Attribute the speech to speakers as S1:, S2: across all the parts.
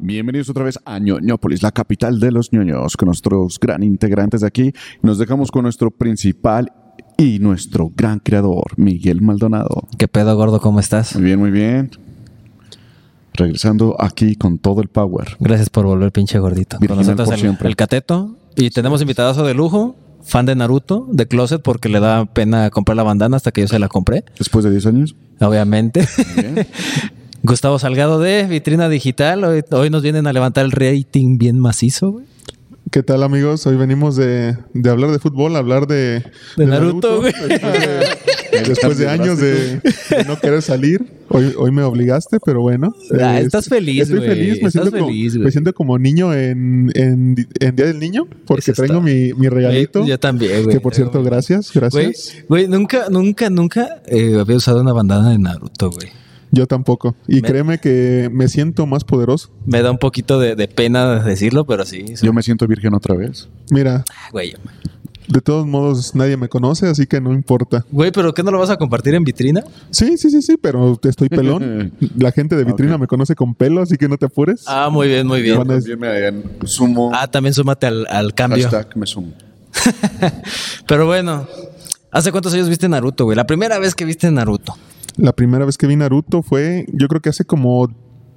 S1: Bienvenidos otra vez a Ñoñópolis, la capital de los ñoños, con nuestros gran integrantes de aquí. Nos dejamos con nuestro principal y nuestro gran creador, Miguel Maldonado.
S2: ¿Qué pedo, gordo? ¿Cómo estás?
S1: Muy bien, muy bien. Regresando aquí con todo el power.
S2: Gracias por volver, pinche gordito.
S1: Virginal
S2: Con nosotros
S1: por
S2: el,
S1: siempre.
S2: el cateto. Y tenemos invitadazo de lujo, fan de Naruto, de Closet, porque le da pena comprar la bandana hasta que yo se la compré,
S1: Después de 10 años.
S2: obviamente.
S1: Muy bien.
S2: Gustavo Salgado de Vitrina Digital. Hoy, hoy nos vienen a levantar el rating bien macizo, güey.
S3: ¿Qué tal amigos? Hoy venimos de, de hablar de fútbol, hablar de,
S2: De Naruto, güey.
S3: después de, después de años de, de no querer salir. Hoy, hoy me obligaste, pero bueno.
S2: Ah,
S3: Eh,
S2: estás feliz,
S3: Estoy
S2: güey.
S3: feliz, me,
S2: Estás
S3: siento
S2: feliz,
S3: como,
S2: güey.
S3: me siento como niño en, en, en Día del Niño, porque
S2: Eso está. Eh,
S3: traigo mi, mi regalito.
S2: Yo también, güey.
S3: que por cierto, gracias,
S2: Güey,
S3: gracias.
S2: güey, nunca, nunca, nunca eh, había usado una bandana de Naruto, güey.
S3: Yo tampoco.
S2: Me-
S3: Y créeme que me siento más poderoso.
S2: Me da un poquito de, de pena decirlo, pero sí. sí.
S1: Yo me siento virgen otra vez.
S3: Mira,
S2: Ah, Güey, yo-
S3: de todos modos nadie me conoce, así que no importa.
S2: Güey, pero ¿qué no lo vas a compartir en vitrina?
S3: Sí, sí, sí, sí, pero estoy pelón. La gente de vitrina
S1: Ok.
S3: me conoce con pelo, así que no te apures.
S2: Ah, muy bien, muy bien.
S3: Bueno, es-
S1: También me sumo.
S2: Ah, también súmate al, al cambio.
S1: Hashtag me sumo.
S2: Pero bueno, ¿hace cuántos años viste Naruto, güey? La primera vez que viste Naruto.
S3: La primera vez que vi Naruto fue, yo creo que hace como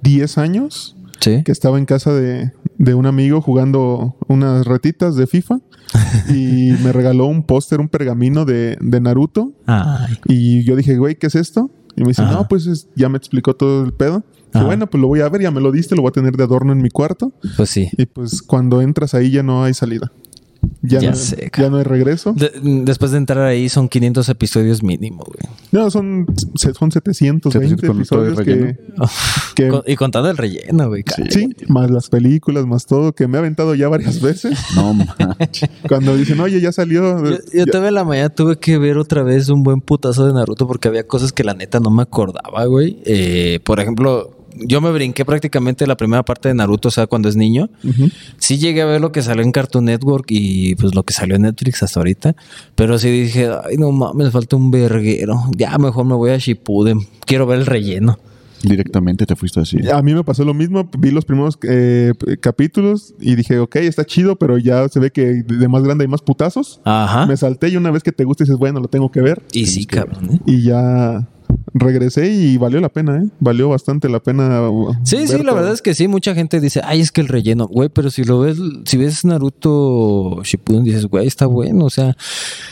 S3: 10 años,
S2: Sí.
S3: que estaba en casa de, de un amigo jugando unas retitas de FIFA y me regaló un póster, un pergamino de, de Naruto.
S2: Ay.
S3: Y yo dije, güey, ¿qué es esto? Y me dice,
S2: Ajá.
S3: no, pues es- ya me explicó todo el pedo. Dije,
S2: Ajá.
S3: bueno, pues lo voy a ver, ya me lo diste, lo voy a tener de adorno en mi cuarto.
S2: Pues sí.
S3: Y pues cuando entras ahí ya no hay salida. Ya,
S2: Ya
S3: no,
S2: sé,
S3: ya no hay regreso.
S2: De- después de entrar ahí son 500 episodios mínimo, güey.
S3: No, son, se- son 720
S1: 700 con todo el
S3: episodios que, que-
S2: Con- y contando el relleno, güey. caray.
S3: Sí, más las películas, más todo, que me he aventado ya varias veces.
S1: No manches.
S3: Cuando dicen, oye, ya salió.
S2: Yo, yo también en la mañana tuve que ver otra vez un buen putazo de Naruto porque había cosas que la neta no me acordaba, güey. Eh, por ejemplo, yo me brinqué prácticamente la primera parte de Naruto, o sea, cuando es niño.
S3: Ujú.
S2: Sí llegué a ver lo que salió en Cartoon Network y pues lo que salió en Netflix hasta ahorita. Pero sí dije, ay, no mames, falta un verguero. Ya mejor me voy a Shippuden. Quiero ver el relleno.
S1: Directamente te fuiste así.
S3: A mí me pasó lo mismo, vi los primeros eh, p- capítulos y dije, ok, está chido, pero ya se ve que de de más grande hay más putazos.
S2: Ajá.
S3: Me salté y una vez que te gusta dices, bueno, lo tengo que ver.
S2: Y sí, cabrón. ¿eh?
S3: Y ya regresé y valió la pena, ¿eh? Valió bastante la pena. uh,
S2: Sí, sí,
S3: ver
S2: la
S3: todo.
S2: verdad es que sí, mucha gente dice, ay, es que el relleno, güey, pero si lo ves, si ves Naruto Shippuden, dices, güey, está bueno, o sea,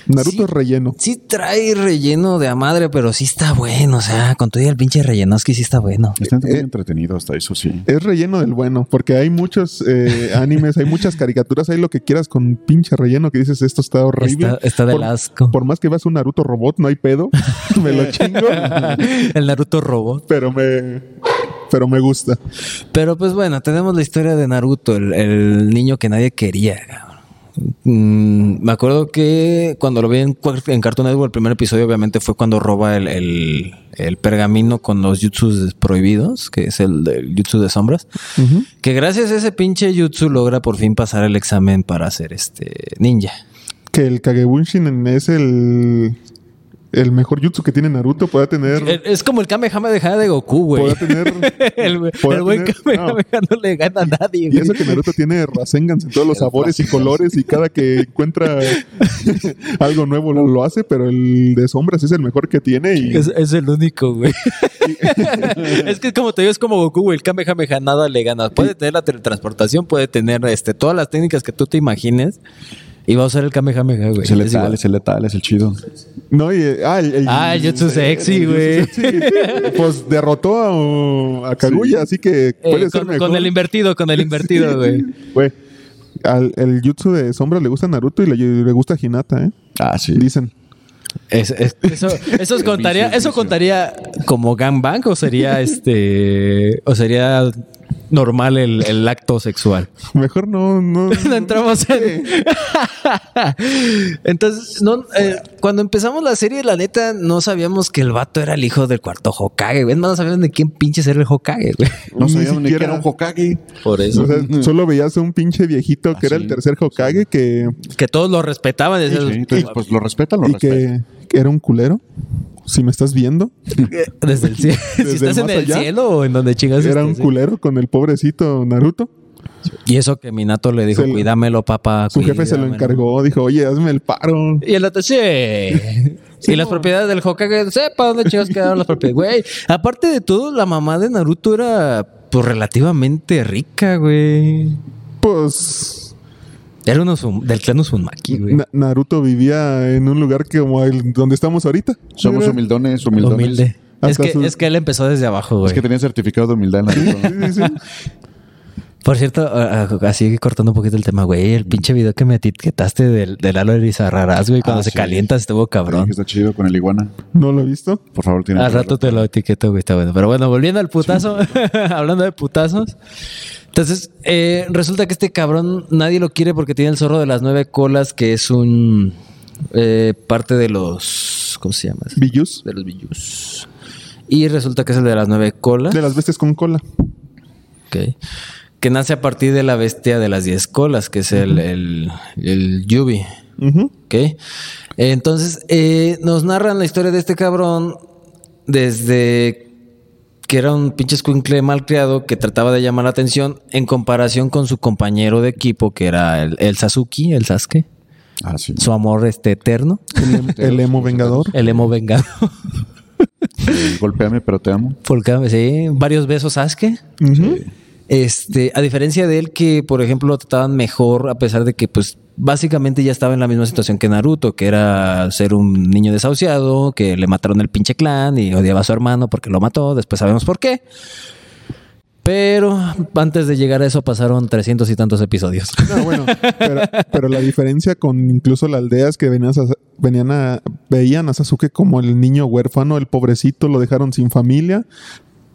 S3: Naruto
S2: sí.
S3: es relleno.
S2: sí trae relleno de a madre, pero sí está bueno, o sea, con todo y el pinche relleno, es que sí está bueno.
S1: Están muy
S3: Eh,
S1: entretenido hasta eso, sí.
S3: Es relleno del bueno, porque hay muchos eh, animes, hay muchas caricaturas, hay lo que quieras con pinche relleno que dices esto está horrible.
S2: Está, está del
S3: por,
S2: asco.
S3: por más que veas un Naruto robot, no hay pedo. me lo chingo,
S2: el Naruto robot.
S3: pero me, pero me gusta.
S2: Pero pues bueno, tenemos la historia de Naruto, el, el niño que nadie quería. cabrón. Mm, me acuerdo que cuando lo vi en, Cuar- en Cartoon Network, el primer episodio obviamente fue cuando roba el, el- el pergamino con los jutsus prohibidos, que es el del jutsu de sombras.
S3: Ujú.
S2: Que gracias a ese pinche jutsu logra por fin pasar el examen para ser este ninja.
S3: Que el Kagebunshin es el, el mejor jutsu que tiene Naruto. Pueda tener.
S2: El- Es como el Kamehameha de Goku, güey.
S3: pueda tener
S2: El güey
S3: podrá
S2: el güey
S3: tener-
S2: Kamehameha no le gana a nadie,
S3: Y
S2: güey.
S3: eso que Naruto tiene Rasengans en todos los sabores y colores y cada que encuentra algo nuevo lo, lo hace, pero el de sombras es el mejor que tiene y
S2: Es, es el único, güey. es que como te digo, es como Goku, güey. El Kamehameha nada le gana. Puede tener la teletransportación, puede tener este, todas las técnicas que tú te imagines. Y va a usar el Kamehameha, güey.
S1: Es el
S2: Es igual.
S1: letal, es el letal, es el chido.
S3: no y eh, ah el, el-
S2: Ah, el Jutsu sexy,
S3: el Jutsu
S2: güey.
S3: sexy, pues derrotó a, a Kaguya, así que
S2: Eh,
S3: puede ser
S2: con,
S3: mejor.
S2: con el invertido, con el invertido, güey.
S3: Güey, al- el jutsu de sombras le gusta a Naruto y le, le gusta a Hinata, ¿eh?
S1: Ah, sí.
S3: Dicen.
S2: Es- es- eso, eso os contaría, eso contaría como gangbang o sería este o sería normal el, el acto sexual.
S3: Mejor no, no.
S2: No entramos en. Entonces, no, eh, cuando empezamos la serie, la neta, no sabíamos que el vato era el hijo del cuarto Hokage, güey. Es más, no sabíamos de quién pinche era el Hokage, güey.
S1: No
S3: Ni
S1: sabíamos ni que
S3: siquiera-
S1: era un Hokage.
S2: Por
S3: O sea, solo veías a un pinche viejito que
S1: Ah,
S3: era
S1: sí.
S3: el tercer Hokage que
S2: Que todos lo respetaban. decían,
S1: Sí, entonces, pues lo respetan, lo
S3: y
S1: respetan.
S3: que, que era un culero. si me estás viendo,
S2: "Eh, Desde el cielo.
S3: Desde
S2: si estás
S3: el
S2: en
S3: más
S2: el
S3: allá,
S2: cielo o en donde chingas.
S3: era
S2: estés,
S3: un
S2: este, sí.
S3: culero con el pobrecito Naruto.
S2: Y eso que Minato le dijo,
S3: Se le-
S2: cuídamelo, papá.
S3: Su jefe se lo
S2: cuídamelo".
S3: encargó, dijo, oye, hazme el paro.
S2: Y el otro, sí. y las propiedades del Hokage, sepa dónde chingados quedaron las propiedades. Güey, aparte de todo, la mamá de Naruto era pues relativamente rica, güey.
S3: Pues
S2: Era uno Uzum- del clan Uzumaki, güey.
S3: Na- Naruto vivía en un lugar que como el donde estamos ahorita.
S1: Somos
S3: Era-
S1: humildones, humildones.
S2: Humilde. Es
S3: Hasta
S2: que,
S3: su-
S2: es que él empezó desde abajo, güey.
S1: Es que tenía certificado de humildad. Naruto.
S3: Sí, sí, sí.
S2: Por cierto, a- a- así cortando un poquito el tema, güey, el pinche video que me etiquetaste del, del Aloe Lizarrarás, güey, cuando
S1: Ah,
S2: se
S1: sí.
S2: calienta estuvo
S1: Dije que
S2: cabrón.
S1: está chido con el iguana.
S3: No lo he visto.
S1: Por favor, tiene
S2: Al
S1: que
S2: rato te lo etiqueto, güey, está bueno. Pero bueno, volviendo al putazo, hablando de putazos. Entonces, eh, resulta que este cabrón nadie lo quiere porque tiene el zorro de las nueve colas, que es un eh, parte de los. ¿Cómo se llama?
S3: Villus.
S2: De los billus. Y resulta que es el de las nueve colas.
S3: De las bestias con cola.
S2: Ok. Que nace a partir de la bestia de las diez colas, que es el, el, el Yubi.
S3: Ujú.
S2: Ok. Entonces, eh, nos narran la historia de este cabrón desde que era un pinche escuincle mal creado que trataba de llamar la atención en comparación con su compañero de equipo, que era el, el Sasuke, el Sasuke,
S1: Ah, sí.
S2: su amor este eterno,
S3: El, em- el emo vengador.
S2: el emo vengado.
S1: Eh, Golpéame, pero te amo.
S2: Porque, sí, varios besos Sasuke.
S3: Ujú.
S2: Este, a diferencia de él, que por ejemplo lo trataban mejor, a pesar de que, pues, básicamente ya estaba en la misma situación que Naruto, que era ser un niño desahuciado, que le mataron el pinche clan y odiaba a su hermano porque lo mató, después sabemos por qué. Pero antes de llegar a eso pasaron 300 y tantos episodios.
S3: No, bueno, pero, pero la diferencia con incluso las aldeas que venían a, venían a- veían a Sasuke como el niño huérfano, el pobrecito, lo dejaron sin familia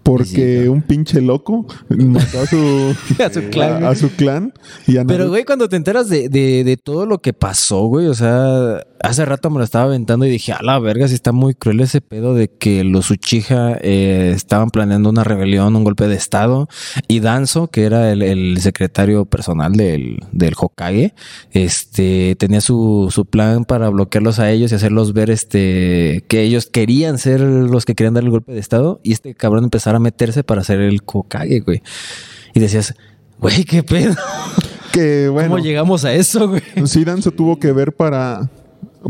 S3: porque un pinche loco mató a su,
S2: A su clan.
S3: a- a su clan y a
S2: Pero,
S3: Naruto-
S2: güey, cuando te enteras de, de- de todo lo que pasó, güey, o sea, hace rato me lo estaba aventando y dije, a la verga, si está muy cruel ese pedo de que los Uchiha eh, estaban planeando una rebelión, un golpe de estado, y Danzo, que era el, el secretario personal del, del Hokage, este, tenía su, su plan para bloquearlos a ellos y hacerlos ver este, que ellos querían ser los que querían dar el golpe de estado, y este cabrón empezara a meterse para ser el Hokage, güey. Y decías, güey, qué pedo.
S3: que bueno,
S2: ¿Cómo llegamos a eso, güey?
S3: sí Danzo tuvo que ver para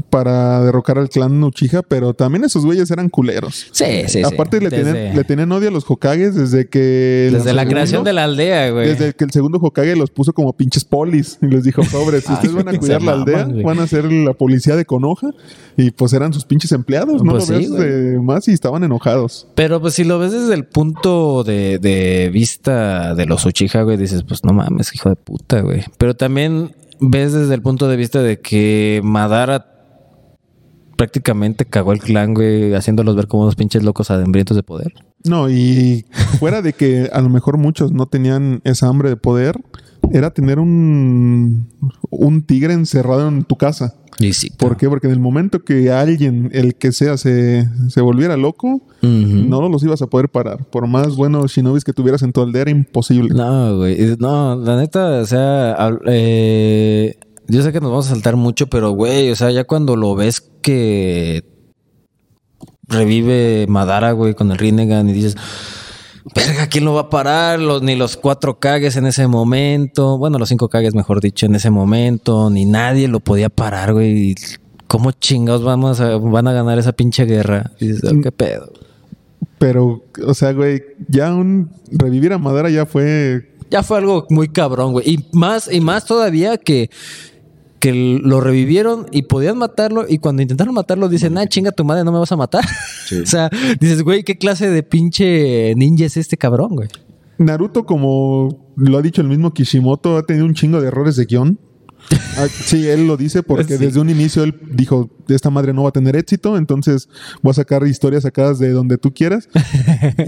S3: para derrocar al clan Uchiha, pero también esos güeyes eran culeros.
S2: Sí, sí, sí.
S3: Aparte le,
S2: Desde-
S3: tenían, le tenían odio a los Hokages desde que...
S2: Desde la creación
S3: de
S2: de la aldea, güey.
S3: Desde que el segundo Hokage los puso como pinches polis y les dijo, pobres,
S2: Ah,
S3: si ustedes van a
S2: se
S3: cuidar la
S2: maman,
S3: aldea,
S2: güey.
S3: van a ser la policía de Konoha y pues eran sus pinches empleados, ¿no?
S2: Pues
S3: Lo
S2: sí,
S3: ves, eh, más y estaban enojados.
S2: Pero pues si lo ves desde el punto de, de vista de los Uchiha, güey, dices, pues no mames, hijo de puta, güey. Pero también ves desde el punto de vista de que Madara prácticamente cagó el clan, güey, haciéndolos ver como unos pinches locos adembrientos de poder.
S3: No, y fuera de que a lo mejor muchos no tenían esa hambre de poder, era tener un, un tigre encerrado en tu casa.
S2: Y sí.
S3: ¿Por qué? Porque en el momento que alguien, el que sea, se, se volviera loco, no los ibas a poder parar. Por más buenos shinobis que tuvieras en tu aldea, era imposible.
S2: No, güey. Es- No, la neta, o sea, hab- eh, yo sé que nos vamos a saltar mucho, pero güey, o sea, ya cuando lo ves que revive Madara, güey, con el Rinnegan y dices, verga, ¿quién lo va a parar? Los, ni los cuatro Kages en ese momento, bueno, los cinco Kages, mejor dicho, en ese momento, ni nadie lo podía parar, güey. Y ¿Cómo chingados vamos a, van a ganar esa pinche guerra? Y dices, "Ah, ¿qué pedo?
S3: Pero, o sea, güey, ya un revivir a Madara ya fue.
S2: Ya fue algo muy cabrón, güey. Y más, y más todavía que, que lo revivieron y podían matarlo. Y cuando intentaron matarlo, dicen, ah, chinga tu madre, no me vas a matar. o sea, dices, güey, ¿qué clase de pinche ninja es este cabrón, güey?
S3: Naruto, como lo ha dicho el mismo Kishimoto, ha tenido un chingo de errores de guión. Ah, sí, él lo dice porque
S2: Sí.
S3: desde un inicio él dijo: Esta madre no va a tener éxito, entonces voy a sacar historias sacadas de donde tú quieras.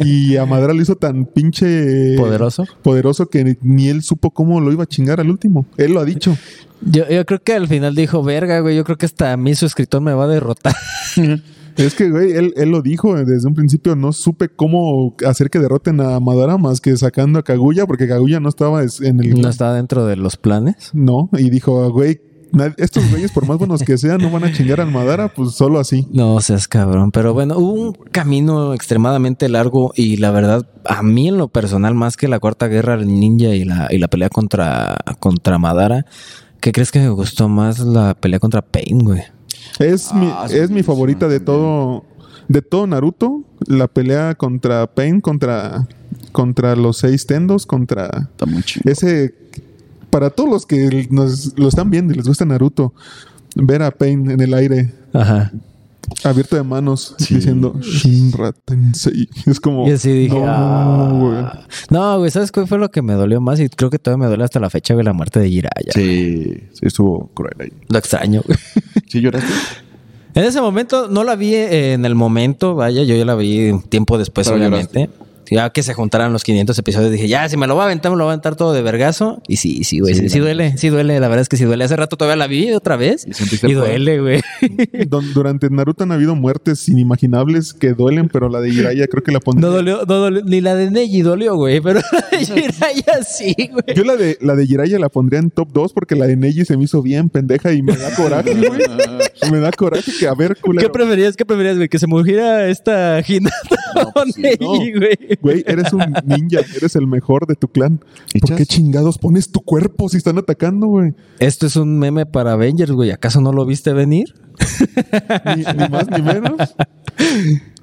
S3: y a Madara lo hizo tan pinche.
S2: Poderoso.
S3: Poderoso que ni- ni él supo cómo lo iba a chingar al último. Él lo ha dicho.
S2: Yo, yo creo que al final dijo, verga, güey, yo creo que hasta a mí su escritor me va a derrotar.
S3: Es que, güey, él, él lo dijo eh, desde un principio. No supe cómo hacer que derroten a Madara más que sacando a Kaguya, porque Kaguya no estaba es- en el.
S2: no está dentro de los planes.
S3: No, y dijo, güey, nad- estos güeyes, por más buenos que sean, no van a chingar al Madara, pues solo así.
S2: No seas cabrón, pero bueno, hubo un camino extremadamente largo y la verdad, a mí en lo personal, más que la cuarta guerra ninja y la, y la pelea contra, contra Madara, ¿qué crees que me gustó más la pelea contra Pain, güey?
S3: Es mi,
S1: Ah, sí,
S3: es mi
S1: sí,
S3: favorita de todo, de todo Naruto. La pelea contra Pain, contra, contra los seis tendos, contra
S1: Está muy chido.
S3: ese. Para todos los que nos, lo están viendo y les gusta Naruto, ver a Pain en el aire,
S2: Ajá.
S3: abierto de manos,
S1: Sí.
S3: diciendo Shinra Tensei. Es como.
S2: Y así dije,
S3: Oh, "No,
S2: "Ah".
S3: güey".
S2: no, güey, ¿sabes cuál fue lo que me dolió más? Y creo que todavía me duele hasta la fecha, güey, la muerte de Jiraya.
S1: Sí, sí, estuvo cruel ahí.
S2: Lo extraño, güey.
S1: ¿Sí lloraste?
S2: En ese momento no la vi eh, en el momento, vaya, yo ya la vi un tiempo después,
S1: Pero
S2: obviamente. Ya que se juntaran los 500 episodios, dije, ya, si me lo va a aventar, me lo va a aventar todo de vergazo. Y sí, sí, güey,
S1: Sí,
S2: sí, sí
S1: la
S2: duele, sí duele, la verdad es que sí duele. Hace rato todavía la vi otra vez
S1: ¿Y sentiste
S2: y
S1: el poder?
S2: duele, güey.
S3: Don- durante Naruto han habido muertes inimaginables que duelen, pero la de Jiraiya creo que la pondría.
S2: No dolió, no dolió, ni la de Neji dolió, güey, pero la de Jiraiya sí, güey.
S3: Yo la de la de Jiraiya la pondría en top 2 porque la de Neji se me hizo bien pendeja y me da coraje, güey. me da coraje que a ver,
S2: ¿Qué
S3: culero.
S2: preferías, qué preferías, güey? ¿Que se muriera esta Hinata o Neji,
S3: no.
S2: güey?
S3: Güey, eres un ninja, eres el mejor de tu clan. ¿Por
S1: ¿Echas?
S3: qué chingados pones tu cuerpo si están atacando, güey?
S2: Esto es un meme para Avengers, güey. ¿Acaso no lo viste venir?
S3: Ni, ni más ni menos.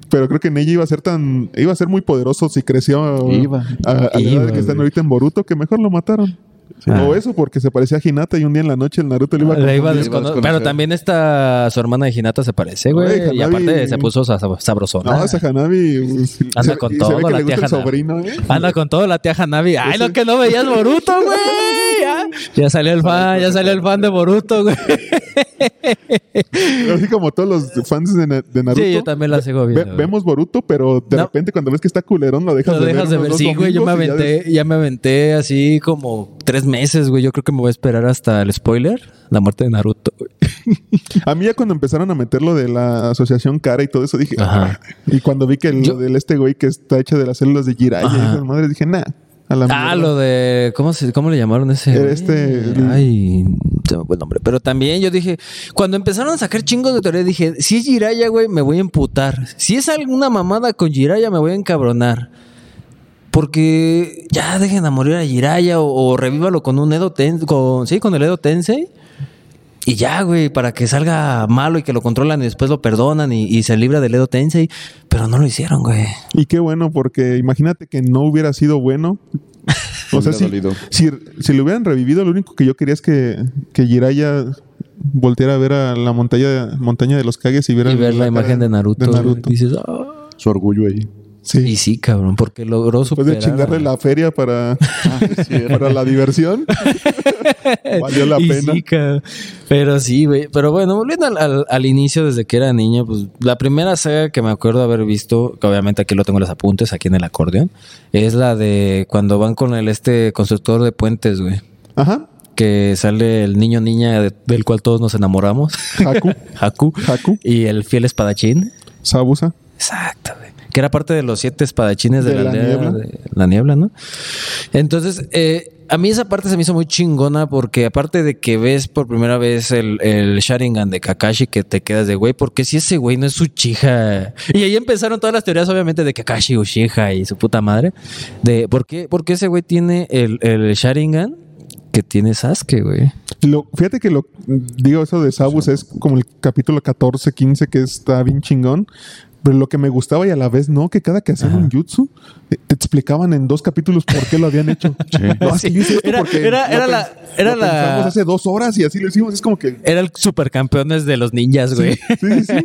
S3: Pero creo que Neji iba a ser tan. iba a ser muy poderoso si creció
S1: Iba.
S3: a, a la
S2: Iba,
S3: edad que están
S2: güey.
S3: ahorita en Boruto, que mejor lo mataron.
S2: Sí.
S3: O eso, porque se parecía a Hinata y un día en la noche el Naruto le iba a
S2: La Ah, iba a
S3: confundir.
S1: desconocer.
S2: descono- Pero también esta su hermana de Hinata se parece, güey.
S3: Güey,
S2: y
S3: Hanabi-
S2: aparte se puso sa- sabrosona.
S3: No, esa Hanabi. pues,
S2: Anda
S3: se-
S2: con
S3: y
S2: todo,
S3: Se ve que
S2: la
S3: le gusta
S2: tía Hanabi.
S3: el
S2: Ah.
S3: sobrino, ¿eh?
S2: Anda con todo la tía Hanabi. Ay, lo que no veías Boruto, güey. Ya, ya salió el fan, ya salió el fan de Boruto, güey.
S3: Así como todos los fans de, Na- de Naruto.
S2: Sí, yo también la sigo
S3: ve-
S2: viendo. güey.
S3: vemos Boruto, pero de
S2: No.
S3: repente cuando ves que está culerón lo dejas
S2: Lo
S3: de ver.
S2: dejas de
S3: unos
S2: ver.
S3: dos
S2: Sí, güey, yo me
S3: domingos y ya
S2: aventé, ya me aventé así como tres meses, güey. Yo creo que me voy a esperar hasta el spoiler, la muerte de Naruto, güey.
S3: des- A mí ya cuando empezaron a meter lo de la asociación cara y todo eso dije. "Ah".
S2: Ajá.
S3: Y cuando vi que lo
S2: Yo-
S3: del este güey que está hecho de las células de Jiraiya
S2: Ajá.
S3: y esas madres dije, nah, a la
S2: Ah,
S3: mierda".
S2: lo de. ¿Cómo, se, cómo le llamaron ese? güey?
S3: Este-
S2: Ay, se me fue el nombre. Pero también yo dije, cuando empezaron a sacar chingos de teoría, dije, si es Jiraya, güey, me voy a emputar. Si es alguna mamada con Jiraya, me voy a encabronar. Porque ya dejen a morir a Jiraya o, o revívalo con un Edo Tensei. Con, sí, con el Edo Tensei. Y ya, güey, para que salga malo y que lo controlan y después lo perdonan y, y se libra del Edo Tensei. Pero no lo hicieron, güey.
S3: Y qué bueno, porque imagínate que no hubiera sido bueno. O sea,
S1: Hubiera
S3: si,
S1: dolido.
S3: si, si lo hubieran revivido, lo único que yo quería es que, que Jiraiya volteara a ver a la montaña, montaña de los Kages y viera
S2: Y ver la,
S3: cara
S2: imagen de Naruto. güey. Dices, "Ah".
S1: Su orgullo ahí.
S3: Sí.
S2: Y sí, cabrón, porque logró
S3: Después
S2: superar.
S3: de chingarle
S2: a-
S3: la feria para,
S2: Ah,
S3: para la diversión, valió la
S2: Y
S3: pena.
S2: sí, cabrón. pero sí, güey. Pero bueno, volviendo al, al- al inicio, desde que era niño, pues la primera saga que me acuerdo haber visto, que obviamente aquí lo tengo en los apuntes, aquí en el acordeón, es la de cuando van con el este constructor de puentes, güey.
S3: Ajá.
S2: Que sale el niño niña de- del cual todos nos enamoramos,
S3: Haku,
S2: Haku,
S3: Haku,
S2: y el fiel espadachín.
S3: Sabusa.
S2: Exacto, güey. Que era parte de los siete espadachines de,
S3: De
S2: la,
S3: la
S2: aldea
S3: niebla.
S2: de la niebla, ¿no? Entonces, eh, a mí esa parte se me hizo muy chingona porque aparte de que ves por primera vez el, el Sharingan de Kakashi que te quedas de güey, porque si ese güey no es Uchiha. Y ahí empezaron todas las teorías obviamente de Kakashi, Uchiha y su puta madre. De por qué, por qué ese güey tiene el, el Sharingan que tiene Sasuke, güey.
S3: Lo, fíjate que lo digo eso de Sabus es como el capítulo 14, 15 que está bien chingón. Pero lo que me gustaba y a la vez no, que cada que hacían un jutsu, eh, te explicaban en dos capítulos por qué lo habían hecho. No, es que yo hice esto
S2: Era-
S3: porque
S2: era-
S3: lo
S2: era
S3: pens-
S2: la- era
S3: lo
S2: la-
S3: pensamos hace dos horas y así lo hicimos. Es como que.
S2: Era el supercampeones de los ninjas, güey.
S3: Sí, sí, sí.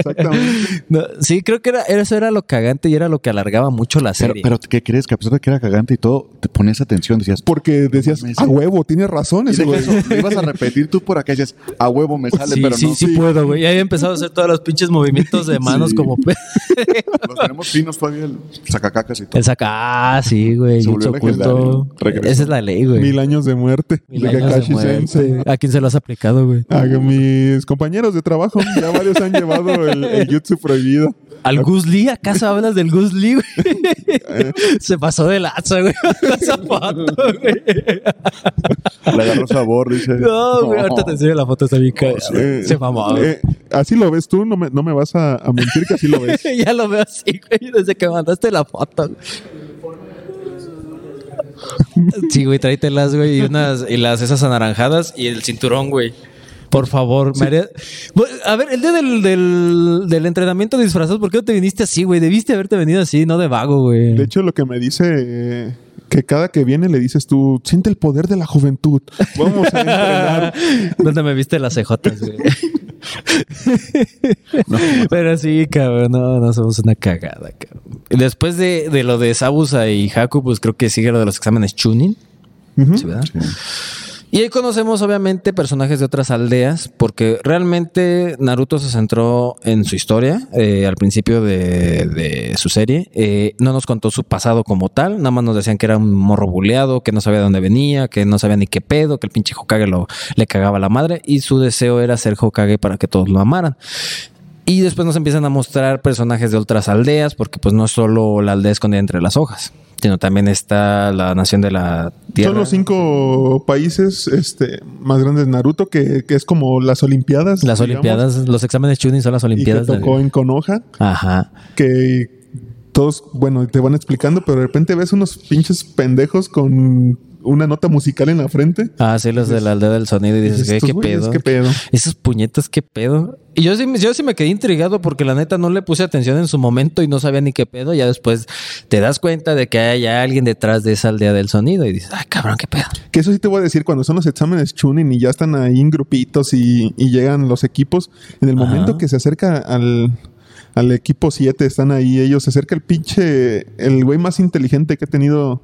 S3: Exactamente.
S2: No, sí, creo que era, eso era lo cagante y era lo que alargaba mucho la
S1: Pero,
S2: serie.
S1: pero, ¿qué crees? Que a pesar de que era cagante y todo, te ponías atención, decías...
S3: Porque decías,
S1: mames,
S3: a
S1: sí.
S3: huevo, tienes razón
S1: Y
S3: ese
S1: deja
S3: güey.
S1: eso, lo ibas a repetir tú por acá y decías, a huevo me sale,
S2: Pues sí,
S1: pero
S2: sí,
S1: no.
S2: sí, puedo, güey. Ya había empezado a hacer todos los pinches movimientos de manos
S1: Sí.
S2: como pe-
S1: Los tenemos finos todavía, el sacacacas y todo.
S2: el saca. Ah, sí, güey.
S1: Se volvió
S2: Jutsu
S1: legendario.
S2: oculto.
S1: Regresó.
S2: Esa es la ley, güey.
S3: Mil años de muerte.
S2: Mil
S3: de
S2: años de
S3: Kakashi
S2: muerte.
S3: Sensei.
S2: ¿A quién se lo has aplicado, güey?
S3: A mis compañeros de trabajo, ya varios han llevado el, el jutsu prohibido.
S2: ¿Al Guzli? ¿Acaso hablas del Guzli,
S1: Eh.
S2: güey? Se pasó de lazo, güey. Esa foto, güey.
S1: Le agarró sabor, dice.
S2: No, güey, ahorita te enseño la foto, está bien cagada.
S3: Eh,
S2: Se mamó, güey.
S3: eh, así lo ves tú, no me, no me vas a, a mentir que así lo ves.
S2: ya lo veo así, güey, desde que mandaste la foto. Sí, güey, tráetelas, güey, y unas, y las esas anaranjadas y el cinturón, güey. Por favor, María. A ver, el día del, del, del entrenamiento disfrazado, ¿por qué no te viniste así, güey? Debiste haberte venido así, no de vago, güey.
S3: De hecho, lo que me dice eh, que cada que viene le dices tú, siente el poder de la juventud. Vamos a entrenar.
S2: ¿Dónde me viste las cejotas, güey? Pero sí, cabrón, no, no somos una cagada, cabrón. Después de, de lo de Sabusa y Haku, pues creo que sigue lo de los exámenes Chunin.
S3: Ujú.
S2: Sí, ¿verdad? Y ahí conocemos obviamente personajes de otras aldeas, porque realmente Naruto se centró en su historia eh, al principio de, de su serie. Eh, no nos contó su pasado como tal, nada más nos decían que era un morro buleado, que no sabía de dónde venía, que no sabía ni qué pedo, que el pinche Hokage lo, le cagaba la madre y su deseo era ser Hokage para que todos lo amaran. Y después nos empiezan a mostrar personajes de otras aldeas, porque pues no es solo la aldea escondida entre las hojas, sino también está la nación de la tierra.
S3: Son los cinco países este, más grandes de Naruto, que, que es como las Olimpiadas.
S2: Las
S3: digamos,
S2: Olimpiadas, los exámenes Chunin son las
S3: Y que
S2: Olimpiadas. del-
S3: tocó en Konoha,
S2: Ajá.
S3: que todos, bueno, te van explicando, pero de repente ves unos pinches pendejos con una nota musical en la frente.
S2: Ah, sí, los de la aldea del sonido y dices, güey,
S3: Estos
S2: qué
S3: güeyes,
S2: pedo.
S3: ¿Qué pedo?
S2: Esas puñetas, qué pedo. Y yo sí, yo sí me quedé intrigado porque la neta no le puse atención en su momento y no sabía ni qué pedo. Ya después te das cuenta de que hay alguien detrás de esa aldea del sonido y dices, ay, cabrón, qué pedo.
S3: Que eso sí te voy a decir, cuando son los exámenes Chunin y ya están ahí en grupitos y, y llegan los equipos, en el
S2: Ajá.
S3: momento que se acerca al, al equipo 7, están ahí ellos, se acerca el pinche, el güey más inteligente que ha tenido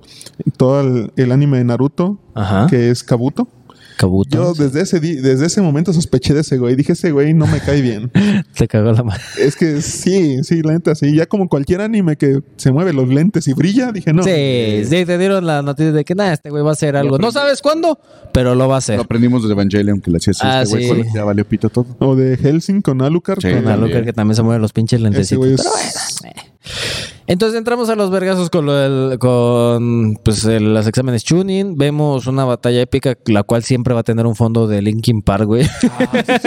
S3: todo el, el anime de Naruto,
S2: Ajá.
S3: que es Kabuto.
S2: Kabuto.
S3: Yo desde ese, di- desde ese momento sospeché de ese güey, dije, ese güey no me cae bien.
S2: Te cagó la mano.
S3: es que sí, sí, la neta, sí, ya como cualquier anime que se mueve los lentes y brilla, dije, no. eh,
S2: Sí, sí, te dieron la noticia de que nada, este güey va a hacer algo. No sabes cuándo, pero lo va a hacer.
S1: Lo aprendimos de Evangelion, que le hacía así,
S2: Ah,
S1: este güey,
S2: sí.
S1: con- ya valió pito todo.
S3: O de Helsing con Alucard.
S1: Sí,
S3: con-
S2: Con la
S1: También.
S2: Looker que también se mueven los pinches
S3: Ese
S2: lentecitos.
S3: güey es-
S2: Pero bueno, eh. Entonces entramos a los vergazos con, lo del- con pues, el- los exámenes tuning. Vemos una batalla épica, la cual siempre va a tener un fondo de Linkin Park, güey.
S1: Ah,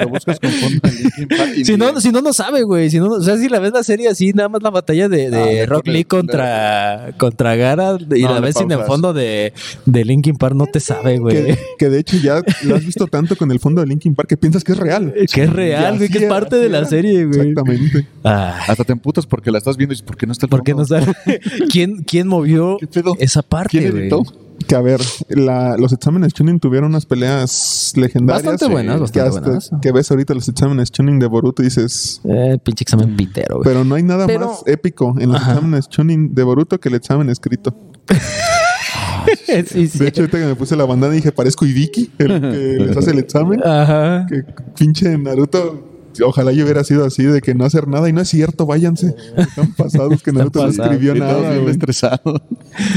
S1: Lo buscas con forma de Linkin Park y
S2: Si
S1: ni-
S2: no, si no, no sabe, güey. Si no, o sea, si la ves la serie así, nada más la batalla de, de
S1: Ah,
S2: Rock
S1: le-
S2: Lee contra, contra Gara y
S1: No,
S2: la
S1: le
S2: ves sin el
S1: pausas.
S2: fondo de, de Linkin Park, no te sabe, güey.
S3: Que, que de hecho ya lo has visto tanto con el fondo de Linkin Park que piensas que es real.
S2: Que es real,
S3: Y
S2: güey, que
S3: así
S2: es
S3: era,
S2: parte
S3: así
S2: de la
S3: era.
S2: serie, güey.
S3: Exactamente.
S2: Ay.
S1: Hasta te emputas porque la estás viendo y dices, ¿por qué no está el
S2: ¿Por qué no
S1: fondo?
S2: sabe? ¿Quién, quién movió
S1: ¿Qué pedo?
S2: esa parte?
S1: ¿Quién
S2: güey?
S1: editó?
S3: Que a ver, la- los exámenes Chunin tuvieron unas peleas legendarias.
S2: Bastante
S3: eh,
S2: buenas, bastante
S3: que, hasta-
S2: buenas.
S3: que ves ahorita los exámenes Chunin de Boruto y dices,
S2: Eh, pinche examen pitero,
S1: Pues,
S2: güey.
S3: pero no hay nada
S2: Pero-
S3: más épico en los
S2: Ajá.
S3: exámenes Chunin de Boruto que el examen escrito.
S2: sí, sí.
S3: De hecho, ahorita que me puse la bandana dije, parezco Ibiki, el que les hace el examen.
S2: Ajá.
S3: Que pinche Naruto. Ojalá yo hubiera sido así, de que no hacer nada. Y no es cierto, váyanse. Están pasados que Naruto no
S2: pasados.
S3: escribió
S1: Y todos
S3: nada.
S1: bien
S3: güey.
S1: estresados.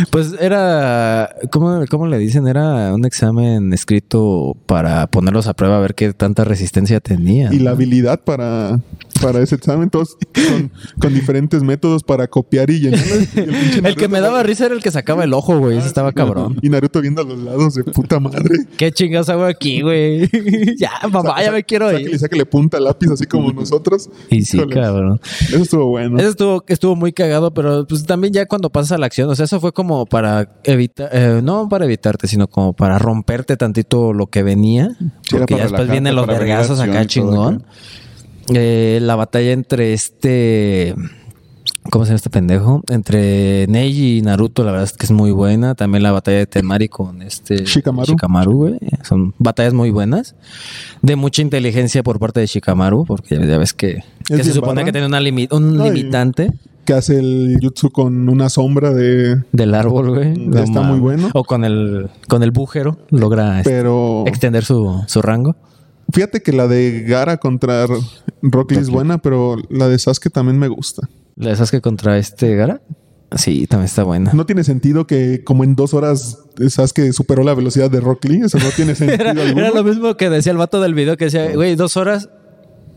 S2: Pues era. ¿cómo, cómo le dicen? Era un examen escrito para ponerlos a prueba a ver qué tanta resistencia tenían.
S3: y la habilidad para, para ese examen, todos con, con diferentes métodos para copiar y llenar. Y el pinche
S2: El que
S3: Naruto- Ah,
S2: me daba risa era el que sacaba el ojo, güey. Ese estaba cabrón.
S3: Y Naruto viendo a los lados de puta madre.
S2: ¿Qué chingados hago aquí, güey? ya, mamá, ya me quiero
S3: Sáquele,
S2: ir.
S3: sáquele punta al lápiz, así como nosotros.
S2: Y sí,
S3: Híjoles,
S2: cabrón.
S3: Eso estuvo bueno.
S2: Eso estuvo, estuvo muy cagado, pero pues también ya cuando pasas a la acción, o sea, eso fue como para evitar, eh, no para evitarte, sino como para romperte tantito lo que venía.
S1: Sí, era
S2: porque
S1: para
S2: ya después
S1: relajarte,
S2: vienen los
S1: para ver la
S2: vergazos acá
S1: acción y todo
S2: chingón. Eh, la batalla entre este. ¿Cómo se llama este pendejo? Entre Neji y Naruto, la verdad es que es muy buena. También la batalla de Temari con este
S3: Shikamaru.
S2: Shikamaru, güey. Son batallas muy buenas. De mucha inteligencia por parte de Shikamaru, porque ya ves que, que
S3: bien
S2: se supone
S3: barra.
S2: que tiene una limi- un
S3: No, y-
S2: limitante
S3: Que hace el jutsu con una sombra de.
S2: del árbol, güey.
S3: Mm, está muy
S2: mames.
S3: bueno.
S2: O con el, con el bújero logra este,
S3: Pero.
S2: extender su, su rango.
S3: Fíjate que la de Gara contra R- Rock Lee es buena, pero la de Sasuke también me gusta.
S2: ¿La de que contra este Gara? Sí, también está buena.
S3: No tiene sentido que como en dos horas Sasuke superó la velocidad de Rock Lee. Eso no tiene sentido
S2: Era,
S3: alguno.
S2: era lo mismo que decía el vato del video que decía, güey, dos horas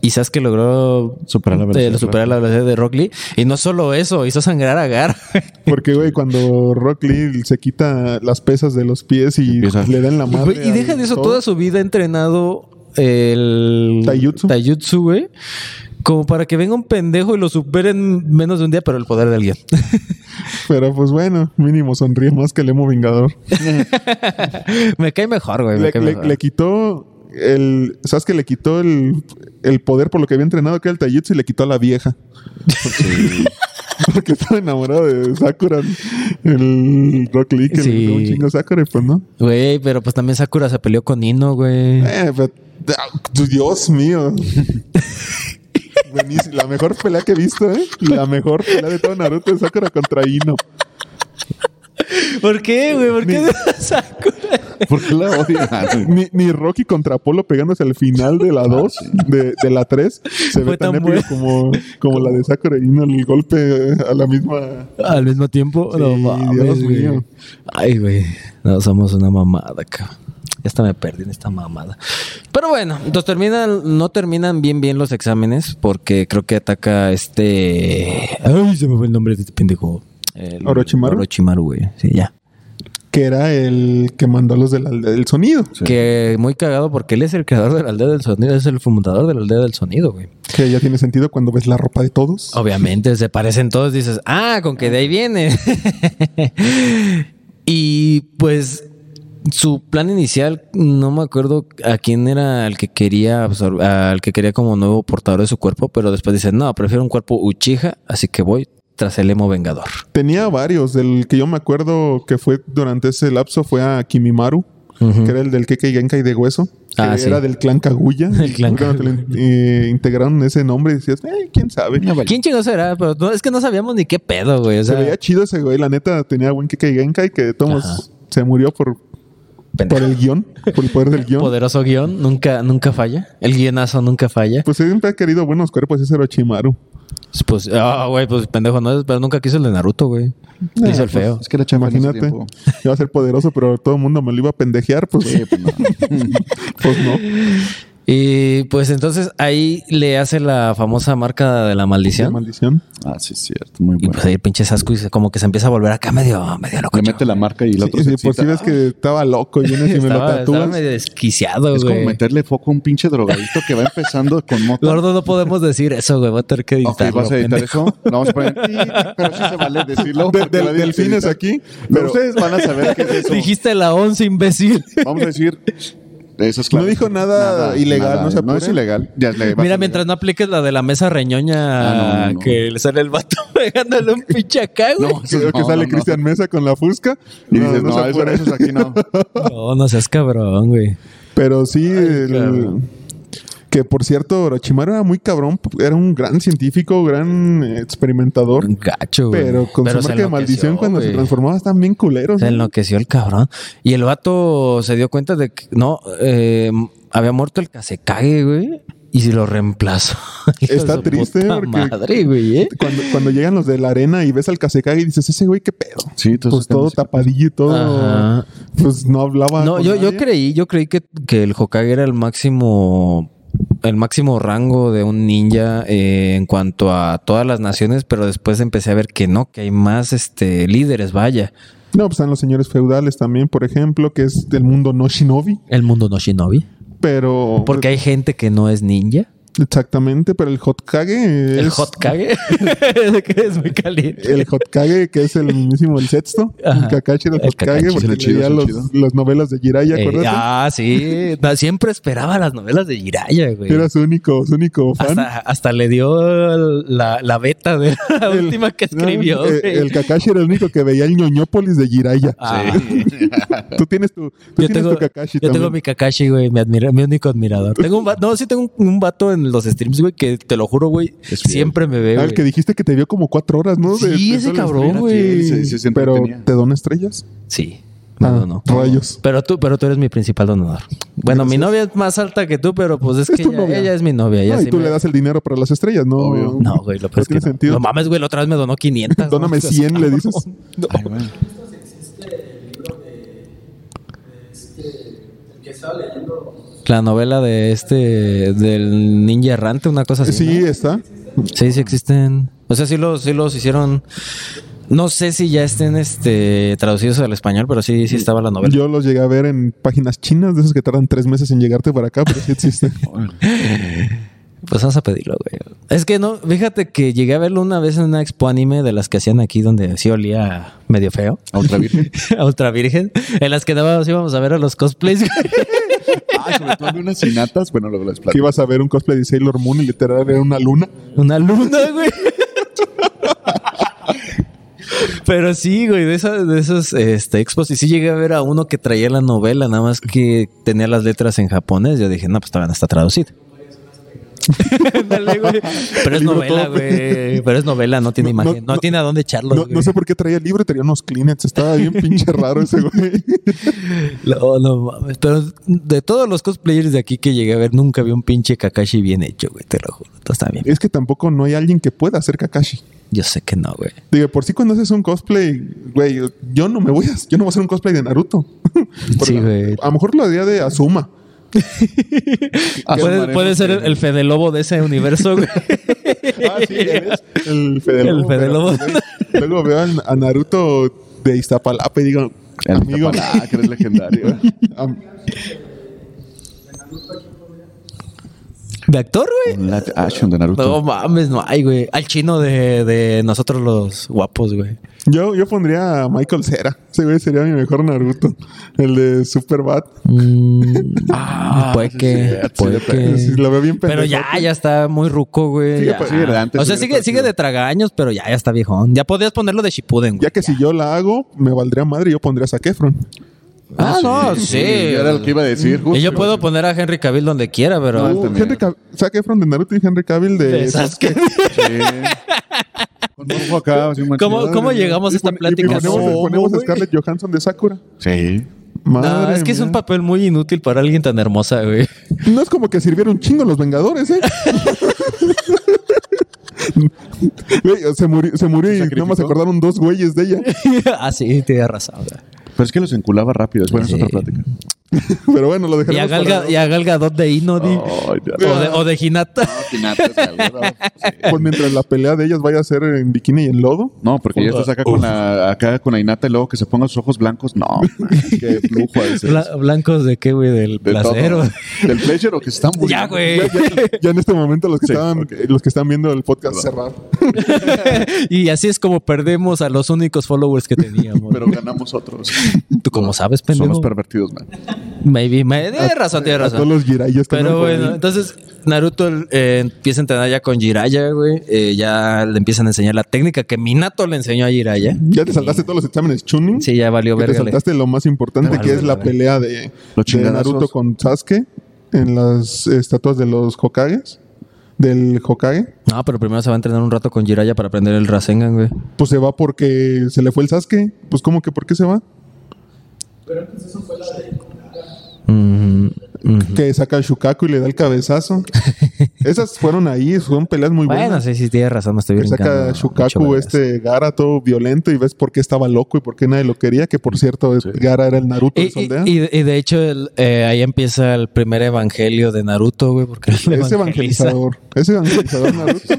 S2: Y Sasuke logró
S1: Superar la
S2: eh,
S1: velocidad de
S2: superar la velocidad de Rock Lee. Y no solo eso, hizo sangrar a Gar.
S3: Porque, güey, cuando Rock Lee se quita las pesas de los pies y
S1: Empieza-
S3: le dan la madre.
S2: Güey, y deja
S3: al
S2: de eso,
S3: todo.
S2: toda su vida ha entrenado el
S3: Taijutsu.
S2: taijutsu, güey. Como para que venga un pendejo y lo superen menos de un día, pero el poder de alguien.
S3: Pero pues bueno, mínimo sonríe más que el emo Vingador.
S2: me cae mejor, güey. me
S3: le,
S2: cae
S3: le-
S2: mejor.
S3: le quitó el. ¿Sabes que Le quitó el, el poder por lo que había entrenado, que era el Taijutsu, y le quitó a la vieja. Porque estaba enamorado de Sakura, el Rock Lee, que le
S2: Sí.
S3: dio un chingo a Sakura, y pues no.
S2: Güey, pero pues también Sakura se peleó con Nino, güey.
S3: Eh, pero- ah, Dios mío. Buenísimo. La mejor pelea que he visto, ¿eh? La mejor pelea de todo Naruto es Sakura contra Ino.
S2: ¿Por qué, güey? ¿Por qué Sakura?
S1: ¿Por qué la odian?
S3: Ni, ni Rocky contra Apolo pegándose al final de la 2, de, de la 3, se
S2: Fue
S3: ve tan
S2: tan
S3: épico
S2: bueno.
S3: como, como la de Sakura y Ino, el golpe a la misma.
S2: Al mismo tiempo, no
S3: Sí,
S2: mames,
S3: Dios
S2: güey.
S3: mío.
S2: Ay, güey. No, somos una mamada, cabrón. Ya hasta me perdí en esta mamada. Pero bueno, entonces terminan, no terminan bien bien los exámenes porque creo que ataca este... Ay, se me fue el nombre de este pendejo. El-
S3: ¿Orochimaru?
S2: Orochimaru, güey. Sí, ya.
S3: Que era el que mandó a los del el sonido.
S2: Que muy cagado porque él es el creador de la aldea del sonido, es el fundador de la aldea del sonido, güey.
S3: Que ya tiene sentido cuando ves la ropa de todos.
S2: Ah. Obviamente, se parecen todos, dices, ah, con que de ahí viene. y pues su plan inicial, no me acuerdo a quién era el que quería absor- al que quería como nuevo portador de su cuerpo, pero después dice, no, prefiero un cuerpo Uchiha, así que voy tras el emo vengador.
S3: Tenía varios. Del que yo me acuerdo que fue durante ese lapso fue a Kimimaru, que era el del Keke Genkai de hueso. Que
S2: Ah, sí.
S3: era del clan Kaguya.
S2: El clan
S3: Cuando te lo in- eh, integraron ese nombre, decías, eh, quién sabe.
S2: ¿Quién chingado será? Pero no, es que no sabíamos ni qué pedo, güey. O
S3: Se
S2: sea,
S3: veía chido ese güey. La neta tenía buen Keke Genkai que de todos modos
S2: Ajá.
S3: se murió por, por
S2: pendejo.
S3: el guión, por el poder del guión.
S2: poderoso guión, nunca, nunca falla. El guionazo nunca falla.
S3: Pues siempre ha querido buenos cuerpos ese Orochimaru.
S2: Pues, ah, güey, pues pendejo no es, pero nunca quiso el de Naruto, güey.
S3: Ah,
S2: Hizo el feo.
S1: pues, Es que era chamba en ese
S3: Imagínate,
S1: tiempo.
S3: iba a ser poderoso, pero todo el mundo me lo iba a pendejear, pues,
S1: Sí, pues, no.
S3: pues no.
S2: Y pues entonces ahí le hace la famosa marca de la
S3: La
S2: maldición.
S3: maldición.
S1: Ah, sí, es cierto. Muy
S2: y
S1: bueno.
S2: pues ahí el pinche Sasco y se- como que se empieza a volver acá medio, medio loco.
S1: Le mete la marca y el
S3: Sí,
S1: otro
S3: sí,
S1: se
S3: por si
S1: excita.
S3: ves que estaba loco y vienes y me lo
S2: estaba, estaba
S3: tatúas.
S2: medio desquiciado,
S1: Es como
S2: güey.
S1: meterle foco a un pinche drogadito que va empezando con mota.
S2: Gordo, no podemos decir eso, güey. Va a tener que
S1: Ok,
S2: editarlo.
S1: vas a editar
S2: pendejo.
S1: eso. Lo vamos a poner. en pi, Pero sí se vale decirlo.
S3: De-
S1: porque
S3: del-
S1: lo edit-
S3: delfines
S1: editar.
S3: aquí,
S1: Pero
S3: pero-
S1: ustedes van a saber qué es eso.
S2: Dijiste la once, imbécil.
S1: Vamos a decir. Eso es
S3: No
S1: claro.
S3: dijo nada ilegal, no se
S1: No es
S3: apure.
S1: ilegal. Ya le va a
S2: Mira,
S1: ser
S2: mientras
S1: legal.
S2: no apliques la de la mesa reñoña
S1: Ah, no, no, no.
S2: que le sale el vato pegándole un pinche acá, güey.
S1: No,
S3: Creo que
S1: No,
S3: sale
S1: no, no.
S3: Cristian Mesa con la fusca
S1: Y dices, no,
S3: se
S1: eso,
S3: apure".
S1: eso es aquí no.
S2: No, no seas cabrón, güey.
S3: Pero sí, el-
S2: cabrón.
S3: que por cierto, Orochimaru era muy cabrón, era un gran científico, gran eh, experimentador.
S2: Un gacho, güey.
S3: Pero con su
S2: se
S3: marca de
S2: enloqueció,
S3: maldición, cuando se
S2: güey.
S3: transformaba, estaban bien culeros.
S2: Se
S3: ¿no?
S2: enloqueció el cabrón. Y el vato se dio cuenta de que no, eh, había muerto el Kasekage, güey. Y si lo reemplazó. Hijo de
S3: Está
S2: su
S3: triste
S2: puta
S3: porque-
S2: Madre, güey, ¿eh?
S3: Cuando, cuando llegan los de la arena y ves al Kasekage y dices, ese güey, qué pedo.
S1: Sí, entonces,
S3: pues todo
S1: ¿qué más?
S3: tapadillo y todo.
S2: Ajá.
S3: Pues no hablaba.
S2: No,
S3: con
S2: yo, yo
S3: nadie.
S2: creí, yo creí que, que el Hokage era el máximo, el máximo rango de un ninja eh, en cuanto a todas las naciones, pero después empecé a ver que no, que hay más este líderes, vaya.
S3: No, pues están los señores feudales también, por ejemplo, que es del mundo no shinobi,
S2: El mundo no shinobi.
S3: pero.
S2: Porque hay gente que no es ninja.
S3: Exactamente, pero el Hotkage.
S2: El
S3: es-
S2: Hokage. De que es muy caliente.
S3: El Hotkage, que es el mismísimo, el sexto.
S2: Ajá.
S3: El Kakashi del
S2: El Kakashi,
S3: Hotkage, porque
S1: sí,
S3: leía
S1: chido, sí, chido.
S3: los, las novelas de Jiraiya,
S2: Eh,
S3: ¿acuérdate?
S2: ah, sí. No, siempre esperaba las novelas de Jiraya, güey.
S3: Era su único, su único fan.
S2: Hasta, hasta le dio la, la beta de la
S3: El-
S2: última que
S3: no,
S2: escribió.
S3: eh,
S2: güey.
S3: el, Kakashi era el único que veía el ñoñópolis de Jiraiya.
S2: Ah.
S3: Tú tienes tu, tú
S2: Yo
S3: tienes
S2: tengo,
S3: tu Kakashi
S2: yo tengo
S3: también.
S2: mi Kakashi, güey, mi, admira- mi único admirador. Tengo un va- no, sí tengo un, un vato en los streams, güey, que te lo juro, güey,
S1: Es fiel.
S2: siempre me ve,
S3: Ah,
S2: güey.
S3: el que dijiste que te vio como cuatro horas, ¿no? De-
S2: Sí,
S3: de
S2: ese
S3: solo
S2: cabrón,
S3: stream.
S1: fiel,
S2: güey.
S1: sí, sí, siempre
S3: Pero,
S1: tenía.
S3: ¿te dona estrellas?
S2: Sí. No,
S3: Ah,
S2: no, no.
S3: Rayos.
S2: Pero tú, pero tú eres mi principal donador. Bueno, mi novia es más alta que tú, pero pues es,
S3: Es
S2: que
S3: tu
S2: ella,
S3: novia.
S2: ella es mi novia. ella
S3: No, Ah, y
S2: sí
S3: tú
S2: me-
S3: le das el dinero para las estrellas, ¿no?
S1: Obvio.
S2: No, güey, lo peor
S3: No
S2: es que
S3: tiene
S2: no.
S3: sentido.
S2: No mames, güey, la otra vez me donó 500. ¿no?
S3: Dóname
S2: O sea,
S3: 100, le dices.
S2: no.
S1: Ay, bueno.
S4: que
S2: estaba leyendo? La novela de este, del ninja errante, una cosa así.
S3: Sí,
S2: ¿no?
S3: está.
S2: Sí, sí existen. O sea, sí los, sí los hicieron. No sé si ya estén este, traducidos al español, pero sí, sí estaba la novela.
S3: Yo los llegué a ver en páginas chinas, de esas que tardan tres meses en llegarte para acá, pero sí existe.
S2: Pues vamos a pedirlo, güey. Es que no, fíjate que llegué a verlo una vez en una expo anime de las que hacían aquí donde sí olía medio feo.
S1: A otra virgen.
S2: a Ultra Virgen, en las que nada más íbamos a ver a los cosplays, güey.
S1: Ah, sobre todo había unas sinatas. Bueno, luego les
S3: que
S1: platico.
S3: ibas a ver un cosplay de Sailor Moon y literal era una luna.
S2: Una luna, güey. Pero sí, güey, de esas, de esos este, expos. Y sí llegué a ver a uno que traía la novela, nada más que tenía las letras en japonés. Yo dije, no, pues todavía no está traducida. Ándale, güey. Pero es
S3: Libro
S2: novela,
S3: todo.
S2: güey. Pero es novela, no tiene
S3: No,
S2: imagen. No,
S3: no,
S2: tiene a dónde echarlo.
S3: No,
S2: güey.
S3: no sé por qué traía el libro y traía unos Kleenex. Estaba bien pinche raro ese güey.
S2: No, no mames. Pero de todos los cosplayers de aquí que llegué a ver, nunca vi un pinche Kakashi bien hecho, güey. Te lo juro. Todos también.
S3: Es que tampoco no hay alguien que pueda hacer Kakashi.
S2: Yo sé que no, güey.
S3: Digo, por si cuando haces un cosplay, güey, yo no me voy a, yo no voy a hacer un cosplay de Naruto. Por
S2: Sí,
S3: la-
S2: güey.
S3: A lo mejor lo haría de Asuma.
S1: Ah,
S2: Puede, puede ser el, el Fede Lobo de ese universo, güey.
S3: Ah, sí, ya ves, el Fede
S2: El
S3: Lobo,
S2: Fede
S3: pero,
S2: Lobo.
S3: güey, Luego veo al- a Naruto de Iztapalapa y digo,
S1: El
S3: amigo,
S1: Tapalá, que eres legendario.
S3: am-
S2: ¿De actor, güey?
S1: Un live action de Naruto.
S2: No mames, no hay, güey. Al chino de, de nosotros los guapos, güey.
S3: yo, yo pondría a Michael Cera. Ese güey sería mi mejor Naruto. El de Superbad.
S2: Mm.
S1: Ah,
S2: puede
S1: sí,
S2: que,
S1: sí, sí,
S2: puede
S1: sí,
S2: que.
S3: sí, lo veo bien
S2: Pero ya,
S3: pendejote.
S2: ya está muy ruco, güey.
S1: Sí,
S2: ya.
S1: pues, sí, era antes
S2: o sea,
S1: era
S2: sigue,
S1: parecido.
S2: sigue de tragaños, pero ya, ya está viejón. Ya podías ponerlo de Shippuden, güey.
S3: Ya que si yo la hago, me valdría madre y yo pondría a Zac Efron.
S2: Ah, no, sí.
S1: yo Era lo que iba a decir.
S2: Y yo
S1: justo.
S2: puedo poner a Henry Cavill donde quiera, pero...
S1: No,
S3: Uh,
S1: también.
S3: Henry Cav- Zac Efron de Naruto y Henry Cavill de...
S2: De Sasuke.
S1: Sí. Con morro acá, así manchado.
S2: ¿Cómo, cómo llegamos a esta
S3: Y pon- y
S2: plática?
S3: ponemos,
S2: No,
S3: ponemos a
S2: güey.
S3: Scarlett Johansson de Sakura.
S1: Sí.
S2: No, es que es
S3: mía.
S2: un papel muy inútil para alguien tan hermosa, güey.
S3: No es como que sirviera un chingo los Vengadores, ¿eh? Güey, se murió, se murió y
S1: sacrificó?
S3: nomás se acordaron dos güeyes de ella.
S2: ah, sí, tienes razón. güey.
S1: Pero es que los enculaba rápido. Es buena
S2: Sí.
S1: esa otra plática.
S3: Pero bueno, lo
S2: Y a,
S3: dejaremos
S2: Gal Ga-
S3: para- Oh,
S2: y a Gal Gadot de Inodi.
S1: Ay, ya.
S2: o, de, o de Hinata.
S3: por Pues mientras la pelea de ellas vaya a ser en bikini y en lodo.
S1: No, porque ya estás acá con la, acá con la Inata y luego que se ponga sus ojos blancos. No, man, qué flujo a veces.
S2: Bla- blancos de qué, güey, del
S1: De todo.
S2: placero.
S1: Del pleasure o que se están muriendo.
S2: ya, güey.
S3: Ya en este momento los que,
S1: Sí,
S3: estaban,
S1: ok.
S3: los que están viendo el podcast cerrar.
S2: y así es como perdemos a los únicos followers que teníamos.
S1: Pero ganamos otros.
S2: Tú como sabes,
S1: Son los
S2: pendejo.
S1: pervertidos, man.
S2: Maybe, may- tienes razón, tienes
S3: A todos
S2: razón.
S3: los jirayas que
S2: Pero
S3: andan por ahí.
S2: bueno, entonces Naruto eh, empieza a entrenar ya con Jiraya, güey. Eh, ya le empiezan a enseñar la técnica que Minato le enseñó a Jiraya.
S3: Ya te saltaste todos los exámenes Chunin.
S2: Sí, ya valió
S3: Que ¿Mm? te
S2: verga. le-
S3: saltaste lo más importante
S2: Vale,
S3: que es la
S2: vale.
S3: pelea de,
S1: Los
S3: de
S1: chingadazos.
S3: Naruto con Sasuke en las estatuas de los Hokages, del Hokage.
S2: No, pero primero se va a entrenar un rato con Jiraya para aprender el Rasengan, güey.
S3: Pues se va porque se le fue el Sasuke. Pues como que por qué se va?
S2: Mm, mm.
S3: Que saca el Shukaku y le da el cabezazo. Esas fueron ahí, fueron peleas muy
S2: Bueno,
S3: buenas.
S2: sí, sí, tienes razón, me estoy
S3: Que
S2: brincando.
S3: saca
S2: mucho
S3: Shukaku,
S2: vergas.
S3: este Gara todo violento y ves por qué estaba loco y por qué nadie lo quería. Que por cierto, Gara era el Naruto
S2: Y,
S3: de Soldea.
S2: y- y- y de hecho, el, eh, ahí empieza el primer evangelio de Naruto, güey, porque él
S3: Ese
S2: evangeliza.
S3: evangelizador. Ese evangelizador Naruto.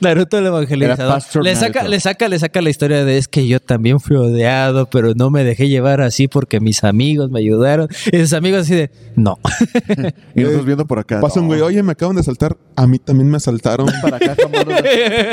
S2: Naruto el
S1: Era
S2: evangelizador.
S1: Pastor
S2: Le saca,
S1: Naruto.
S2: le saca, le saca la historia de es que yo también fui odiado, pero no me dejé llevar así porque mis amigos me ayudaron. Y sus amigos así de no.
S1: Y nosotros viendo por acá.
S3: Pasa un
S1: no,
S3: güey, oye, me acaban de asaltar. A mí también me asaltaron.
S1: Para acá, jamás.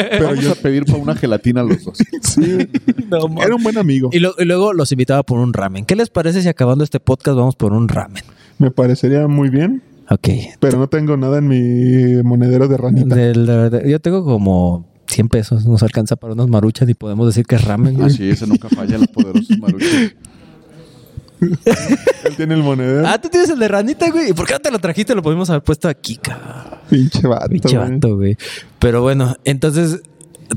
S1: Pero yo a pedir para una gelatina a los dos.
S3: Sí.
S2: No, ma-
S3: Era un buen amigo.
S2: y, lo- y luego los invitaba por un ramen. ¿Qué les parece si acabando este podcast vamos por un ramen?
S3: Me parecería muy bien,
S2: Ok.
S3: pero no tengo nada en mi monedero de ranita.
S2: Del- del- yo tengo como 100 pesos, nos alcanza para unas maruchas y podemos decir que es ramen. güey.
S1: Así, Ah, ese nunca falla, los poderosos maruchos.
S3: Él tiene el monedero.
S2: Ah, tú tienes el de ranita, güey. ¿Y por qué no te lo trajiste? Lo podemos haber puesto aquí, cabrón.
S3: Pinche vato.
S2: Pinche
S3: güey.
S2: vato, güey. Pero bueno, entonces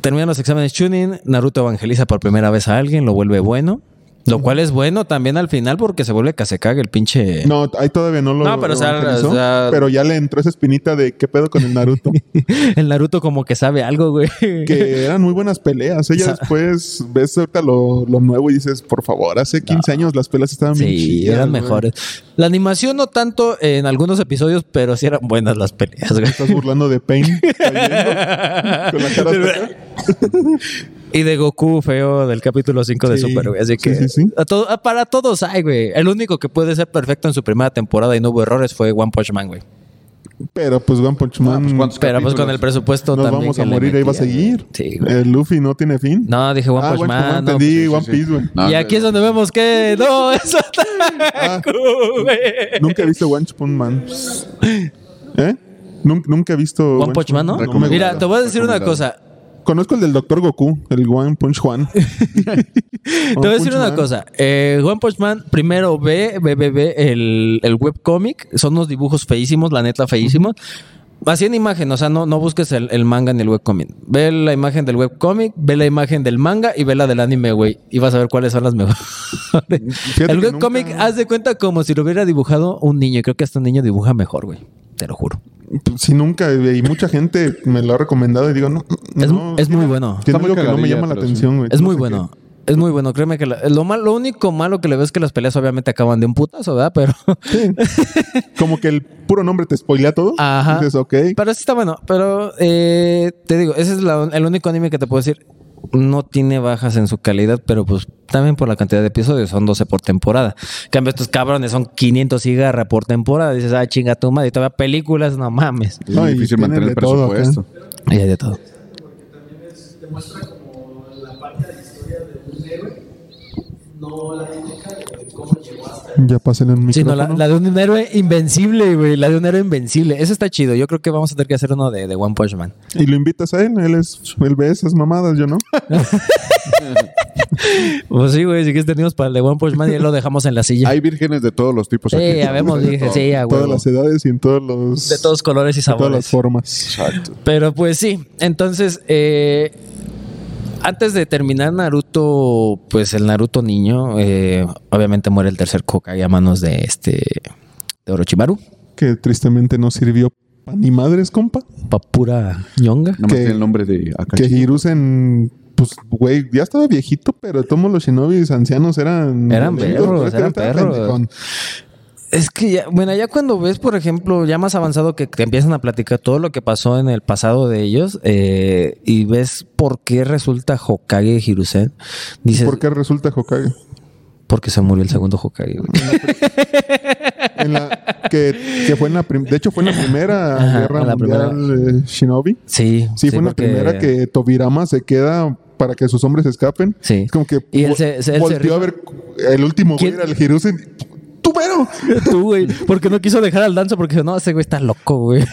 S2: terminan los exámenes tuning. Naruto evangeliza por primera vez a alguien, lo vuelve bueno. Lo cual es bueno también al final porque se vuelve casecague el pinche.
S3: No, ahí todavía no lo.
S2: No, pero
S3: lo
S2: o sea,
S3: evangelizó,
S2: o sea-
S3: pero ya le entró esa espinita de qué pedo con el Naruto.
S2: El Naruto como que sabe algo, güey.
S3: que eran muy buenas peleas. Ella
S2: Sa-
S3: después ves ahorita lo, lo nuevo y dices, por favor, hace 15 años las peleas estaban bien
S2: Sí,
S3: chidas,
S2: eran
S3: güey.
S2: mejores. La animación no tanto en algunos episodios, pero sí eran buenas las peleas, güey.
S3: Estás burlando de Pain cayendo con la cara hasta acá.
S2: Y de Goku feo del capítulo 5 de
S3: Sí,
S2: Super, güey. Así
S3: sí,
S2: que
S3: sí, sí.
S2: a todo- a- para todos hay, güey. El único que puede ser perfecto en su primera temporada y no hubo errores fue One Punch Man, güey.
S3: Pero pues One Punch Man,
S1: pues, ¿cuántos
S2: Pero pues con
S1: capítulos?
S2: el presupuesto
S3: nos
S2: también
S3: vamos
S2: que
S3: a
S2: le
S3: morir, ahí va a
S2: metían,
S3: seguir.
S2: güey. Sí, güey.
S3: El Luffy no tiene fin.
S2: No, dije One
S3: Ah,
S2: Punch
S3: One Punch
S2: Man.
S3: Man,
S2: no, pues,
S3: entendí,
S1: Sí, sí,
S3: One
S1: sí.
S3: Piece, güey.
S1: No,
S2: y aquí es donde vemos que no, es
S3: Ah.
S2: Otaku, güey.
S3: Nunca he visto One Punch Man. ¿Eh? Nun- Nunca he visto
S2: One Punch Man, ¿no?
S3: me
S2: Mira,
S3: gusta.
S2: te voy a decir una
S1: Recomendado.
S2: cosa.
S3: Conozco el del Doctor Goku, el One Punch Juan.
S2: Te voy a decir una cosa. Eh, One Punch Man primero ve, ve, ve, ve el, el webcómic. Son unos dibujos feísimos, la neta, feísimos. Así en imagen, o sea, no, no busques el, el manga ni el webcómic. Ve la imagen del webcómic, ve la imagen del manga y ve la del anime, güey. Y vas a ver cuáles son las mejores. el
S3: que
S2: webcómic,
S3: nunca-
S2: haz de cuenta como si lo hubiera dibujado un niño. Y Creo que hasta un niño dibuja mejor, güey. Te lo juro.
S3: Si nunca, y mucha gente me lo ha recomendado y digo, no.
S2: Es,
S3: no,
S2: es muy
S3: tiene-
S2: bueno.
S3: Tiene
S1: muy
S3: algo que no me
S1: cagadilla,
S3: llama la
S1: pero sí.
S3: atención, güey.
S2: Es
S3: No
S2: muy
S3: sé
S2: bueno. Es muy bueno, créeme que la- lo, mal- lo único malo que le ves es que las peleas obviamente acaban de un putazo, ¿verdad? Pero
S3: qué. Como que el puro nombre te spoilea todo.
S2: Ajá.
S3: Dices, ok.
S2: Pero sí está bueno. Pero eh, te digo, ese es la- el único anime que te puedo decir. No tiene bajas en su calidad, pero pues también por la cantidad de episodios. Son 12 por temporada. En cambio, estos cabrones son 500 cigarras por temporada. Dices, ah, chinga tu madre. Y todavía películas, no mames.
S1: Es
S3: No,
S1: muy
S3: y
S1: difícil
S3: tienen
S1: mantener el
S3: de todo acá.
S1: presupuesto.
S2: Y hay de todo.
S3: Ya pasen un
S2: Sí, no,
S3: micrófono.
S2: la, la de un héroe invencible, güey. La de un héroe invencible. Eso está chido. Yo creo que vamos a tener que hacer uno de, de One Punch Man.
S3: Y lo invitas a él. Él es, él ve esas mamadas, yo no.
S2: Ah, Pues sí, güey. Si quieres, tenemos para el de One Punch Man y ahí lo dejamos en la silla.
S1: Hay vírgenes de todos los tipos aquí.
S2: sí, ya vemos, dije, sí, ya,
S3: En
S2: güey.
S3: todas las edades y en todos los.
S2: De todos colores y
S3: de todas
S2: sabores.
S3: las formas.
S1: Exacto.
S2: Pero pues sí, entonces, eh, antes de terminar Naruto, pues el Naruto niño, eh, obviamente muere el tercer Hokage a manos de este de Orochimaru,
S3: Que tristemente no sirvió pa' ni madres, compa.
S2: pa pura ñonga.
S1: Nomás
S3: Que-
S1: tiene el nombre de
S3: Que
S1: Akashi.
S3: Hirusen, pues, güey, ya estaba viejito, pero de todos modos los shinobis ancianos eran.
S2: Eran perros,
S3: Este
S2: eran
S3: estaba
S2: perros.
S3: pendejón.
S2: Es que ya, bueno, ya cuando ves, por ejemplo, ya más avanzado que te empiezan a platicar todo lo que pasó en el pasado de ellos eh, y ves por qué resulta Hokage Hiruzen, dices,
S3: ¿Por qué resulta Hokage?
S2: porque se murió el segundo Hokage. güey.
S3: En la- que, que fue en la prim- de hecho fue en la primera
S2: Ajá,
S3: guerra
S2: en la
S3: mundial eh, shinobi
S2: Sí,
S3: sí, fue en la
S2: porque-
S3: primera que Tobirama se queda para que sus hombres escapen
S2: Sí.
S3: es como que
S2: Y él
S3: vo-
S2: se- se- él se
S3: volteó
S2: rifa.
S3: a ver el último güey
S2: ¿Quién?
S3: era el Hiruzen tú pero
S2: Tú, güey. Porque no quiso dejar al danzo porque no, ese güey está loco, güey.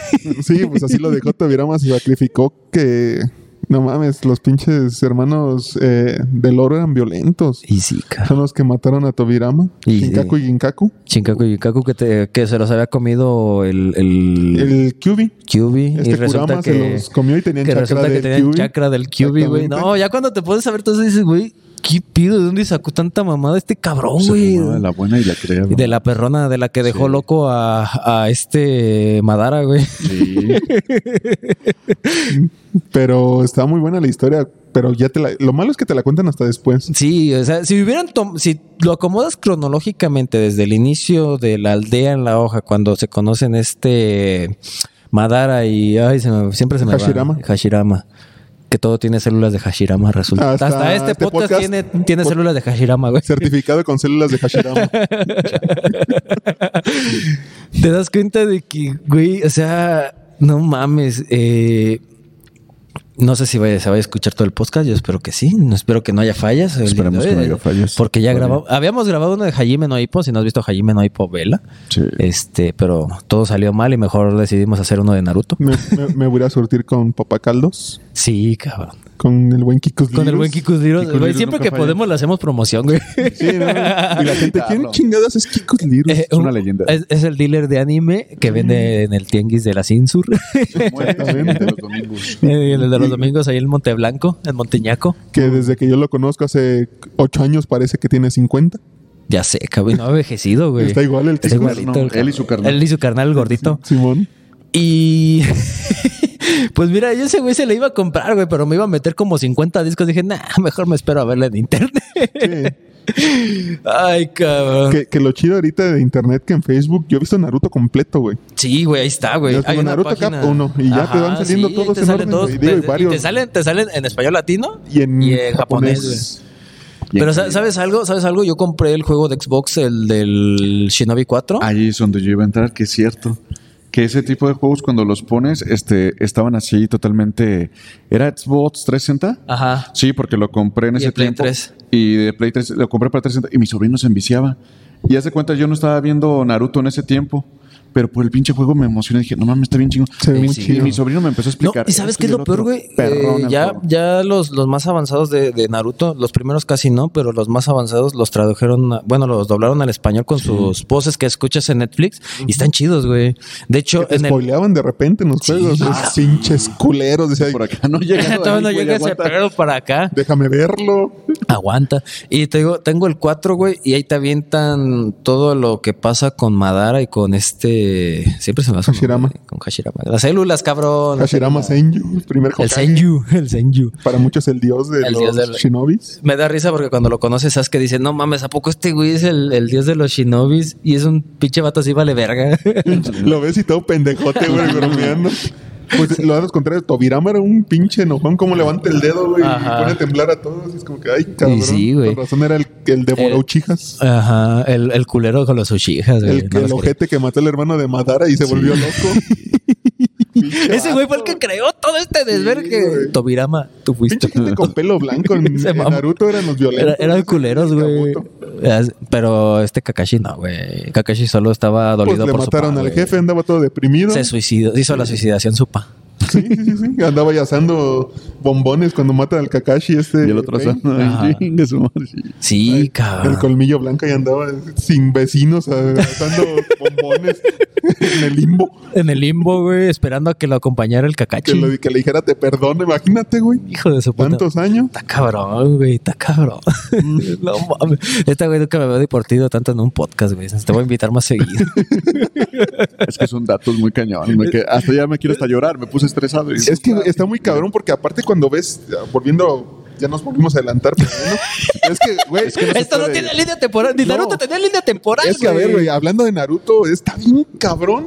S3: sí pues así lo dejó Tobirama se sacrificó que no mames los pinches hermanos eh, del oro eran violentos
S2: Y sí, cara.
S3: son los que mataron a Tobirama
S2: Y- eh,
S3: Shinkaku y Ginkaku
S2: Chinkaku y Kaku que, te- que se los había comido el, el,
S3: el Kyubi
S2: Kyubi. y
S3: este
S2: resulta
S3: Kurama se
S2: que,
S3: los comió y tenían
S2: que
S3: chakra
S2: resulta que
S3: del
S2: tenían
S3: Kyubi.
S2: chakra del Kyubi, güey.
S3: Exactamente.
S2: No, ya cuando te pones a ver todo eso dices, güey, ¿qué pido? ¿De dónde sacó tanta mamada este cabrón,
S1: Se
S2: güey?
S1: llamaba la buena y la crea.
S2: De la perrona de la que dejó
S1: Sí.
S2: loco a, a este Madara, güey.
S1: Sí.
S3: Pero está muy buena la historia. Pero ya te la. Lo malo es que te la cuentan hasta después.
S2: Sí, o sea, si hubieran tom- si lo acomodas cronológicamente desde el inicio de la aldea en la hoja, cuando se conocen este Madara y ay, se me- siempre se me va.
S3: Hashirama.
S2: Hashirama. Que todo tiene células de Hashirama, resulta.
S3: Hasta
S2: Hasta, este,
S3: este
S2: podcast,
S3: podcast-
S2: tiene, tiene células de Hashirama, güey.
S3: Certificado con células de Hashirama.
S2: Te das cuenta de que, güey, o sea, no mames. eh, no sé si vaya, se vaya a escuchar todo el podcast. Yo espero que sí. No espero que no haya fallas.
S1: Esperemos que no haya fallas.
S2: Porque ya
S1: Vale.
S2: grabamos. Habíamos grabado uno de Hajime no Ippo. Si no has visto Hajime no Ippo, vela.
S1: Sí.
S2: Este, pero todo salió mal y mejor decidimos hacer uno de Naruto.
S3: Me, me- me voy a surtir con papacaldos.
S2: Sí, cabrón.
S3: con el buen Kikus
S2: Con el buen
S3: Lirus.
S2: Kikus Lirus,
S1: Kikus
S2: güey,
S1: Lirus
S2: Siempre
S1: nunca
S2: que
S1: falla.
S2: podemos le hacemos promoción, güey.
S3: Sí, ¿no? Y la gente, ¿quién
S1: Claro.
S3: chingadas es Kikus Lirus?
S2: Eh,
S1: Es una
S2: un-
S1: leyenda.
S2: Es, es el dealer de anime que vende en el tianguis de la Cinsur.
S1: Exactamente. De los domingos.
S2: Y el de los domingos ahí en Monteblanco, en Monteñaco.
S3: Que desde que yo lo conozco hace ocho años parece que tiene 50.
S2: Ya sé, cabrón, no ha envejecido, güey.
S3: Está igual el
S2: Está
S3: Kikus.
S1: igual.
S2: igualito. el
S1: Él y su carnal.
S2: Él y su carnal, el gordito.
S3: Simón.
S2: Y... Pues mira, yo ese güey se le iba a comprar, güey, pero me iba a meter como 50 discos. Dije, nah, mejor me espero a verla en internet.
S3: Sí.
S2: Ay, cabrón.
S3: que, que lo chido ahorita de internet que en Facebook yo he visto Naruto completo, güey.
S2: Sí, güey, ahí está, güey.
S3: Ya es
S2: Hay
S3: como
S2: una
S3: Naruto
S2: página.
S3: Cap uno, y ya te van saliendo
S2: ahí
S3: todos
S2: te
S3: en
S2: salen todos,
S3: orden, güey. Digo, y
S2: y te
S3: varios.
S2: salen, te salen en español latino
S3: Y en,
S2: japonés, güey. Pero sa- ¿sabes algo? ¿Sabes algo? Yo compré el juego de Xbox, el del Shinobi 4.
S1: Ahí es donde yo iba a entrar, que es cierto. Que ese tipo de juegos, cuando los pones, este, estaban así totalmente. ¿Era Xbox 360?
S2: Ajá.
S1: Sí, porque lo compré en
S2: Y
S1: ese
S2: de Play
S1: tiempo.
S2: 3.
S1: Y de Play 3, lo compré para 360 y mi sobrino se enviciaba. Y hace cuenta, yo no estaba viendo Naruto en ese tiempo, pero por el pinche juego me emocioné. Dije, no mames, está bien chingo.
S3: Se ve
S1: y, mi-
S3: muy
S1: y
S3: chido.
S1: mi sobrino me empezó a
S2: No,
S1: explicar.
S2: ¿Y sabes qué es
S1: "Este
S2: lo
S1: el
S2: peor,
S1: otro
S2: güey?
S1: perrón
S2: Eh,
S1: el
S2: ya
S1: juego".
S2: ya los, los más avanzados de, de Naruto, los primeros casi no, pero los más avanzados los tradujeron, a- bueno, los doblaron al español con sus voces que escuchas en Netflix y están chidos, güey. De hecho,
S3: Te
S2: en el,
S3: spoileaban de repente en los
S2: Sí,
S3: juegos.
S2: ah.
S3: Esos hinches culeros. Decía,
S1: Por acá no llega.
S2: Todavía no
S1: Ay, güey,
S2: llega ese
S1: aguanta.
S2: perro para acá.
S3: déjame verlo.
S2: Aguanta. Y te digo, tengo el 4, güey, y ahí te avientan todo lo que pasa con Madara y con este. Siempre se me hace.
S3: Hashirama.
S2: Con Hashirama. Las células, cabrón.
S3: Hashirama Senju, el primer
S2: El
S3: Hokage.
S2: Senju. El Senju.
S3: Para muchos el dios de
S2: El
S3: los
S2: dios del-
S3: shinobis.
S2: Me da risa porque cuando lo conoces, sabes que dice, no mames, ¿a poco este güey es el, el dios de los shinobis? Y es un pinche vato así, vale verga.
S3: lo ves y todo pendejote, güey, bromeando. Pues lo das contrario, Tobirama era un pinche enojón, como levanta el dedo, güey,
S2: Ajá.
S3: y pone a temblar a todos. Y es como que, ay, cabrón.
S2: Y sí, güey.
S3: Con razón era el, el de
S2: El-
S3: Borauchijas.
S2: Ajá. El, el culero con los uchijas, güey.
S3: El, que
S2: No
S3: el
S2: los quería.
S3: ojete que mató al hermano de Madara y se volvió loco. Pinche
S2: Ese güey fue el que creó todo este desvergue.
S3: güey.
S2: Tobirama, tú fuiste.
S3: Pinche gente con pelo blanco en,
S2: Se
S3: en
S2: mamó.
S3: Naruto eran los
S2: Era,
S3: violentos.
S2: eran culeros, güey.
S3: Kabuto.
S2: As- Pero este Kakashi no, güey. Kakashi solo estaba
S3: Pues
S2: dolido
S3: le
S2: por su
S3: mataron
S2: pa,
S3: al
S2: güey.
S3: jefe, andaba todo deprimido.
S2: Se suicidó, hizo la suicidación su pa.
S3: Sí, sí, sí, sí. Andaba ya asando bombones cuando matan al Kakashi este.
S1: Y el otro
S3: Pain.
S1: asando, ay,
S2: Ajá.
S1: chingue su madre, sí.
S2: Sí,
S3: El
S2: cabrón.
S3: colmillo blanco y andaba sin vecinos a- asando bombones en el limbo.
S2: En el limbo, güey, esperando a que lo acompañara el
S3: Que,
S2: Kakashi.
S3: lo- que le dijera te perdono, imagínate, güey.
S2: Hijo de su puta.
S3: ¿Cuántos años?
S2: Está cabrón, güey, está cabrón. no mames. Esta güey nunca me había divertido tanto en un podcast, güey. Te voy a invitar más seguido.
S1: Es que son datos muy cañones. me que- hasta ya me quiero hasta llorar, me puse estresado. y-
S3: Es que está muy cabrón porque aparte cuando ves, ah, volviendo, ya nos volvimos a adelantar, pero bueno, es que, güey, es que se
S2: Esto no
S3: puede.
S2: tiene línea temporal. Ni
S3: No.
S2: Naruto tenía línea temporal,
S3: Es que, a ver, güey, hablando de Naruto, está bien cabrón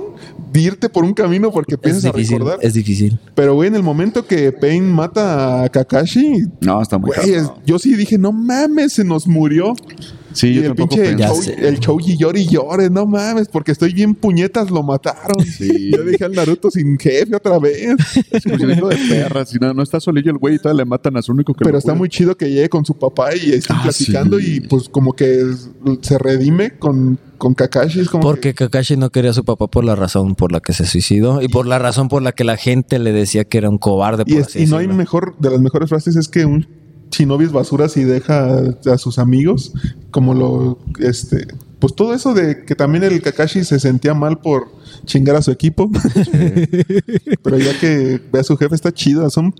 S3: de irte por un camino porque
S2: Es
S3: empiezas a
S2: difícil,
S3: recordar.
S2: es difícil.
S3: Pero, güey, en el momento que Pain mata a Kakashi,
S1: No, está muy
S3: güey, es-
S1: cabrón.
S3: yo sí dije, no mames, se nos murió.
S1: Sí,
S3: y
S1: yo
S3: el
S1: tampoco
S3: pinche
S2: Ya
S1: pensé.
S3: Choji-
S2: sé.
S3: el Choji llora y llore, no mames, porque estoy bien puñetas, lo mataron.
S1: Sí.
S3: Yo dije al Naruto sin jefe otra vez.
S1: Es como si digo de perra. Si no, no está solillo el güey y todavía le matan a su único que
S3: Pero
S1: lo
S3: está
S1: cuida.
S3: muy chido que llegue con su papá y estén
S1: Ah,
S3: platicando
S1: sí.
S3: y pues como que es- se redime con, con Kakashi. Es como
S2: Porque Kakashi no quería a su papá por la razón por la que se suicidó y por la razón por la que la gente le decía que era un cobarde.
S3: que- y,
S2: por
S3: es-
S2: así
S3: y no hay
S2: decirlo.
S3: mejor, de las mejores frases es que un shinobi es basura si deja a, a sus amigos, como lo, este, pues todo eso de que también el Kakashi se sentía mal por chingar a su equipo. Pero ya que ve a su jefe está chida, son...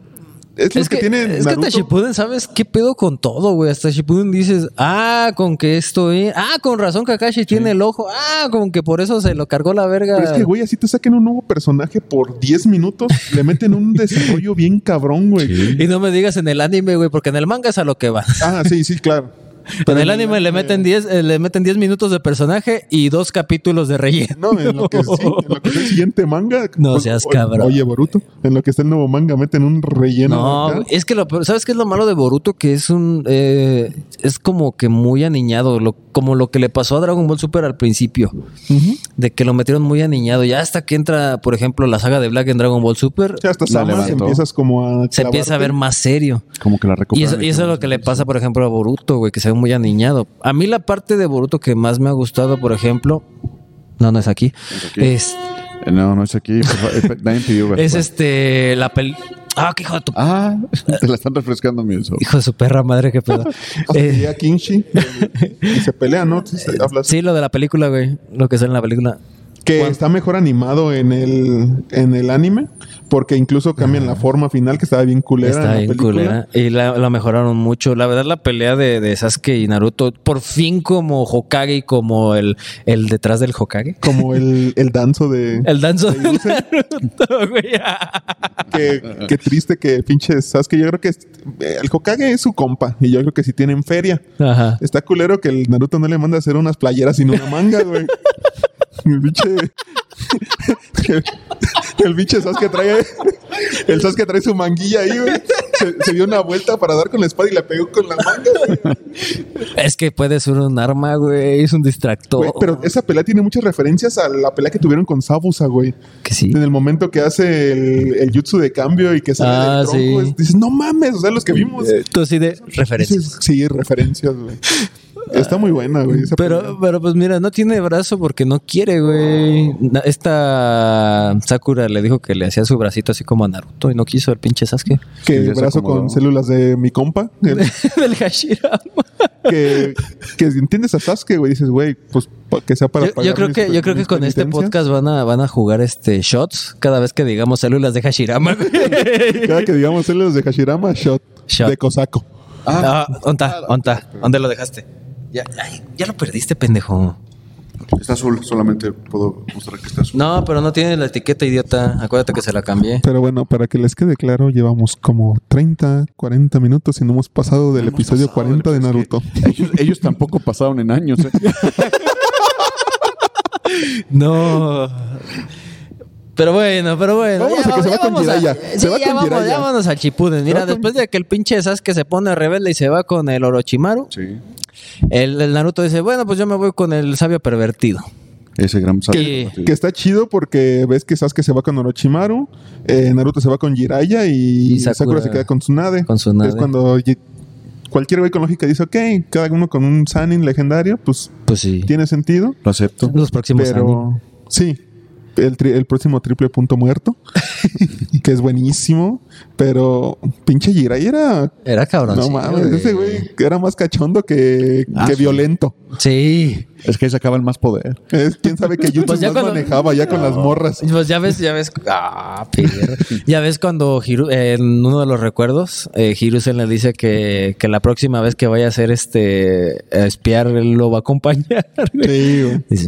S3: Es, lo
S2: Es
S3: que,
S2: que,
S3: tiene
S2: es que
S3: Naruto.
S2: hasta Shippuden, ¿sabes qué pedo con todo, güey? Hasta Shippuden dices, ah, con que esto es. Ah, con razón Kakashi tiene el ojo. Ah, con que por eso se lo cargó la verga.
S3: Pero es que, güey, así te saquen un nuevo personaje por 10 minutos, le meten un desarrollo bien cabrón, güey.
S2: y no me digas en el anime, güey, porque en el manga es a lo que va.
S3: Ah, sí, sí, claro.
S2: en el anime le meten 10 eh, le meten 10 minutos de personaje y dos capítulos de relleno.
S3: No, en lo que, sí, en lo que es el siguiente manga. pues,
S2: No seas
S3: o-
S2: cabrón.
S3: Oye, Boruto, en lo que está el nuevo manga, meten un relleno.
S2: No,
S3: acá.
S2: güey, es que lo peor- ¿sabes qué es lo malo de Boruto? Que es un eh, es como que muy aniñado, lo- como lo que le pasó a Dragon Ball Super al principio,
S3: Ujú.
S2: de que lo metieron muy aniñado. Ya hasta que entra, por ejemplo, la saga de Black en Dragon Ball Super,
S3: O sea, hasta
S1: La
S3: Sama
S1: levantó.
S3: empiezas como a.
S2: se empieza a ver
S3: clavarte.
S2: más serio.
S1: Como que la
S2: Y
S1: recuperaron.
S2: eso, y eso es lo que le pasa, por ejemplo, a Boruto, güey, que se ve muy aniñado. A mí la parte de Boruto que más me ha gustado, por ejemplo, no, no es aquí.
S1: Es aquí.
S2: Es,
S1: No, no es aquí. por favor. eh, Nadie pidió ver.
S2: Es este, la peli... Ah, qué hijo de tu...
S1: Ah, te la están refrescando, mi uso.
S2: Hijo de su perra madre, qué pedo. Eh,
S3: Hostia, Kinshi. Y se pelean, ¿no? Se- se habla así.
S2: sí, lo de la película, güey. Lo que sale en la película.
S3: Que está mejor animado en el, en el anime, porque incluso cambian la forma final, que estaba bien culera. en
S2: Ah. Está
S3: la
S2: bien
S3: película.
S2: culera. Y la, la mejoraron mucho. La verdad, la pelea de, de Sasuke y Naruto, por fin como Hokage y como el, el detrás del Hokage.
S3: Como el, el danzo de.
S2: El danzo de Naruto, güey.
S3: Qué, qué triste que pinche Sasuke. Yo creo que es- el Hokage es su compa, y yo creo que si tienen feria.
S2: Ajá.
S3: Está culero que el Naruto no le manda a hacer unas playeras sin una manga, güey. El biche. El biche Sasuke trae. El Sasuke trae su manguilla ahí, güey. Se, se dio una vuelta para dar con la espada y la pegó con la manga, güey.
S2: Es que puede ser un arma, güey. Es un distractor.
S3: Güey, Pero esa pelea tiene muchas referencias a la pelea que tuvieron con Sabusa, güey.
S2: que sí.
S3: En el momento que hace el, el jutsu de cambio y que sale
S2: Ah,
S3: del tronco,
S2: sí.
S3: es- dices, no mames, o sea, los que vimos.
S2: Tú así de referencias.
S3: Dices, sí, referencias, güey. Está muy buena, güey. esa pelea.
S2: Pero, pero pues mira, no tiene brazo porque no quiere, güey. Na- Esta Sakura le dijo que le hacía su bracito así como a Naruto y no quiso el pinche Sasuke.
S3: Que
S1: Sí, ya se
S3: brazo
S1: acomodó.
S3: con células de mi compa. el-
S2: Del Hashirama.
S3: que, que entiendes a Sasuke, güey. Dices, güey, pues pa- que sea para
S2: Yo,
S3: pagar
S2: yo creo
S3: mis
S2: que,
S3: pe-
S2: yo creo que
S3: mis
S2: con este
S3: penitencias.
S2: podcast van a, van a jugar este shots cada vez que digamos células de Hashirama. güey.
S3: Cada que digamos células de Hashirama, shot,
S2: Shot.
S3: de Cosaco.
S2: Ah, onta, onta. ¿Dónde lo dejaste? Ya, ay, ya lo perdiste, pendejo.
S1: Está azul, solamente puedo mostrar que está azul.
S2: No, pero no tiene la etiqueta, idiota. Acuérdate que se la cambié.
S3: Pero bueno, para que les quede claro, llevamos como 30, 40 minutos y no hemos pasado del episodio 40 de Naruto.
S1: Ellos, ellos tampoco pasaron en años. ¿eh?
S2: No. Pero bueno, pero bueno.
S3: Vámonos a que se va con
S2: vamos
S3: Jiraiya.
S2: eh,
S3: Se
S2: sí,
S3: va
S2: ya
S3: con
S2: vamos,
S3: Jiraiya.
S2: ya vámonos al Chipuden.
S3: va
S2: Mira,
S3: con-
S2: después de que el pinche Sasuke se pone rebelde y se va con el Orochimaru,
S1: Sí.
S2: el, el Naruto dice, bueno, pues yo me voy con el sabio pervertido.
S1: Ese gran salto.
S2: Que-
S1: Sí.
S3: Que está chido porque ves que Sasuke se va con Orochimaru, eh, Naruto se va con Jiraiya y,
S2: Y Sakura
S3: Sakura, se queda con Tsunade.
S2: con Tsunade.
S3: Es cuando ye- cualquier güey con lógica dice, ok, cada uno con un Sanin legendario, pues
S2: Pues sí.
S3: tiene sentido.
S1: Lo acepto.
S2: Los próximos años.
S3: Pero sí, el, tri- el próximo triple punto muerto, que es buenísimo, pero pinche Jirai era...
S2: Era cabrón.
S3: No mames, ese güey era más cachondo que,
S1: Ah,
S3: que
S1: sí.
S3: violento.
S2: Sí.
S1: Es que sacaba el más poder.
S3: Es, ¿Quién sabe que YouTube
S2: Pues ya
S3: más
S2: cuando-
S3: manejaba ya con las morras?
S2: Pues ya ves, ya ves. Ah, perro. Ya ves cuando Hiru- eh, en uno de los recuerdos, eh, Hirusen le dice que, que la próxima vez que vaya a hacer este a espiar, él lo va a acompañar.
S3: Sí, güey.
S2: Dice,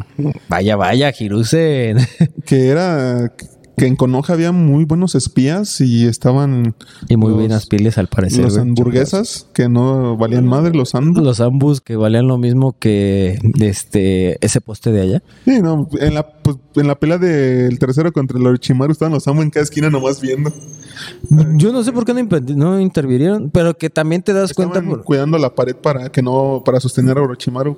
S2: vaya, vaya, Hirusen.
S3: que era... Que en Konoha había muy buenos espías y estaban
S2: Y muy
S3: Los-
S2: buenas piles al parecer.
S3: los
S2: güey.
S3: hamburguesas que no valían madre, los ambos.
S2: Los ambus que valían lo mismo que este ese poste de allá.
S3: Sí, no, en la, pues, en la pelea del tercero contra el Orochimaru estaban los ambos en cada esquina nomás viendo.
S2: Pues Yo no sé por qué no, impe- no intervinieron, pero que también te das
S3: Estaban
S2: cuenta por...
S3: cuidando la pared para que no para sostener a Orochimaru.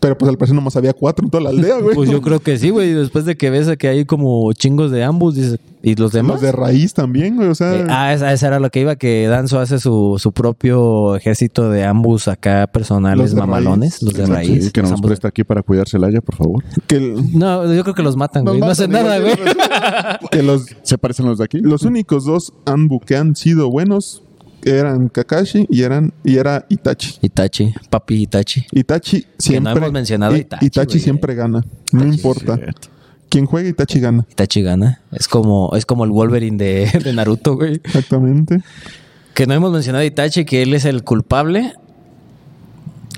S3: Pero pues al parecer nomás había cuatro en toda la aldea, güey.
S2: Pues yo creo que sí, güey. Después de que ves a que hay como chingos de ambos, dices, ¿y los demás?
S3: Los de raíz también, güey. O sea,
S2: Eh, ah, esa, esa era lo que iba, que Danzo hace su, su propio ejército de ambos acá personales
S3: Los de
S2: mamalones,
S3: raíz.
S2: los de
S1: Exacto,
S2: raíz.
S1: sí, que
S2: los
S1: nos
S2: ambos.
S1: presta aquí para cuidársela ya, por favor.
S3: que, el-
S2: No, yo creo que los matan,
S3: Nos
S2: güey. No
S3: matan
S2: hacen
S3: igual
S2: nada, güey.
S3: que que los,
S1: ¿Se parecen los de aquí?
S3: los únicos dos Anbu que han sido buenos eran Kakashi y eran y era Itachi.
S2: Itachi, papi Itachi.
S3: Itachi siempre.
S2: hemos mencionado a
S3: I-
S2: Itachi, güey.
S3: siempre gana. No importa.
S1: Cierto.
S3: Quien juegue Itachi gana.
S2: Itachi gana. Es como, es como el Wolverine de, de Naruto, güey.
S3: Exactamente.
S2: Que no hemos mencionado a Itachi, que él es el culpable.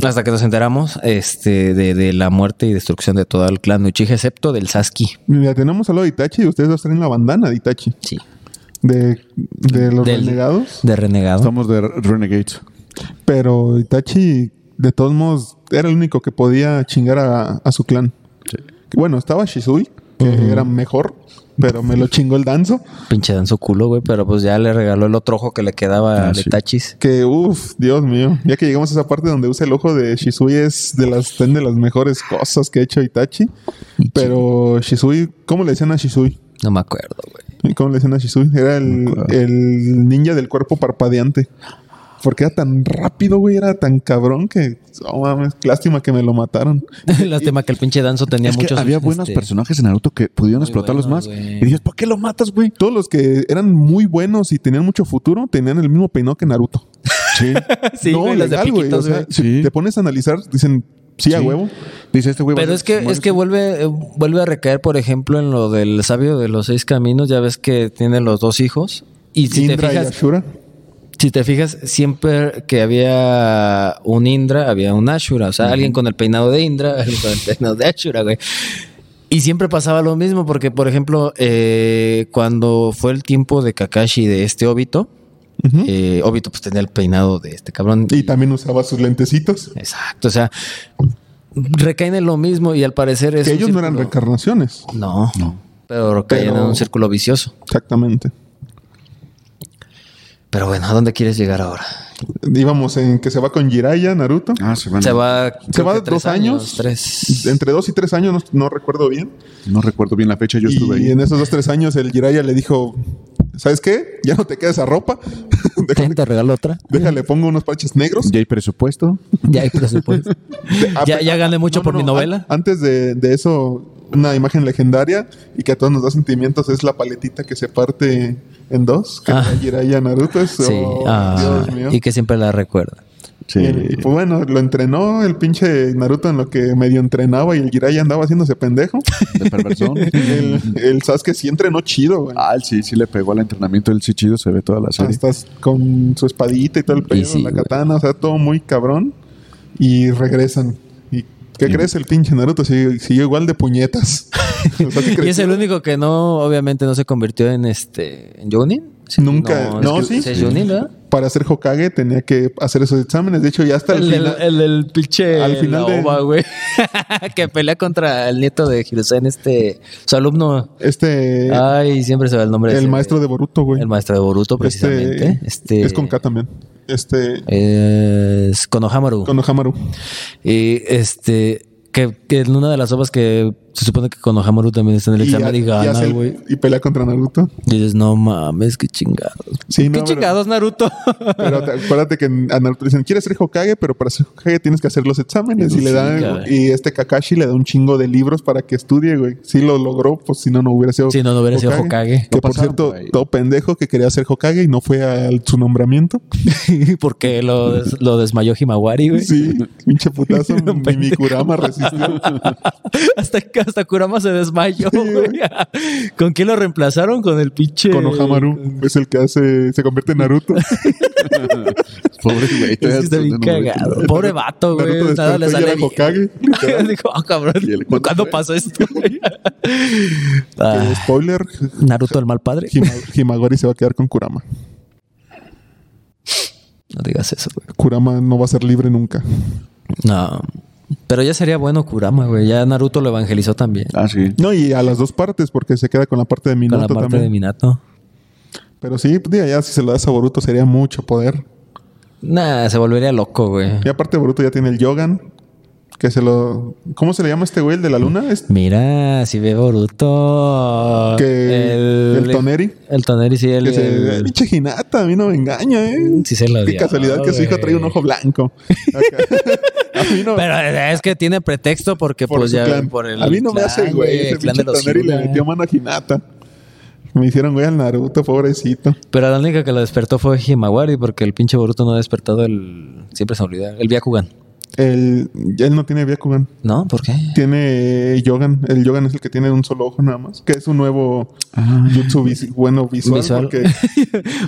S2: Hasta que nos enteramos este, de, de la muerte y destrucción de todo el clan Uchiha, excepto del Sasuke.
S3: Mira, tenemos a lo de Itachi y ustedes dos traen la bandana de Itachi.
S2: Sí.
S3: De, de los
S2: Del-
S3: renegados.
S2: De renegado.
S1: Estamos de Renegades.
S3: Pero Itachi, de todos modos, era el único que podía chingar a, a su clan. Bueno, estaba Shisui, que era mejor, pero me lo chingó el danzo.
S2: Pinche dan su culo, güey, pero pues ya le regaló el otro ojo que le quedaba
S1: Ah,
S2: a
S1: sí.
S2: Tachis.
S3: Que, uff, Dios mío. Ya que llegamos a esa parte donde usa el ojo de Shisui, es de las, ten de las mejores cosas que ha hecho Itachi. Pero Shisui, ¿cómo le decían a Shisui?
S2: No me acuerdo, güey.
S3: ¿Cómo le decían a Shisui? Era el, el ninja del cuerpo parpadeante. Porque era tan rápido, güey, era tan cabrón que. oh, mames, lástima que me lo mataron.
S2: Lástima que el pinche Danzo tenía
S1: Es que
S2: muchos.
S1: había buenos
S2: este,
S1: personajes en Naruto que pudieron
S2: muy
S1: explotarlos
S2: buenos,
S1: más.
S2: güey.
S1: Y dices, ¿por qué lo matas, güey?
S3: Todos los que eran muy buenos y tenían mucho futuro tenían el mismo peinado que Naruto.
S1: Sí.
S2: Sí, güey, las de
S3: legal, güey.
S2: piquitos,
S3: O sea,
S2: güey.
S1: Sí.
S3: si te pones a analizar, dicen, sí, a
S1: Sí.
S3: huevo.
S1: Dice este güey. va
S2: Pero
S1: a
S2: es
S1: ser-
S2: que,
S1: muere
S2: es que
S1: su-
S2: vuelve, eh, vuelve a recaer, por ejemplo, en lo del sabio de los seis caminos. Ya ves que tiene los dos hijos. Y si te
S3: Indra y
S2: fijas,
S3: Ashura.
S2: si te fijas, siempre que había un Indra, había un Ashura. O sea, alguien con el peinado de Indra, alguien con el peinado de Ashura, güey. Y siempre pasaba lo mismo, porque, por ejemplo, eh, cuando fue el tiempo de Kakashi de este Obito,
S3: Ujú.
S2: eh, Obito pues tenía el peinado de este cabrón.
S3: Y también usaba sus lentecitos.
S2: Exacto, o sea, recaen en lo mismo y al parecer es.
S3: Que
S2: un
S3: ellos no eran
S2: círculo-
S3: reencarnaciones.
S2: No,
S1: No.
S2: pero caen
S3: Pero-
S2: en un círculo vicioso.
S3: Exactamente.
S2: Pero bueno, ¿a dónde quieres llegar ahora?
S3: Íbamos en que se va con Jiraiya, Naruto.
S1: Ah, se van.
S2: se va.
S3: se
S2: creo
S3: va
S2: que
S3: dos
S2: tres
S3: años.
S2: Tres.
S3: Entre dos y tres años, no, no recuerdo bien.
S1: No recuerdo bien la fecha, yo estuve
S3: y
S1: ahí.
S3: en esos dos, tres años, el Jiraiya le dijo: ¿Sabes qué? Ya no te queda esa ropa.
S2: Ten, te regalo otra.
S3: Déjale, pongo unos parches negros.
S1: ¿Ya hay presupuesto?
S2: Ya hay presupuesto.
S3: Ah,
S2: ya,
S3: pe-
S2: ya gané mucho
S3: no,
S2: por
S3: no, ah,
S2: mi
S3: no.
S2: novela.
S3: An- Antes de, de eso, una imagen legendaria y que a todos nos da sentimientos es la paletita que se parte en dos. Que
S2: Ah.
S3: trae Jiraiya Naruto. Es,
S2: sí.
S3: oh,
S2: ah,
S3: Dios mío.
S2: y que siempre la recuerda.
S1: Sí.
S3: Y, pues bueno, lo entrenó el pinche Naruto en lo que medio entrenaba y el Jiraiya andaba haciéndose pendejo.
S1: De perversón.
S3: el, el Sasuke sí entrenó chido, güey.
S1: Ah, sí, sí le pegó al entrenamiento del Chichido, se ve toda la serie.
S3: Hasta con su espadita y todo el pedo,
S2: sí,
S3: la
S2: güey.
S3: katana, o sea, todo muy cabrón. Y regresan. ¿Y qué
S1: Sí.
S3: crees? El pinche Naruto sigue- siguió igual de puñetas. O sea, sí
S2: Y es
S3: creció.
S2: el único que no, obviamente, no se convirtió en este. ¿En Jonin? Sí,
S3: Nunca- no,
S2: es que-
S3: sí.
S2: es Jonin, ¿verdad?
S3: Para ser Hokage tenía que hacer esos exámenes. De hecho, ya hasta el,
S2: El, el,
S3: final-
S2: el- el pinche
S3: Al final
S2: la
S3: de-
S2: ova, güey. que pelea contra el nieto de Hiruzen, este su alumno.
S3: este,
S2: Ay, siempre se va el nombre
S3: el
S2: Ah, ese,
S3: maestro de
S2: güey.
S3: Boruto, güey.
S2: El maestro de Boruto,
S3: Este-
S2: precisamente. Este, Eh,
S3: es con K también. Este,
S2: Es Konohamaru.
S3: con Ohamaru.
S2: Y este. Que, que en una de las obras que se supone que Konohamaru también está en el examen
S3: ha-
S2: y
S3: hace
S2: gana,
S3: el-
S2: güey.
S3: y pelea contra Naruto.
S2: Y dices, no mames, qué chingados.
S3: Sí,
S2: qué
S3: no, pero-
S2: chingados, Naruto.
S3: Pero te- acuérdate que en- a Naruto le dicen, ¿quieres ser Hokage? Pero para ser Hokage tienes que hacer los exámenes. Y,
S2: Sí,
S3: le dan,
S2: cabrón.
S3: y este Kakashi le da un chingo de libros para que estudie, güey. Sí lo logró, pues si no, no hubiera sido
S2: Si no, no hubiera sido Hokage.
S3: Que
S1: No
S3: por
S1: pasaron
S3: cierto,
S1: por ahí.
S3: todo pendejo que quería ser Hokage y no fue a su nombramiento.
S2: Porque lo, des- lo desmayó Himawari, güey.
S3: Sí, pinche putazo.
S2: Un
S3: ni mi
S2: pendejo.
S3: Kurama resistió.
S2: hasta, hasta Kurama se desmayó,
S3: Sí,
S2: güey. ¿Con quién lo reemplazaron? Con el pinche.
S3: Con Ohamaru es el que hace, se convierte en Naruto.
S2: Ah.
S1: Pobre güey.
S2: Es que
S1: todavía
S2: está Este bien
S1: no me
S2: cagado.
S1: meto.
S2: Pobre vato,
S3: Naruto
S2: güey. Nada le
S3: despertó y
S2: sale
S3: era
S2: bien.
S3: Hokage, literal.
S2: Dijo, ah, cabrón.
S1: Y el-
S2: ¿Cuándo,
S1: ¿cuándo fue?
S2: pasó esto? güey?" Ah,
S3: Eh, Spoiler:
S2: Naruto el mal padre.
S3: Hima- Himagori se va a quedar con Kurama.
S2: No digas eso, güey.
S3: Kurama no va a ser libre nunca.
S2: No. Pero ya sería bueno Kurama, güey. Ya Naruto lo evangelizó también.
S1: Ah, sí.
S3: No, y a las dos partes, porque se queda con la parte de
S2: con
S3: Minato
S2: la parte
S3: también.
S2: de Minato.
S3: Pero sí, de allá si se lo das a Boruto sería mucho poder.
S2: Nah, se volvería loco, güey.
S3: Y aparte Boruto ya tiene el Yogan, que se lo... ¿Cómo se le llama este güey, el de la luna? Es-
S2: Mira, si ve Boruto.
S3: Que el Toneri.
S2: El Toneri, sí, el.
S3: que se...
S2: el-
S3: Pinche Hinata, a mí no me engaña, ¿eh?
S2: Sí se lo
S3: Qué
S2: dio,
S3: casualidad que su hijo
S2: güey. Pues
S3: trae un ojo blanco. Acá. a mí no...
S2: Pero es que tiene pretexto porque,
S3: por
S2: pues
S3: su
S2: ya.
S3: clan.
S2: Por el
S3: a mí no me
S2: clan,
S3: hace, güey.
S2: el
S3: Ese
S2: clan
S3: pinche
S2: de los
S3: Toneri le
S2: Hyuga.
S3: metió mano a Hinata. Me hicieron güey al Naruto, pobrecito.
S2: Pero la única que lo despertó fue Himawari porque el pinche Boruto no ha despertado el. Siempre se me olvida. El Byakugan.
S3: El... Él no tiene Byakugan.
S2: ¿No? ¿Por qué?
S3: Tiene Yogan. El Yogan es el que tiene un solo ojo nada más. Que es un nuevo jutsu visi- bueno visual.
S2: Ah. Visual.
S3: Porque,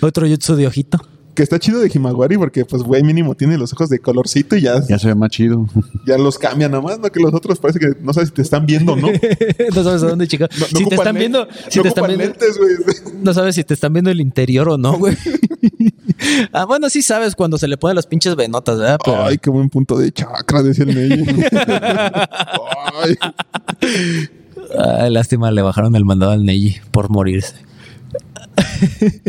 S2: Otro jutsu de ojito.
S3: que está chido de Himawari porque, pues, güey, mínimo tiene los ojos de colorcito y ya,
S1: Ya se ve más chido.
S3: ya los cambia nada más. No que los otros parece que no sabes si te están viendo o no. No-
S2: no sabes a dónde, chica.
S3: no
S2: si te
S3: ocupan
S2: están
S3: lentes-
S2: viendo. Si
S3: no
S2: te están
S3: ocupan
S2: viendo.
S3: lentes, güey.
S2: No sabes si te están viendo el interior o no, güey. ah, bueno, sí sabes cuando se le ponen las pinches venotas, ¿verdad? Pero-
S3: Ay, qué buen punto de chakra, decía el Ney. Ay,
S2: Ay, lástima, le bajaron el mandado al Neji por morirse.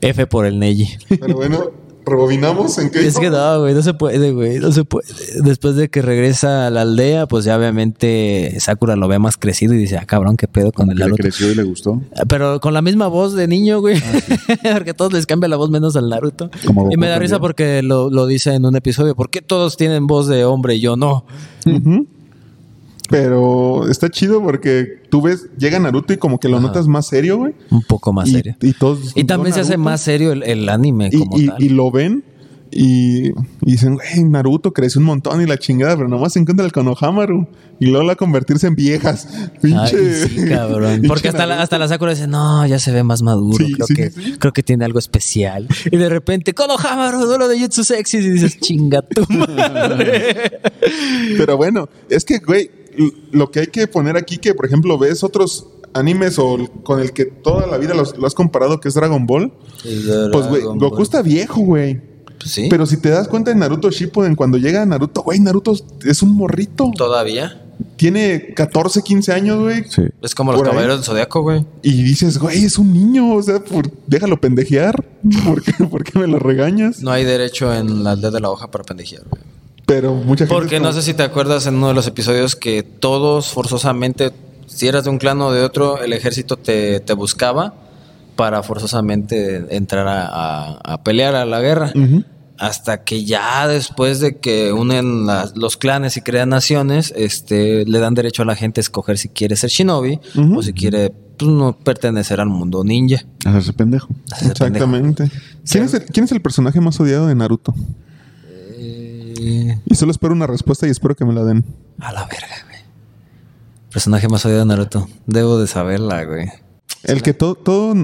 S2: F por el Neji.
S3: Pero bueno, ¿Rebobinamos en qué?
S2: Es que no, güey, no se puede, güey, no se puede. Después de que regresa a la aldea, pues ya obviamente Sakura lo ve más crecido y dice, ah, cabrón, qué pedo con
S1: Como
S2: el
S1: que le
S2: Naruto.
S1: creció y le gustó.
S2: Pero con la misma voz de niño, güey. porque a todos les cambia la voz menos al Naruto.
S1: Ah, Como Goku
S2: y me da
S1: también.
S2: risa porque lo, lo dice en un episodio. ¿Por qué todos tienen voz de hombre y yo no?
S3: Ujú. Pero está chido porque tú ves, llega Naruto y como que lo notas más serio, güey.
S2: Un poco más
S3: y,
S2: serio.
S3: Y, todos,
S2: Y también se hace
S3: Naruto.
S2: más serio el, el anime
S3: y,
S2: como
S3: y-
S2: tal.
S3: y lo ven y, y dicen, güey, Naruto creció un montón y la chingada, pero nomás se encuentra el Konohamaru y Lola convertirse en viejas.
S2: Ay,
S3: Pinche.
S2: sí, cabrón.
S3: pinche
S2: Porque hasta la,
S3: Naruto.
S2: hasta la Sakura dice, no, ya se ve más maduro.
S3: Sí,
S2: creo,
S3: sí,
S2: que,
S3: sí.
S2: creo que tiene algo especial. Y de repente, Konohamaru, duelo de Jutsu Sexy. Y dices, chinga tu madre.
S3: Pero bueno, es que, güey, l- lo que hay que poner aquí que, por ejemplo, ves otros animes o l- con el que toda la vida los- lo has comparado, que es Dragon Ball. Pues, güey,
S2: Dragon
S3: Goku
S2: Ball.
S3: está viejo, güey.
S2: Pues sí,
S3: Pero si te das cuenta en Naruto Shippuden, cuando llega Naruto, güey, Naruto es un morrito.
S2: todavía.
S3: Tiene 14, 15 años, güey.
S1: Sí.
S2: Es como los
S3: Por ahí.
S2: caballeros del Zodiaco, güey.
S3: Y dices, güey, es un niño, o sea, por- déjalo pendejear, ¿Por qué, por qué me lo regañas?
S2: No hay derecho en la aldea de la hoja para pendejear, güey.
S3: Pero mucha gente...
S2: Porque
S3: es
S2: no
S3: como-
S2: sé si te acuerdas en uno de los episodios que todos forzosamente, si eras de un clan o de otro, el ejército te, te buscaba para forzosamente entrar a, a- a pelear a la guerra.
S3: Ujú.
S2: Hasta que ya después de que unen las- los clanes y crean naciones, este, le dan derecho a la gente a escoger si quiere ser shinobi
S3: Ujú.
S2: o si quiere pues, no pertenecer al mundo ninja.
S1: Hacerse pendejo.
S2: Ese pendejo.
S3: Exactamente. ¿Quién es, el, ¿Quién es el personaje más odiado de Naruto?
S2: Eh,
S3: Y solo espero una respuesta y espero que me la den.
S2: A la verga, güey. Personaje más odiado de Naruto. Debo de saberla, güey.
S3: El que todo, todo,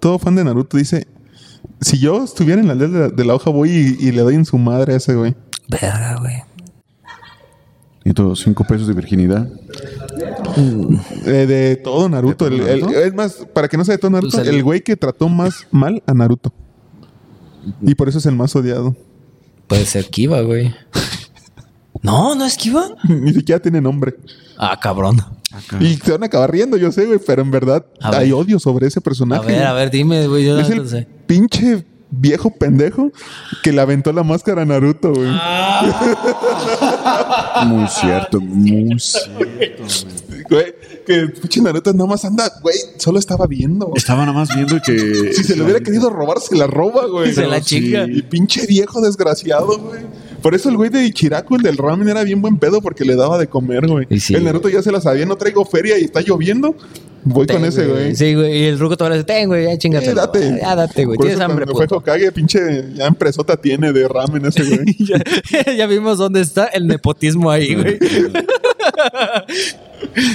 S3: todo fan de Naruto dice, si yo estuviera en la aldea de la, de la hoja voy y, y le doy en su madre a ese güey.
S2: Verga, güey.
S1: Y todos cinco pesos de virginidad.
S3: Eh, de todo Naruto.
S1: ¿De todo
S3: el- el-
S1: Naruto?
S3: es más, para que no sea de todo Naruto,
S2: Pues el-
S3: el güey que trató más mal a Naruto. Y por eso es el más odiado.
S2: Puede ser Kiva, güey. No, no es Kiva.
S3: Ni siquiera tiene nombre.
S2: Ah, cabrón.
S3: Y se van a acabar riendo, yo sé, güey, pero en verdad
S2: A ver.
S3: hay odio sobre ese
S2: A
S3: personaje.
S2: ver, a ver, dime, güey. Yo
S3: Es
S2: no
S3: el
S2: sé.
S3: pinche viejo pendejo que le aventó la máscara a Naruto, güey.
S1: Muy cierto, muy cierto.
S3: Güey, que pinche Naruto nomás anda, güey, solo estaba viendo. güey.
S1: Estaba nada más viendo que.
S3: Si se le hubiera querido robar, se la roba, güey.
S2: Se la
S3: Pero sí.
S2: chinga.
S3: Y pinche viejo desgraciado, güey. Por eso el güey de Ichiraku, el del ramen, era bien buen pedo porque le daba de comer, güey.
S2: Y sí,
S3: el Naruto ya se la sabía, no traigo feria y está lloviendo. Voy con
S2: Ten,
S3: ese, güey.
S2: Sí, güey. Y el ruco todavía dice, ten, güey, ya chingate.
S3: Sí, date.
S2: Ya date, güey.
S3: Por
S2: Tienes
S3: eso
S2: hambre,
S3: cuando
S2: puto.
S3: Fue Hokage, pinche, ya empresota tiene de ramen ese güey.
S2: ya, ya vimos dónde está el nepotismo ahí, güey.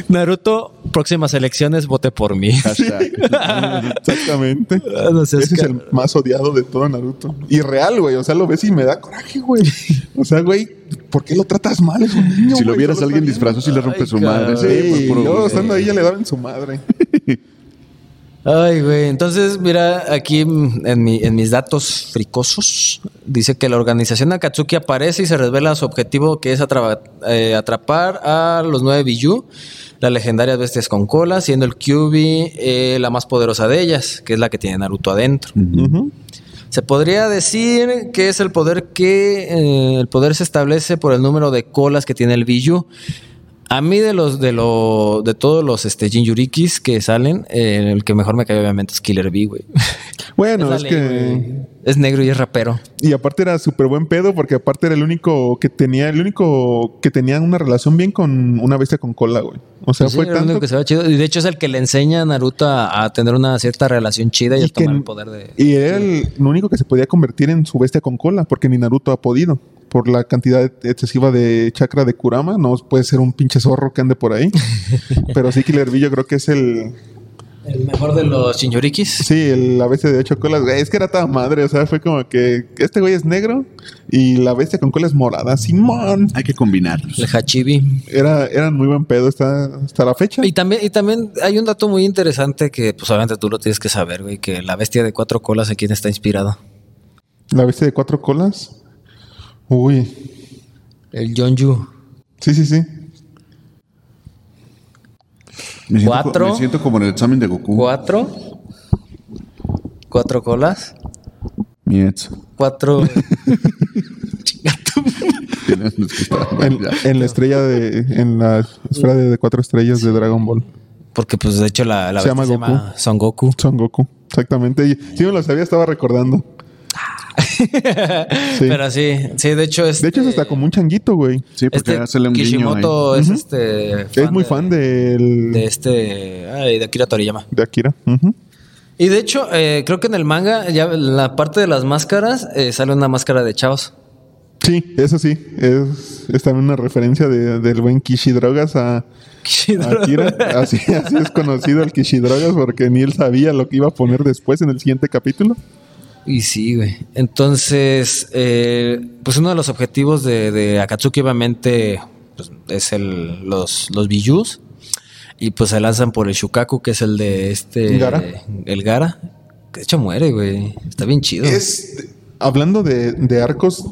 S2: Naruto, próximas elecciones, vote por mí.
S3: Exactamente.
S2: Ah, no seas
S3: Ese es
S2: cabrón.
S3: el más odiado de todo Naruto. Y real, güey. O sea, lo ves y me da coraje, güey. O sea, güey, ¿por qué lo tratas mal? Es un niño.
S1: Si lo
S3: güey,
S1: vieras a
S3: solo
S1: alguien
S3: está viendo.
S1: disfrazado, si le rompe
S2: Ay,
S1: su madre.
S2: caray.
S1: Sí, por
S3: Sí,
S1: puro
S3: yo
S1: gusto.
S3: estando ahí ya le daban su madre.
S2: Ay, güey. Entonces, mira, aquí mm, en, mi- en mis datos fricosos, dice que la organización Akatsuki aparece y se revela su objetivo, que es atrapa- eh, atrapar a los nueve Biyu, las legendarias bestias con cola, siendo el Kyubi eh, la más poderosa de ellas, que es la que tiene Naruto adentro.
S3: Ujú.
S2: Se podría decir que es el poder que eh, el poder se establece por el número de colas que tiene el Biju. A mí de los de lo, de todos los este Jinjurikis que salen, eh, el que mejor me cayó obviamente es Killer B, güey.
S3: Bueno,
S2: la
S3: es
S2: ley,
S3: que.
S2: Pues güey. es negro y es rapero.
S3: Y aparte era súper buen pedo, porque aparte era el único que tenía, el único que tenía una relación bien con una bestia con cola, güey. O sea,
S2: Pues Sí,
S3: fue
S2: era el único
S3: tanto.
S2: que se va chido. Y de hecho es el que le enseña a Naruto a, a tener una cierta relación chida y, a
S3: que-
S2: tomar el poder de.
S3: y era el único que se podía convertir en su bestia con cola, porque ni Naruto ha podido. Por la cantidad excesiva de chakra de Kurama, no puede ser un pinche zorro que ande por ahí. Pero sí, Killer Bee, yo creo que es el.
S2: El mejor de los Jinjurikis.
S3: Sí, el- la bestia de ocho colas. Güey, es que era toda madre. O sea, fue como que este güey es negro y la bestia con cola es morada. Simón.
S1: Hay que combinarlos.
S2: El Hachibi.
S3: Era, eran muy buen pedo hasta, hasta la fecha.
S2: Y también, y también hay un dato muy interesante que, pues obviamente tú lo tienes que saber, güey, que la bestia de cuatro colas, ¿en quién está inspirada?
S3: La bestia de cuatro colas. Uy.
S2: El Yonju.
S3: Sí, sí, sí.
S1: Me siento,
S2: Cuatro.
S1: co- me siento como en el examen de Goku.
S2: ¿Cuatro? ¿Cuatro colas?
S1: Mi ex.
S2: cuatro.
S1: Tienen los que estaban mal,
S3: En,
S1: ya.
S3: en la estrella de. En la esfera de, de cuatro estrellas de Dragon Ball.
S2: Porque, pues, de hecho, la, la
S3: Se
S2: bestia
S3: llama Goku.
S2: Son Goku.
S3: Son Goku. Exactamente. Y, si me lo sabía, estaba recordando. Sí.
S2: Pero sí, sí, de hecho es.
S3: De hecho, es hasta como un changuito, güey.
S1: Sí, porque
S2: este
S1: hacerle un guiño ahí.
S2: Kishimoto es este.
S3: es muy fan del.
S2: de este. Ay, de Akira Toriyama.
S3: de Akira. Ujú.
S2: Y de hecho, eh, creo que en el manga, ya en la parte de las máscaras, eh, sale una máscara de chavos.
S3: Sí, eso sí. Es, es también una referencia de- del buen Kishidrogas a, a Akira. Así, así es conocido el Kishidrogas porque ni él sabía lo que iba a poner después en el siguiente capítulo.
S2: Y sí, güey. Entonces, eh, pues uno de los objetivos de, de Akatsuki, obviamente, pues, es el, los, los bijus. Y pues se lanzan por el Shukaku, que es el de este.
S3: Gara.
S2: El Gara. Que de hecho muere, güey. Está bien chido.
S3: Es. Hablando de, de arcos,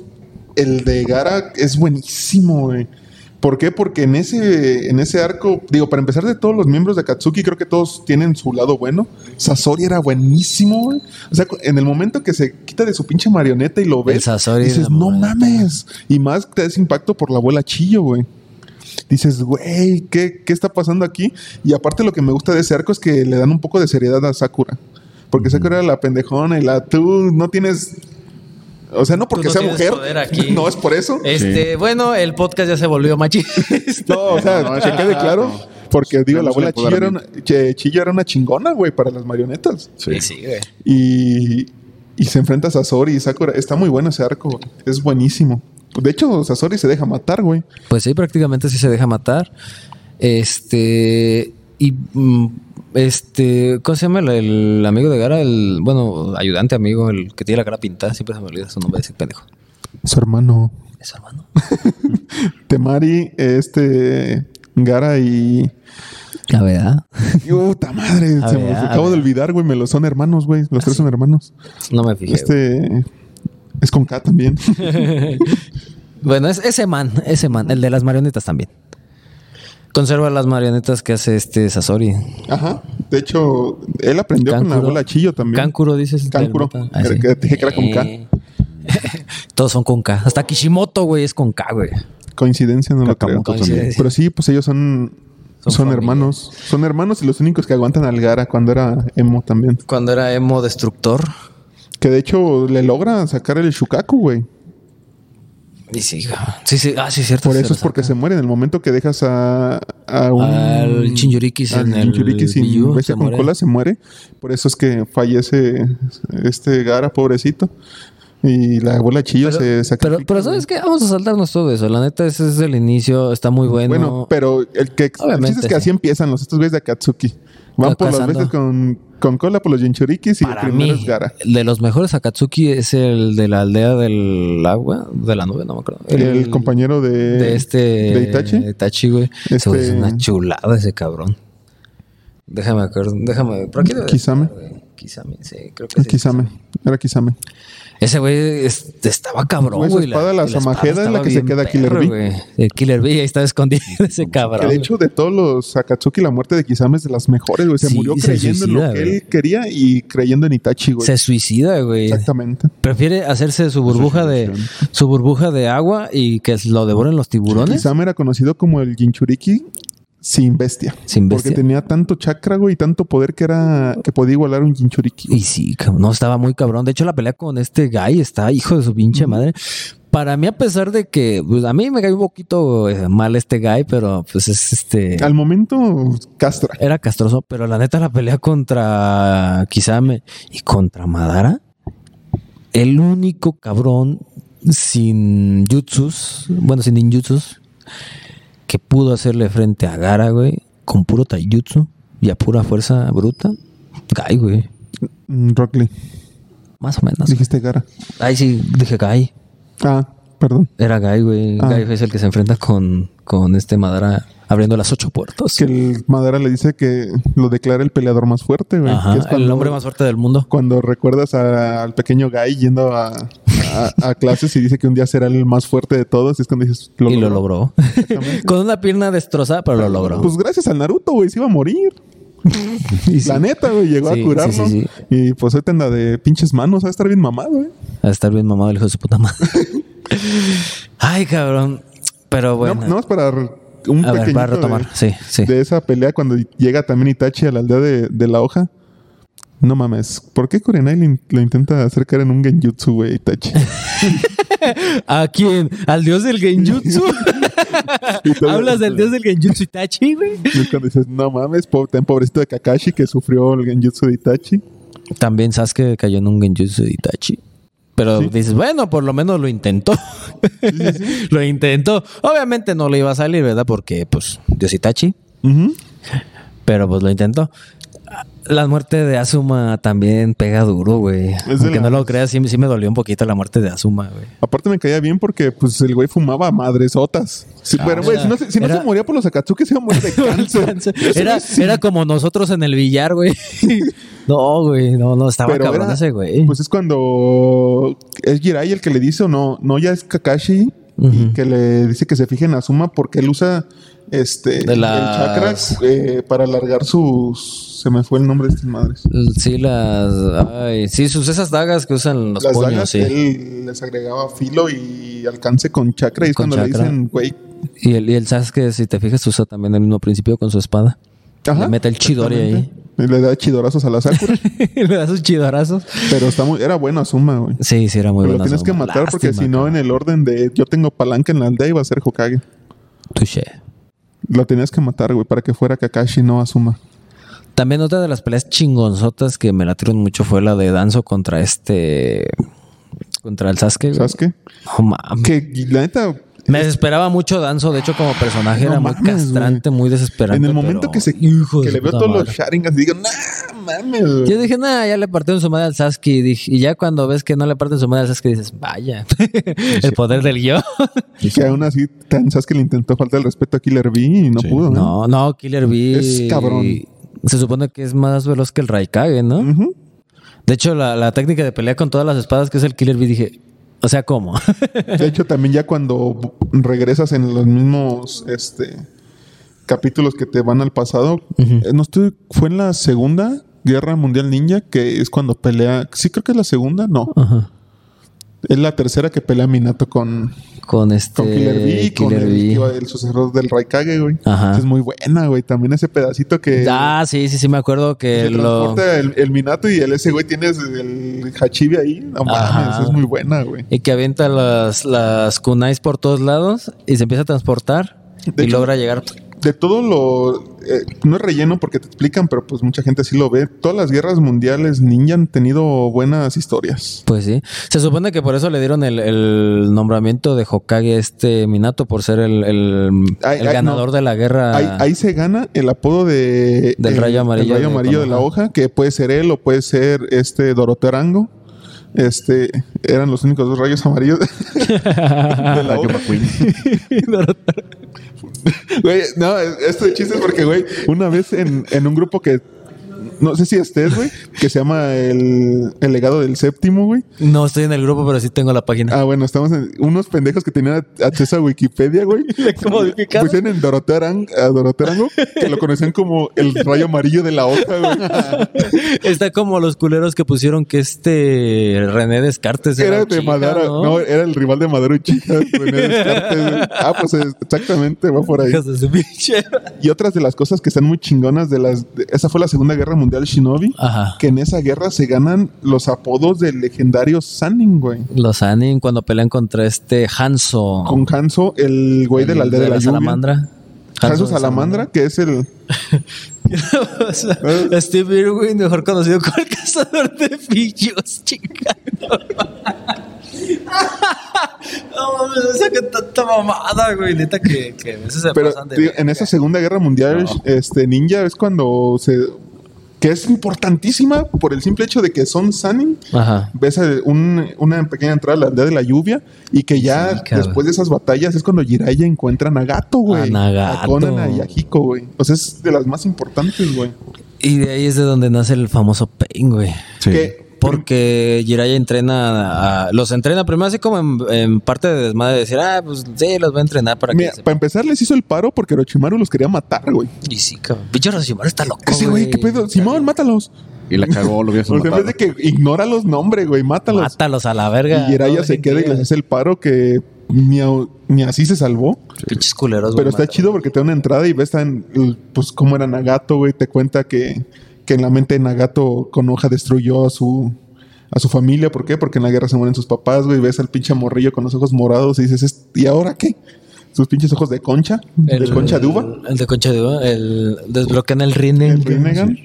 S3: el de Gara es buenísimo, güey. ¿Por qué? Porque en ese, en ese arco, digo, para empezar de todos los miembros de Akatsuki, creo que todos tienen su lado bueno. Sasori era buenísimo, güey. O sea, cu- en el momento que se quita de su pinche marioneta y lo ves,
S2: Sasori
S3: dices,
S2: era
S3: no
S2: muy-
S3: mames. Y más te da ese impacto por la abuela Chillo, güey. Dices, güey, ¿qué, ¿qué está pasando aquí? Y aparte lo que me gusta de ese arco es que le dan un poco de seriedad a Sakura. Porque Sakura era la pendejona y la tú no tienes... O sea, no porque
S2: no
S3: sea
S2: tienes
S3: mujer.
S2: poder aquí.
S3: No es por eso.
S2: Este, bueno, el podcast ya se volvió machista.
S3: No, o sea,
S1: No, no,
S3: que
S1: no,
S3: quede
S1: no.
S3: claro. Porque digo,
S1: Tenemos
S3: la abuela
S1: el
S3: Chillo era, una,
S1: empoderamiento.
S3: che- Chillo era una chingona, güey, para las marionetas.
S1: Sí.
S2: Y sí, güey.
S3: Y, y se enfrenta a Sasori y Sakura. Está muy bueno ese arco, güey. Es buenísimo. De hecho, Sasori se deja matar, güey.
S2: Pues sí, prácticamente sí se deja matar. Este. Y. mm, Este. ¿Cómo se llama el, el amigo de Gara? El. Bueno, ayudante amigo, el que tiene la cara pintada. Siempre se me olvida su nombre de ese pendejo.
S3: Su hermano
S2: Es su hermano.
S3: Temari, este Gara y.
S2: La verdad.
S3: y, ¡Puta madre!
S2: A
S3: se
S2: ver,
S3: me los
S2: a
S3: acabo de
S2: ver.
S3: olvidar, güey. Me los son hermanos, güey. Los tres son hermanos.
S2: No me fijé. güey.
S3: Este. Es con K también.
S2: Bueno, es, ese man, ese man, el de las marionetas también. Conserva las marionetas que hace este Sasori.
S3: Ajá. De hecho, él aprendió con la
S2: Kankuro.
S3: bola Chillo también.
S2: Kankuro, dices.
S3: Kankuro.
S2: Del mapa. Ah,
S3: Era
S2: sí.
S3: que dije que era con
S2: Eh.
S3: K.
S2: Todos son con K. Hasta Kishimoto, güey, es con K, güey.
S3: Coincidencia, no lo creo.
S1: Kakamoto
S2: Coincidencia.
S1: también.
S3: Pero sí, pues ellos son. Son,
S2: Son familia.
S3: hermanos. Son hermanos y los únicos que aguantan al Gara cuando era emo también.
S2: Cuando era emo destructor.
S3: Que de hecho le logra sacar el Shukaku, güey.
S2: Y sí, güey. sí, sí, ah, sí, cierto.
S3: Por
S2: se
S3: eso
S2: lo
S3: es porque
S2: saca.
S3: se muere en el momento que dejas a, a un.
S2: Al Chinchurikis
S3: al
S2: en el
S3: Chinchurikis sin
S2: Biyu,
S3: bestia
S2: se
S3: con
S2: muere.
S3: cola se muere. Por eso es que fallece este Gara, pobrecito. Y la abuela Chillo se sacrifica.
S2: Pero, pero ¿sabes qué? Vamos a saltarnos todo eso. La neta, ese es el inicio. Está muy bueno.
S3: bueno, pero el que el
S2: Obviamente,
S3: chiste es que así
S2: sí.
S3: empiezan los estos güeyes de Akatsuki.
S2: Pero
S3: Van por las
S2: cazando.
S3: veces con, con cola por los Jinchurikis y
S2: Para
S3: el primero
S2: mí,
S3: es Gara.
S2: el de los mejores Akatsuki es el de la aldea del agua, de la nube, no me acuerdo.
S3: El, compañero de,
S2: de este...
S3: de Itachi.
S2: Itachi, güey.
S3: Este-
S2: Ese güey Es una chulada ese cabrón. Déjame acordar, déjame... ¿Por aquí debe de
S3: Kisame.
S2: estar, güey. Kisame, sí, creo que sí.
S3: Kisame. Era Kisame.
S2: Ese güey es- estaba cabrón,
S3: Güey, su
S2: güey.
S3: espada, la
S2: espada
S3: zamajeda, es la
S2: estaba
S3: que se
S2: bien
S3: queda Killer Bee.
S2: güey. El Killer Bee ahí estaba escondido ese
S3: Que
S2: cabrón.
S3: de hecho, de todos los Akatsuki, la muerte de Kisame es de las mejores, güey. Se
S2: Sí,
S3: murió
S2: se
S3: creyendo en
S2: suicida,
S3: lo que
S2: güey.
S3: él quería y creyendo en Itachi, güey.
S2: se suicida, güey.
S3: Exactamente.
S2: Prefiere hacerse su burbuja de su burbuja de agua y que lo devoren los tiburones.
S3: Kisame era conocido como el Jinchuriki sin bestia.
S2: Sin bestia.
S3: Porque tenía tanto chakra, güey, y tanto poder que era que podía igualar a un Jinchuriki.
S2: Y sí, cabrón, no estaba muy cabrón. De hecho, la pelea con este guy está hijo de su pinche madre. Para mí, a pesar de que pues, a mí me cayó un poquito eh, mal este guy, pero pues es este.
S3: Al momento, castra.
S2: Era castroso, pero la neta la pelea contra Kisame y contra Madara, el único cabrón sin jutsus, bueno, sin ninjutsus, que pudo hacerle frente a Gara, güey, con puro taijutsu y a pura fuerza bruta, Gai, güey,
S3: Mm, Rock Lee.
S2: más o menos.
S3: Dijiste Gara.
S2: Ahí sí, dije Gai,
S3: Ah, perdón.
S2: era Gai, güey.
S3: Ah.
S2: Gai es el que se enfrenta con, con este Madara abriendo las ocho puertas.
S3: Que el Madara le dice que lo declara el peleador más fuerte, güey.
S2: Ajá,
S3: Que es
S2: el
S3: cuando-
S2: hombre más fuerte del mundo.
S3: Cuando recuerdas a- al pequeño Guy yendo a, a- a clases y dice que un día será el más fuerte de todos, y es cuando dices,
S2: y lo logró. Con una pierna destrozada, pero lo logró.
S3: Pues gracias al Naruto, güey, se iba a morir. Y la neta, güey, llegó
S2: Sí,
S3: a curarnos.
S2: sí, sí,
S3: Y pues ahorita en la de pinches manos, va a estar bien mamado, ¿eh? güey.
S2: A estar bien mamado el hijo de su puta madre. Ay, cabrón. Pero
S3: No,
S2: bueno.
S3: nada más para r- un
S2: a ver,
S3: pequeñito
S2: para retomar.
S3: de-
S2: sí, sí.
S3: de esa pelea cuando llega también Itachi a la aldea de, de la hoja. No mames, ¿por qué Kurenai le in- lo intenta acercar en un genjutsu, güey, Itachi?
S2: ¿A quién? ¿Al dios del genjutsu? ¿Hablas del dios del genjutsu Itachi, güey?
S3: Y es cuando dices, no mames, po- tan pobrecito de Kakashi que sufrió el genjutsu de Itachi.
S2: También Sasuke cayó en un genjutsu de Itachi. Pero dices, bueno, por lo menos lo intentó. lo intentó. Obviamente no le iba a salir, ¿verdad? Porque, pues, dios Itachi.
S3: Ujú.
S2: Pero pues lo intentó. La muerte de Asuma también pega duro, güey.
S3: de
S2: Aunque no
S3: las-
S2: lo creas, sí, sí me dolió un poquito la muerte de Asuma, güey.
S3: Aparte me caía bien porque pues el güey fumaba madresotas. Sí, pero güey, si no, se- si no
S2: era-
S3: se moría por los Akatsuki, se iba a morir de cáncer. Ese
S2: Era,
S3: güey sí-
S2: era como nosotros en el billar, güey. No, güey, no, no, estaba
S3: Pero
S2: cabrón
S3: era-
S2: ese, güey.
S3: Pues es cuando es Jirai el que le dice o no, no ya es Kakashi y que le dice que se fije en Asuma porque él usa este
S2: De las-
S3: el chakra eh, para alargar sus se me fue el nombre de estas madres.
S2: Sí, las. Ay, sí, sus esas dagas que usan los
S3: Las
S2: puños,
S3: dagas
S2: sí.
S3: él les agregaba filo y alcance con chakra y es
S2: Con
S3: cuando
S2: chakra.
S3: le dicen, güey,
S2: Y el, y el Sasuke, si te fijas, usa también el mismo principio con su espada. Le mete el chidori ahí.
S3: exactamente. Y le da chidorazos a la Sakura,
S2: Le da sus chidorazos.
S3: pero está muy, era bueno Asuma, güey.
S2: Sí, sí, era muy
S3: Pero lo
S2: buena
S3: tienes
S2: esa
S3: que
S2: broma.
S3: matar porque
S2: Lástima,
S3: si no, en el orden de yo tengo palanca en la aldea iba a ser Hokage.
S2: touché.
S3: Lo tenías que matar, güey, para que fuera Kakashi, no Asuma.
S2: También otra de las peleas chingonzotas que me latieron mucho fue la de Danzo contra este. Contra el Sasuke. güey.
S3: ¿Sabes qué?
S2: No mames.
S3: Que la neta,
S2: Me desesperaba mucho Danzo, de hecho, como personaje
S3: No
S2: era muy
S3: mames,
S2: castrante, muy desesperante.
S3: en el momento
S2: pero-
S3: que se
S2: Hijo
S3: que
S2: de
S3: le
S2: su
S3: veo
S2: puta
S3: todos los
S2: madre.
S3: Sharingans, digo, no mames. güey".
S2: Yo dije, nada, ya le partieron su madre al Sasuke. Y, dije- y ya cuando ves que no le parten su madre al Sasuke, dices, vaya, el poder del guión.
S3: Y que aún así, tan sabes que le intentó faltar el respeto a Killer B y no
S1: Sí.
S3: pudo,
S2: No,
S3: ¿no?
S2: no, Killer B.
S3: Es cabrón.
S2: Se supone que es más veloz que el Raikage, ¿no?
S3: Ujú.
S2: De hecho, la, la técnica de pelea con todas las espadas que es el Killer B, dije, o sea, ¿cómo?
S3: De hecho, también ya cuando bu- regresas en los mismos este, capítulos que te van al pasado, eh, no estoy, fue en la segunda Guerra Mundial Ninja, que es cuando pelea, sí creo que es la segunda, no,
S2: Ajá.
S3: es la tercera que pelea Minato con,
S2: Con este.
S3: con Killer B, y con
S2: Killer
S3: el,
S2: Bee.
S3: que iba- el sucesor del Raikage, güey.
S2: Ajá.
S3: Es muy buena, güey. También ese pedacito que
S2: Ah, sí, sí, sí, me acuerdo que
S3: se
S2: lo.
S3: transporta el, el Minato y el ese güey tienes el Hachibi ahí. No
S2: Ajá.
S3: mames, es muy buena, güey.
S2: Y que avienta las, las kunais por todos lados y se empieza a transportar
S3: De
S2: y
S3: hecho-
S2: logra llegar.
S3: de todo lo. eh, no es relleno porque te explican, pero pues mucha gente sí lo ve. Todas las guerras mundiales ninja han tenido buenas historias.
S2: Pues sí. Se supone que por eso le dieron el, el nombramiento de Hokage a este Minato por ser el, el-
S3: Ay,
S2: el
S3: ay,
S2: ganador
S3: no.
S2: de la guerra.
S3: Ahí, ahí se gana el apodo de.
S2: Ah. Del
S3: el-
S2: rayo amarillo
S3: el rayo
S2: de
S3: amarillo de la
S2: Konoha.
S3: hoja, que puede ser él o puede ser este Doroterango. Este eran los únicos dos rayos amarillos de la hoja. Güey, no, esto de chistes porque, güey, una vez en, en un grupo que no sé si estés, güey, que se llama el, el legado del séptimo, güey.
S2: no estoy en el grupo, pero sí tengo la página.
S3: Ah, bueno, estamos en unos pendejos que tenían acceso a Wikipedia, güey. Le
S2: modificaron.
S3: Pusieron en Dorotea Aran- a Dorotea Arango, que lo conocían como el rayo amarillo de la hoja, güey.
S2: Está como los culeros que pusieron que este René Descartes era,
S3: Era
S2: Uchiha,
S3: de Madara,
S2: ¿no?
S3: ¿no? era el rival de Madara Uchiha. René Descartes, güey. Ah, pues es- exactamente, va por ahí.
S2: Hijas de su pinche-
S3: Y otras de las cosas que están muy chingonas de las... de- esa fue la Segunda Guerra Mundial Shinobi.
S2: Ajá.
S3: Que en esa guerra se ganan los apodos del legendario Sannin, güey.
S2: Los Anin cuando pelean contra este Hanzo.
S3: Con Hanzo, el güey de la aldea de la, lluvia.
S2: salamandra.
S3: Hanzo Salamandra, que es el...
S2: O sea, Steve Irwin, mejor conocido como el cazador de pillos, chingado. no mames, o sea, que tanta mamada, güey. Neta que, que a veces se
S3: Pero
S2: pasan de.
S3: digo, en
S2: verga.
S3: esa Segunda Guerra Mundial, este ninja es cuando se que es importantísima por el simple hecho de que son Sanin.
S2: Ajá.
S3: Ves eh, un- una pequeña entrada a la aldea de la lluvia y que ya
S2: Sí, cabrón.
S3: después de esas batallas es cuando Jiraiya encuentra a Nagato, güey.
S2: A Nagato.
S3: A Conan y a Hiko, güey. O sea, es de las más importantes, güey.
S2: Y de ahí es de donde nace el famoso Pain, güey.
S1: Sí.
S3: Que
S2: porque Jiraiya entrena, a- los entrena primero así como en, en parte de desmadre, decir, ah, pues sí, los voy a entrenar para que...
S3: Mira, para
S2: sepan".
S3: empezar les hizo el paro porque Orochimaru los quería matar, güey.
S2: Y sí, cabrón. Pinche Rosimar está loco,
S3: Ese güey, ¿qué pedo? Simón, mátalos.
S1: Y la cagó, lo hubiese
S3: O sea, en vez
S1: matado.
S3: de que ignora los nombres, güey, mátalos.
S2: Mátalos a la verga.
S3: y Jiraiya
S2: no,
S3: se queda y
S2: mentira.
S3: les hace el paro que ni, au- ni así se salvó.
S2: Pinches culeros, güey,
S3: Pero está
S2: mátalos.
S3: chido porque te da una entrada y ves tan, pues cómo era Nagato, güey. Te cuenta que, que en la mente de Nagato Konoha destruyó a su, a su familia. ¿Por qué? Porque en la guerra se mueren sus papás, güey. Ves al pinche morrillo con los ojos morados y dices, "Es- ¿y ahora qué? Sus pinches ojos de concha, de concha de uva.
S2: El, de concha de uva. El, desbloquean el Rinnegan.
S3: El Rinnegan.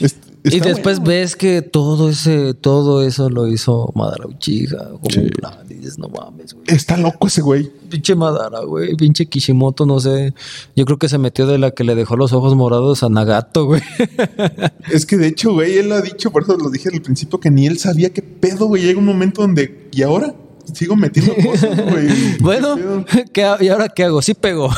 S3: Es-
S2: Y
S3: está
S2: después
S3: bueno.
S2: ves que todo ese, todo eso lo hizo Madara Uchiha. Como
S1: Sí.
S2: un plan. Y dices, no mames, güey.
S3: Está loco ese güey.
S2: Pinche Madara, güey. Pinche Kishimoto, no sé. Yo creo que se metió de la que le dejó los ojos morados a Nagato, güey.
S3: Es que de hecho, güey, él lo ha dicho, por eso lo dije al principio, que ni él sabía qué pedo, güey. Llega un momento donde, ¿y ahora? Sigo metiendo cosas, güey. ¿Qué
S2: bueno,
S3: pedo?
S2: ¿qué ha- ¿y ahora qué hago? Sí pegó.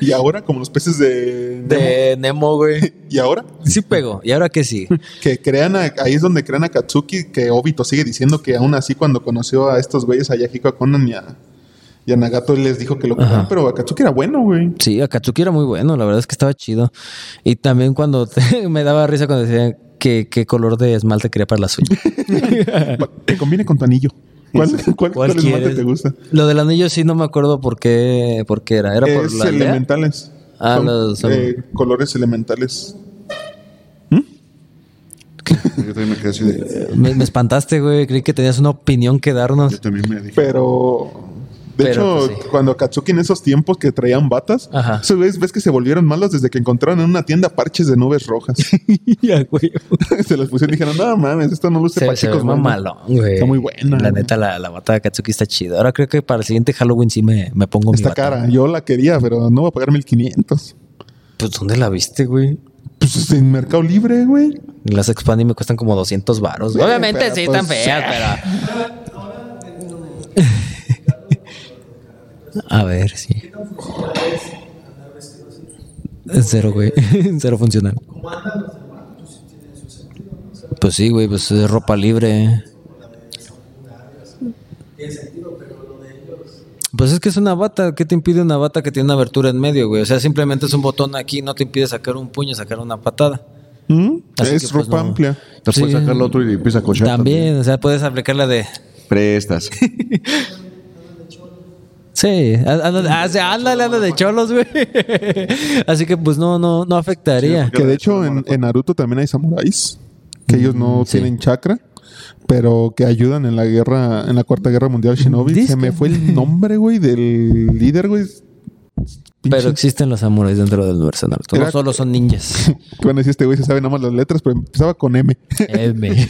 S3: Y ahora, como los peces de.
S2: De Nemo, güey.
S3: Y ahora,
S2: Sí pegó. ¿Y ahora qué sí?
S3: que crean a- ahí es donde crean a Katsuki, que Obito sigue diciendo que aún así cuando conoció a estos güeyes, a Yahiko, a Conan y a, y a Nagato, él les dijo que lo crean, pero a Katsuki era bueno, güey.
S2: Sí, Akatsuki era muy bueno, la verdad es que estaba chido. Y también cuando te- me daba risa cuando decían que qué color de esmalte quería para la suya.
S3: Te conviene con tu anillo. ¿Cuál, cuál, cuál esmalte
S2: quieres?
S3: te gusta?
S2: Lo del anillo sí no me acuerdo por qué, por qué era. Era por
S3: es
S2: la aldea?
S3: elementales.
S2: Ah,
S3: Son,
S2: los- son-
S3: eh, colores elementales.
S1: Yo también me quedé así de-
S2: Me, me espantaste, güey. Creí que tenías una opinión que darnos.
S1: Yo también me dije.
S3: Pero. De
S2: Pero,
S3: hecho,
S2: pues, sí.
S3: cuando Katsuki en esos tiempos que traían batas,
S2: Ajá.
S3: esos güeyes ves que se volvieron malos desde que encontraron en una tienda parches de nubes rojas.
S2: Ya, güey.
S3: se los pusieron y dijeron, no mames, esto no luce
S2: Se,
S3: para
S2: se
S3: chicos
S2: ve muy
S3: buenos".
S2: malo, güey.
S3: Está muy buena.
S2: La neta, la, la bata de Akatsuki está chida. Ahora creo que para el siguiente Halloween sí me, me pongo mi
S3: Está
S2: bata.
S3: cara. Yo la quería, pero no voy a pagar 1500.
S2: Pues, ¿dónde la viste, güey?
S3: Pues en Mercado Libre, güey.
S2: Las expandí me cuestan como 200 varos.
S3: Sí,
S2: Obviamente
S3: pero,
S2: sí,
S3: pues,
S2: están feas, pero... A ver, sí. Cero, güey. Cero funcional. Pues sí, güey, pues es ropa libre. Pues es que es una bata. ¿Qué te impide una bata que tiene una abertura en medio, güey? O sea, simplemente es un botón aquí, no te impide sacar un puño, sacar una patada.
S3: ¿Mm?
S2: Así
S3: Es
S2: que, pues,
S3: ropa
S2: no.
S3: amplia.
S1: Te puedes
S2: Sí.
S1: sacar lo otro y empieza a cochar.
S2: También, o sea, puedes aplicar la de.
S1: Prestas.
S2: Sí, haz- haz- haz- ándale, ándale de cholos, güey. Así que pues no, no, no afectaría.
S3: Que de hecho en, en Naruto también hay samuráis. Que ellos no
S2: Mm, sí.
S3: tienen chakra. Pero que ayudan en la guerra, en la cuarta guerra mundial Shinobi.
S2: Mm, Dice
S3: Se me
S2: que-
S3: fue el nombre, güey, del líder, güey.
S2: Pero
S3: Pinche-
S2: existen los samuráis dentro del universo Naruto. No
S3: Era-
S2: solo son ninjas.
S3: que van a decir este güey se sabe nada más las letras, pero empezaba con M.
S2: M.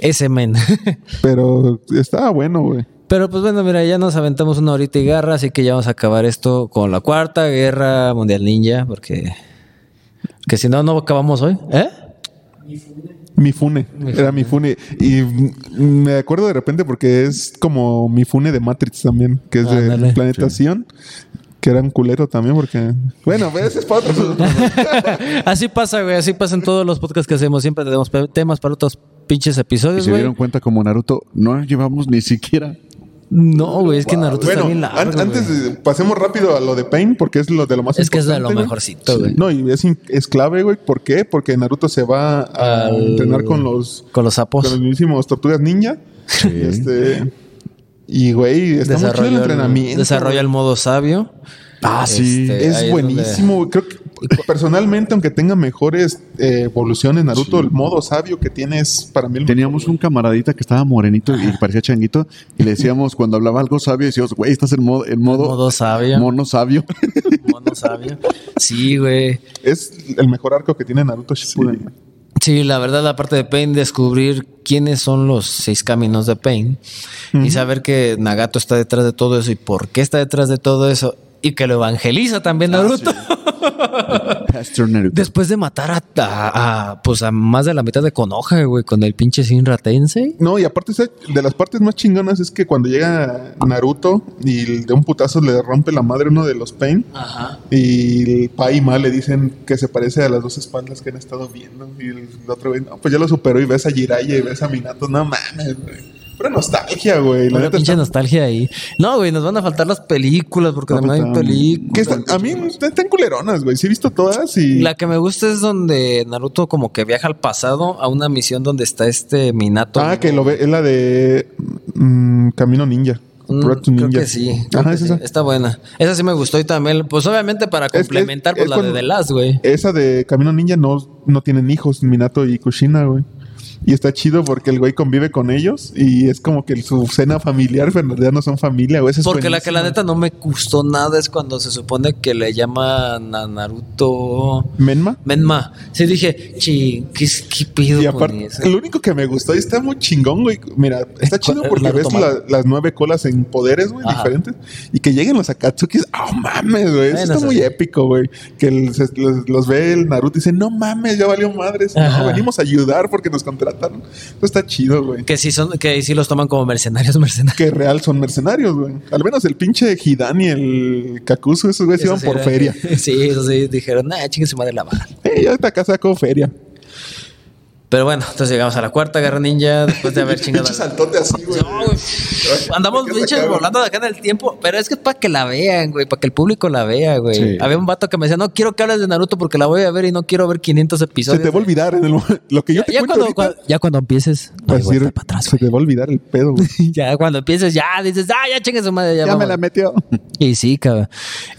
S2: Ese men.
S3: pero estaba bueno, güey.
S2: Pero pues bueno, mira, ya nos aventamos una horita y garra, así que ya vamos a acabar esto con la cuarta guerra mundial ninja, porque. Que si no, no acabamos hoy. ¿Eh?
S3: Mifune, era Mifune. Y mm, me acuerdo de repente porque es como Mifune de Matrix también, que es de
S2: Ándale.
S3: Planeta Sion, que era un culero también porque... Bueno, pero ese es para otro.
S2: Así pasa, güey. Así pasa en todos los podcasts que hacemos. Siempre tenemos pe- temas para otros pinches
S1: Y
S2: episodios,
S1: se
S2: güey.
S1: dieron cuenta como Naruto, no llevamos ni siquiera.
S2: No, güey, es que Naruto está
S3: bueno,
S2: bien largo.
S3: an- antes
S2: güey.
S3: de- pasemos rápido a lo de Pain porque es lo de lo más
S2: Es que es de lo
S3: importante, güey.
S2: mejorcito, güey.
S3: No, y es, in- es clave, güey. ¿Por qué? Porque Naruto se va a
S2: Al-
S3: entrenar con los,
S2: Con los sapos.
S3: con los mismísimos Tortugas Ninja. Este, y, güey, está muy chido el
S2: Desarrolla el-
S3: entrenamiento.
S2: desarrolla el modo sabio.
S1: Ah, sí.
S2: Este, ahí
S3: Es
S2: donde-
S3: buenísimo. Creo que personalmente, aunque tenga mejores eh, evoluciones, Naruto, el modo sabio que tiene es para mí el
S1: Teníamos un camaradita que estaba morenito y parecía changuito. Y le decíamos, cuando hablaba algo sabio, decíamos, güey, estás en modo, en modo,
S2: modo sabio.
S1: mono sabio.
S2: Mono sabio. Sí, güey.
S3: es el mejor arco que tiene Naruto Shippuden.
S2: Sí, la verdad, la parte de Pain, descubrir quiénes son los seis caminos de Pain y saber que Nagato está detrás de todo eso y por qué está detrás de todo eso. y que lo evangeliza
S3: Ah,
S2: también Naruto.
S1: Pastor Naruto.
S2: Después de matar a, a- a, pues a más de la mitad de Konoha, güey, con el pinche Shinra Tensei.
S3: No, y aparte esa- de las partes más chingonas es que cuando llega Naruto y de un putazo le rompe la madre uno de los Pain
S2: Ajá.
S3: y el Pai y Ma le dicen que se parece a las dos espaldas que han estado viendo y el otro güey, no, pues ya lo superó y ves a Jiraiya y ves a Minato, no mames, güey. Pero nostalgia, güey. La
S2: Una
S3: neta
S2: pinche
S3: está-
S2: nostalgia ahí. No, güey, nos van a faltar las películas porque
S1: No, pues,
S2: también hay
S1: está-
S2: películas.
S3: que está- a mí están están culeronas, güey. Sí he visto todas y
S2: La que me gusta es donde Naruto como que viaja al pasado a una misión donde está este Minato.
S3: Ah, que lo ve, es la de mm, Camino Ninja.
S2: Mm,
S3: Road to
S2: creo
S3: Ninja.
S2: que sí. creo
S3: Ajá,
S2: que
S3: es
S2: sí,
S3: esa.
S2: Está buena. Esa sí me gustó y también, pues obviamente para
S3: que es-
S2: complementar pues,
S3: es
S2: la
S3: cuando-
S2: de The Last, güey.
S3: Esa de Camino Ninja no, no tienen hijos, Minato y Kushina, güey. Y está chido porque el güey convive con ellos y es como que su cena familiar, pero en realidad no son familia, güey. Esa es
S2: Porque la que la neta
S3: buenísima.
S2: no me gustó nada es cuando se supone que le llaman a Naruto
S3: Menma.
S2: Menma. Sí dije, chi, ¿qué, es- qué pido
S3: Y
S2: con
S3: aparte,
S2: eso?
S3: lo único que me gustó y está muy chingón, güey. Mira, está chido
S2: ¿Cuál-
S3: porque
S2: Naruto
S3: ves
S2: malo?
S3: la- las nueve colas en poderes, güey,
S2: Ajá.
S3: diferentes. Y que lleguen los Akatsukis. ¡Oh, mames, güey! Eso
S2: Bueno,
S3: está
S2: eso
S3: muy
S2: sí.
S3: épico, güey. Que el- se- los, los ve el Naruto y dice, no mames, ya valió madres.
S2: Ajá.
S3: No, venimos a ayudar porque nos contrataron. Eso está chido, güey.
S2: Que sí son, que sí los toman como mercenarios, mercenarios.
S3: Que real son mercenarios, güey. Al menos el pinche Hidan y el Kakuzu, esos güeyes
S2: Eso
S3: Pues iban
S2: sí
S3: por
S2: era-
S3: feria.
S2: Sí, eso sí, dijeron, nah, chingue su madre la baja.
S3: Eh, ya hasta acá saco feria.
S2: Pero bueno, entonces llegamos a la cuarta guerra ninja después de haber chingado.
S3: Pinche
S2: al-
S3: saltote así, güey.
S2: No, güey. Andamos
S3: Acá se
S2: pinches
S3: acaba.
S2: volando de acá en el tiempo, pero es que es para que la vean, güey, para que el público la vea, güey.
S1: Sí.
S2: Había un vato que me decía, no quiero que hables de Naruto porque la voy a ver y no quiero ver 500
S3: Se
S2: episodios.
S3: te va a olvidar en el momento. Lo que yo te
S2: ya,
S3: cuento
S2: cuando,
S3: ahorita,
S2: cuando- ya cuando empieces, no
S3: va a
S2: hay
S3: decir,
S2: vuelta para atrás,
S3: se te
S2: güey.
S3: va a olvidar el pedo, güey.
S2: Ya cuando empieces, ya dices, ah, ya chingue su madre, ya,
S3: Ya me
S2: vámonos".
S3: la metió.
S2: Y sí, cabrón.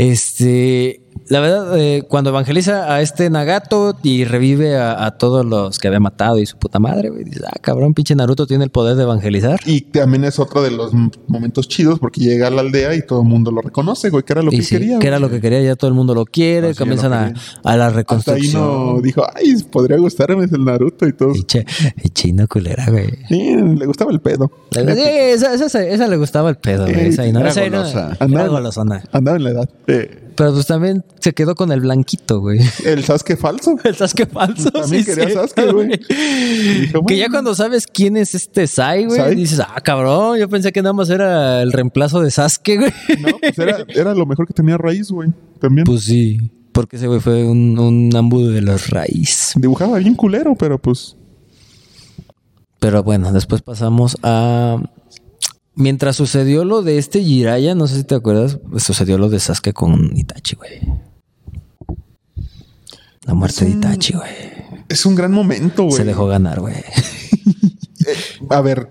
S2: Este, la verdad, eh, cuando evangeliza a este Nagato y revive a, a todos los que había matado y su puta madre, güey, dices, ah, cabrón, pinche Naruto tiene el poder de evangelizar.
S3: Y también es otro de los m- momentos chidos porque llega a la aldea y todo el mundo lo reconoce, güey, que era lo
S2: y
S3: que
S2: sí,
S3: quería.
S2: que era
S3: güey. Pues
S2: lo que quería, ya todo el mundo lo quiere,
S1: Así
S2: comienzan
S1: lo
S2: a,
S1: quería.
S2: a la
S3: Hasta ahí
S2: reconstrucción.
S3: no dijo, ay, podría gustarme el Naruto y todo.
S2: Pinche- chino culera, güey.
S3: Sí, le gustaba el pedo.
S2: Sí, esa, esa, se- esa le gustaba el pedo, güey. Esa, ahí no,
S1: Era
S2: esa ahí no-
S1: golosa.
S2: era golosona.
S3: Andaba en la edad. Eh,
S2: Pero pues también se quedó con el blanquito, güey.
S3: el Sasuke falso.
S2: El Sasuke falso.
S3: También
S2: sí,
S3: quería
S2: cierto,
S3: Sasuke, güey. Dijo,
S2: Que ya
S3: bueno.
S2: cuando sabes quién es este Sai, güey,
S3: Sai.
S2: dices, ah, cabrón, yo pensé que nada más era el reemplazo de Sasuke, güey.
S3: No, pues era, era lo mejor que tenía raíz, güey. También.
S2: Pues sí, porque ese güey fue un, un ambudo de los raíz.
S3: Dibujaba bien culero, pero pues.
S2: Pero bueno, después pasamos a... Mientras sucedió lo de este Jiraya, no sé si te acuerdas, pues, sucedió lo de Sasuke con Itachi, güey. La muerte de Itachi, güey.
S3: Es un gran momento, güey.
S2: Se dejó ganar, güey.
S3: Eh, a ver,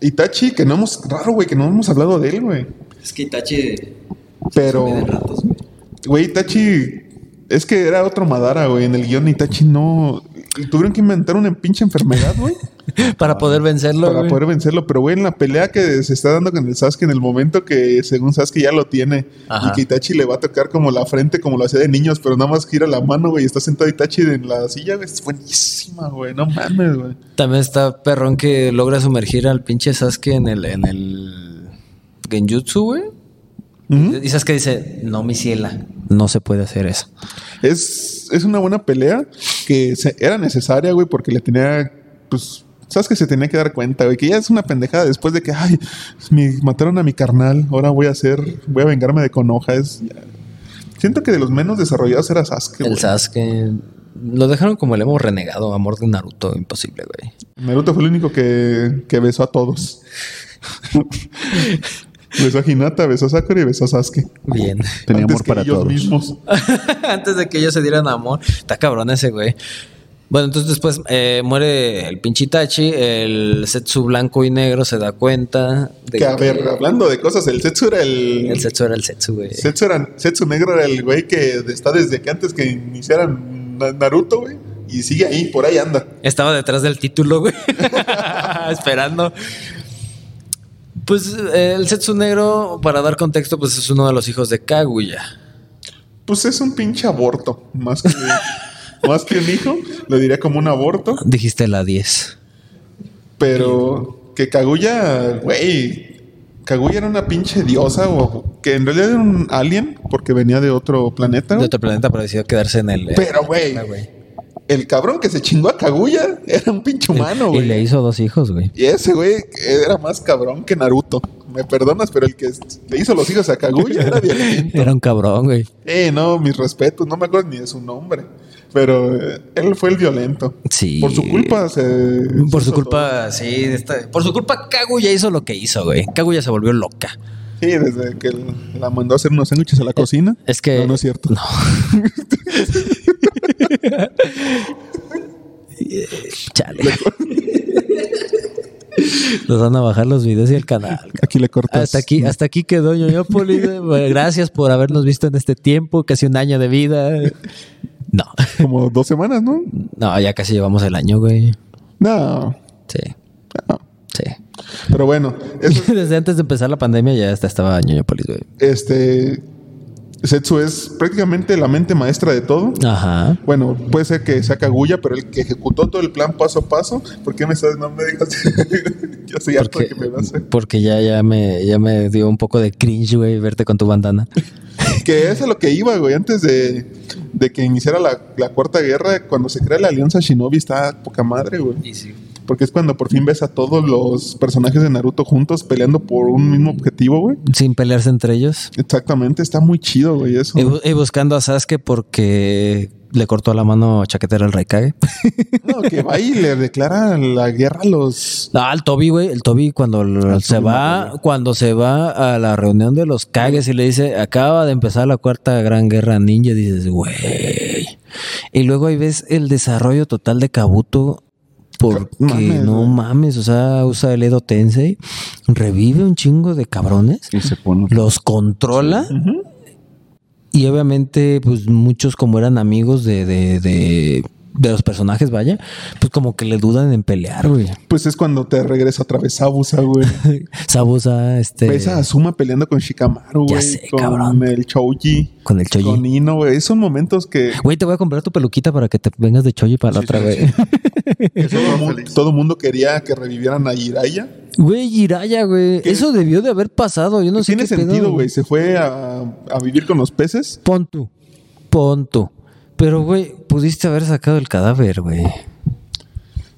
S3: Itachi, que no hemos. Raro, güey, que no hemos hablado de él, güey.
S2: Es que Itachi...
S3: Pero. Güey, Itachi. Es que era otro Madara, güey. En el guión Itachi no. Tuvieron que inventar una pinche enfermedad, güey.
S2: Para poder vencerlo,
S3: para
S2: güey.
S3: poder vencerlo. Pero, güey, en la pelea que se está dando con el Sasuke, en el momento que según Sasuke ya lo tiene.
S2: Ajá.
S3: Y que Itachi le va a tocar como la frente, como lo hacía de niños, pero nada más gira la mano, güey. y Está sentado Itachi en la silla, güey. Es buenísima, güey. No mames, güey.
S2: También está perrón que logra sumergir al pinche Sasuke en el, en el genjutsu, güey.
S3: Ujú.
S2: Y Sasuke dice, no, mi ciela, no se puede hacer eso.
S3: Es, es una buena pelea que se- era necesaria, güey, porque le tenía, pues, sabes que se tenía que dar cuenta, güey, que ya es una pendejada después de que, ay, me mataron a mi carnal, ahora voy a hacer, voy a vengarme de Konoha. Es, siento que de los menos desarrollados era Sasuke,
S2: el
S3: güey.
S2: Sasuke lo dejaron como el hemos renegado, amor de Naruto, imposible, güey.
S3: Naruto fue el único que, que besó a todos. besó a Hinata, besó a Sakura y besó a Sasuke.
S2: Bien.
S1: Tenía
S3: Antes
S1: amor
S3: que
S1: para
S3: ellos
S1: todos.
S3: mismos.
S2: Antes de que ellos se dieran amor, está cabrón ese, güey. Bueno, entonces después eh, muere el pinche Itachi, el Setsu blanco y negro se da cuenta de
S3: Que a ver, hablando de cosas, el Setsu era
S2: el Setsu era el Setsu, güey.
S3: Setsu, era- Setsu Negro era el güey que está desde que antes que iniciaran Na- Naruto, güey. Y sigue ahí, por ahí anda.
S2: Estaba detrás del título, güey. Esperando. Pues eh, el Setsu Negro, para dar contexto, pues es uno de los hijos de Kaguya.
S3: Pues es un pinche aborto. Más que, más que un hijo, lo diría como un aborto.
S2: Dijiste la 10.
S3: Pero que Kaguya, güey. Kaguya era una pinche diosa o que en realidad era un alien, porque venía de otro planeta.
S2: De
S3: güey.
S2: otro planeta, pero decidió quedarse en el.
S3: Pero, güey,
S2: Ah, güey.
S3: el cabrón que se chingó a Kaguya era un pinche humano,
S2: Y
S3: güey.
S2: le hizo dos hijos, güey.
S3: Y ese güey era más cabrón que Naruto. Me perdonas, pero el que le hizo los hijos a Kaguya era violento.
S2: Era un cabrón, güey.
S3: Eh, no, mis respetos. No me acuerdo ni de su nombre. Pero eh, él fue el violento.
S2: Sí.
S3: Por su culpa se...
S2: Por su
S3: se hizo
S2: culpa, sí. de esta- por su culpa, Kaguya hizo lo que hizo, güey. Kaguya se volvió loca.
S3: todo. Sí, desde que l- la mandó a hacer unos sándwiches a la cocina.
S2: Eh, Es que.
S3: No, no es cierto.
S2: No. Chale. Nos van a bajar los videos y el canal.
S3: Aquí le cortas.
S2: Hasta aquí, hasta aquí quedó Ñoñópolis. güey. Bueno, Gracias por habernos visto en este tiempo, casi un año de vida. No,
S3: Como dos semanas, ¿no?
S2: no, ya casi llevamos el año, güey.
S3: No.
S2: Sí,
S3: no.
S2: sí.
S3: Pero bueno, eso-
S2: Desde antes de empezar la pandemia ya hasta estaba Ñoñópolis, güey.
S3: este... Setsu es prácticamente la mente maestra de todo.
S2: Ah. Ajá.
S3: Bueno, puede ser que sea Kaguya, pero el que ejecutó todo el plan paso a paso, ¿por qué me estás no me digas? Yo soy harto de
S2: Porque,
S3: que me das.
S2: porque ya, ya, me, ya me dio un poco de cringe, güey, verte con tu bandana.
S3: Que eso es lo que iba, güey, antes de, de que iniciara la, la Cuarta Guerra, cuando se crea la Alianza Shinobi está poca madre, güey. Porque es cuando por fin ves a todos los personajes de Naruto juntos peleando por un mismo objetivo, güey.
S2: Sin pelearse entre ellos.
S3: Exactamente, está muy chido, güey, eso.
S2: Y, bu- y buscando a Sasuke porque le cortó la mano chaquetera al Raikage.
S3: No, que va y le declara la guerra a los...
S2: No, al Toby, güey. Ah, El Toby cuando l-
S3: Al
S2: se
S3: Ah, Toby
S2: va, cuando se va a la reunión de los Kages y le dice, acaba de empezar la cuarta gran guerra ninja, dices, güey. Y luego ahí ves el desarrollo total de Kabuto. Porque
S3: Mames,
S2: no
S3: güey.
S2: mames, o sea, usa el Edo Tensei, revive un chingo de cabrones,
S1: Y se pone.
S2: los controla
S3: Ujú.
S2: y obviamente, pues muchos como eran amigos de, de, de, de los personajes, vaya, pues como que le dudan en pelear, güey.
S3: Pues es cuando te regresa otra vez a Busa, güey.
S2: Sabusa, este...
S3: Ves a Asuma peleando con Shikamaru,
S2: Ya
S3: güey.
S2: sé,
S3: con
S2: cabrón.
S3: el Choji.
S2: Con el Choji.
S3: Con Ino, güey. Esos momentos que,
S2: Güey, te voy a comprar tu peluquita para que te vengas de Choji para la
S1: Sí,
S2: otra
S1: sí,
S2: vez.
S3: que todo, mundo, mundo quería que revivieran a Jiraiya.
S2: Güey, Jiraya, güey. Eso debió de haber pasado. Yo no sé
S3: Tiene
S2: qué pedo,
S3: sentido, güey. Se fue a, a vivir con los peces.
S2: Pon tú. Pon tú. Pero, güey, pudiste haber sacado el cadáver, güey.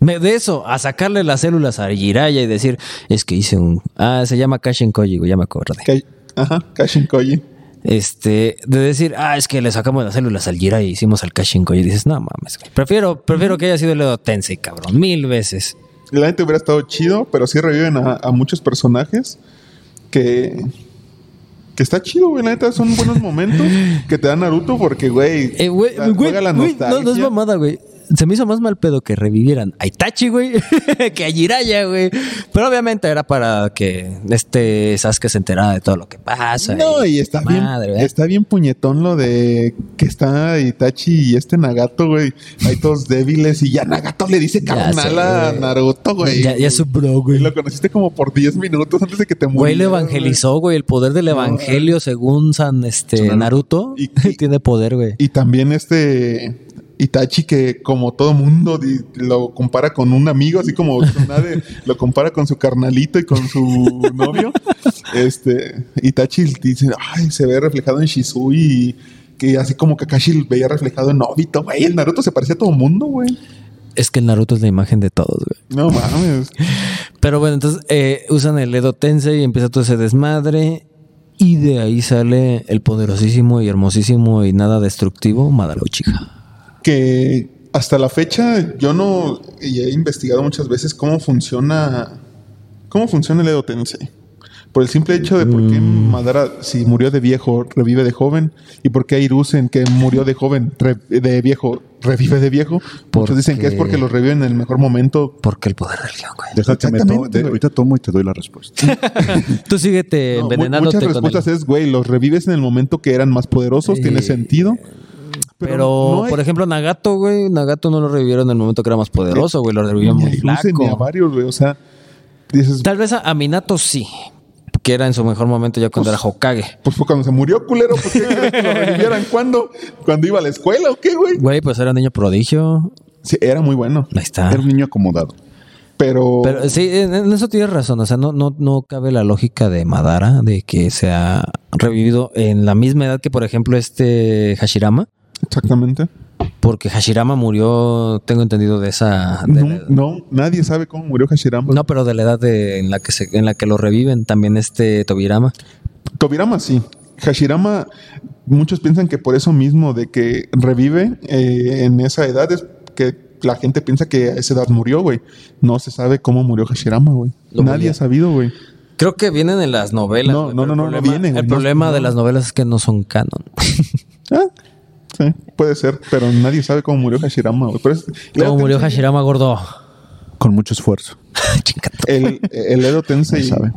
S2: Me- De eso, a sacarle las células a Jiraya y decir, es que hice un. Ah, se llama Kashin Koji, güey, ya me acordé.
S3: Ka- Ajá, Kashin Koji.
S2: Este, de decir, ah, es que le sacamos las células al Jiraya y hicimos al Kashin Koji. Y dices, no mames, güey. Prefiero, prefiero que haya sido el Edo Tensei, cabrón. Mil veces.
S3: La gente hubiera estado chido, pero sí reviven a, a muchos personajes que. Que está chido, güey. La neta, son buenos momentos que te da Naruto porque, güey.
S2: Eh, güey,
S3: la-
S2: güey,
S3: juega la
S2: güey, no, no es
S3: nostalgia.
S2: mamada, güey. Se me hizo más mal pedo que revivieran a Itachi, güey, que a Jiraya, güey. Pero obviamente era para que este Sasuke se enterara de todo lo que pasa.
S3: No, y está
S2: madre, ¿eh?
S3: bien. este
S2: ¿verdad?
S3: Está bien puñetón lo de que está Itachi y este Nagato, güey. Hay todos débiles y ya Nagato le dice
S2: Ya
S3: carnal
S2: sé,
S3: a
S2: güey.
S3: Naruto, güey.
S2: ya, ya su bro,
S3: Güey,
S2: güey.
S3: Lo conociste como por 10 minutos antes de que te
S2: Güey, lo
S3: murieras.
S2: evangelizó, güey. El poder del evangelio, según San este Naruto,
S3: Y- y-
S2: tiene poder, güey.
S3: Y también este Itachi que como todo mundo di- lo compara con un amigo, así como Tsunade lo compara con su carnalito y con su novio. Este Itachi dice, "Ay, se ve reflejado en Shisui." y que así como Kakashi veía reflejado en Obito, güey. El Naruto se parecía a todo mundo, güey.
S2: Es que el Naruto es la imagen de todos, güey.
S3: No mames.
S2: Pero bueno, entonces eh, usan el Edo Tensei y empieza todo ese desmadre. Y de ahí sale el poderosísimo y hermosísimo y nada destructivo Madara Uchiha.
S3: que hasta la fecha yo no y he investigado muchas veces cómo funciona cómo funciona el Edo Tensei. Por el simple hecho de por qué
S1: Mm.
S3: Madara, si murió de viejo, revive de joven, y por qué Irusen, que murió de joven, re- de viejo, revive de viejo. Muchos dicen que es
S2: Porque-
S3: porque lo reviven en el mejor momento.
S2: Porque el poder del guión, güey.
S1: Deja que me
S3: Exactamente,
S1: tome- de-
S3: güey.
S1: ahorita tomo y te doy la respuesta.
S2: Tú síguete
S3: No, mu-
S2: envenenándote
S3: muchas
S2: con
S3: respuestas
S2: el-
S3: es, güey, los revives en el momento que eran más poderosos, tiene
S2: Eh,
S3: sentido.
S2: Pero,
S3: no hay-
S2: por ejemplo, Nagato, güey. Nagato no lo revivieron en el momento que era más poderoso, güey. Lo
S3: ni
S2: revivieron
S3: a
S2: muy
S3: Hiruzen, ni a
S2: flaco.
S3: varios, güey. O sea, dices,
S2: Tal vez a, a Minato sí. Que era en su mejor momento ya cuando era Hokage.
S3: Pues fue cuando se murió, culero. ¿Por qué crees que lo revivieran? ¿Cuándo? ¿Cuando iba a la escuela o qué, güey?
S2: Güey, pues era niño prodigio.
S3: Sí, era muy bueno.
S2: Ahí está.
S1: Era un niño acomodado.
S3: Pero,
S2: Pero sí, en en eso tienes razón. O sea, no, no, no cabe la lógica de Madara de que se ha revivido en la misma edad que, por ejemplo, este Hashirama.
S3: exactamente.
S2: Porque Hashirama murió, tengo entendido, de esa. de
S3: No,
S2: la-
S3: no, nadie sabe cómo murió Hashirama.
S2: no, pero de la edad de- en, la que se- en la que lo reviven también este Tobirama.
S3: Tobirama sí. Hashirama, muchos piensan que por eso mismo de que revive eh, en esa edad es que la gente piensa que a esa edad murió, güey. No se sabe cómo murió Hashirama, güey.
S2: Lo
S3: Nadie
S2: murió.
S3: ha sabido, güey.
S2: Creo que vienen en las novelas.
S3: No,
S2: güey,
S3: no,
S2: pero
S3: no,
S2: el
S3: no, no
S2: problema-
S3: vienen, güey,
S2: El
S3: no-
S2: problema de
S3: no.
S2: las novelas es que no son canon.
S3: Ah, sí, puede ser, pero nadie sabe cómo murió Hashirama, güey. Pero es-
S2: ¿Cómo
S3: Edo
S2: murió
S3: Tensei-
S2: Hashirama gordo?
S1: Con mucho esfuerzo.
S2: Chinga tu-
S3: El, el Edo Tensei,
S1: Se sabe.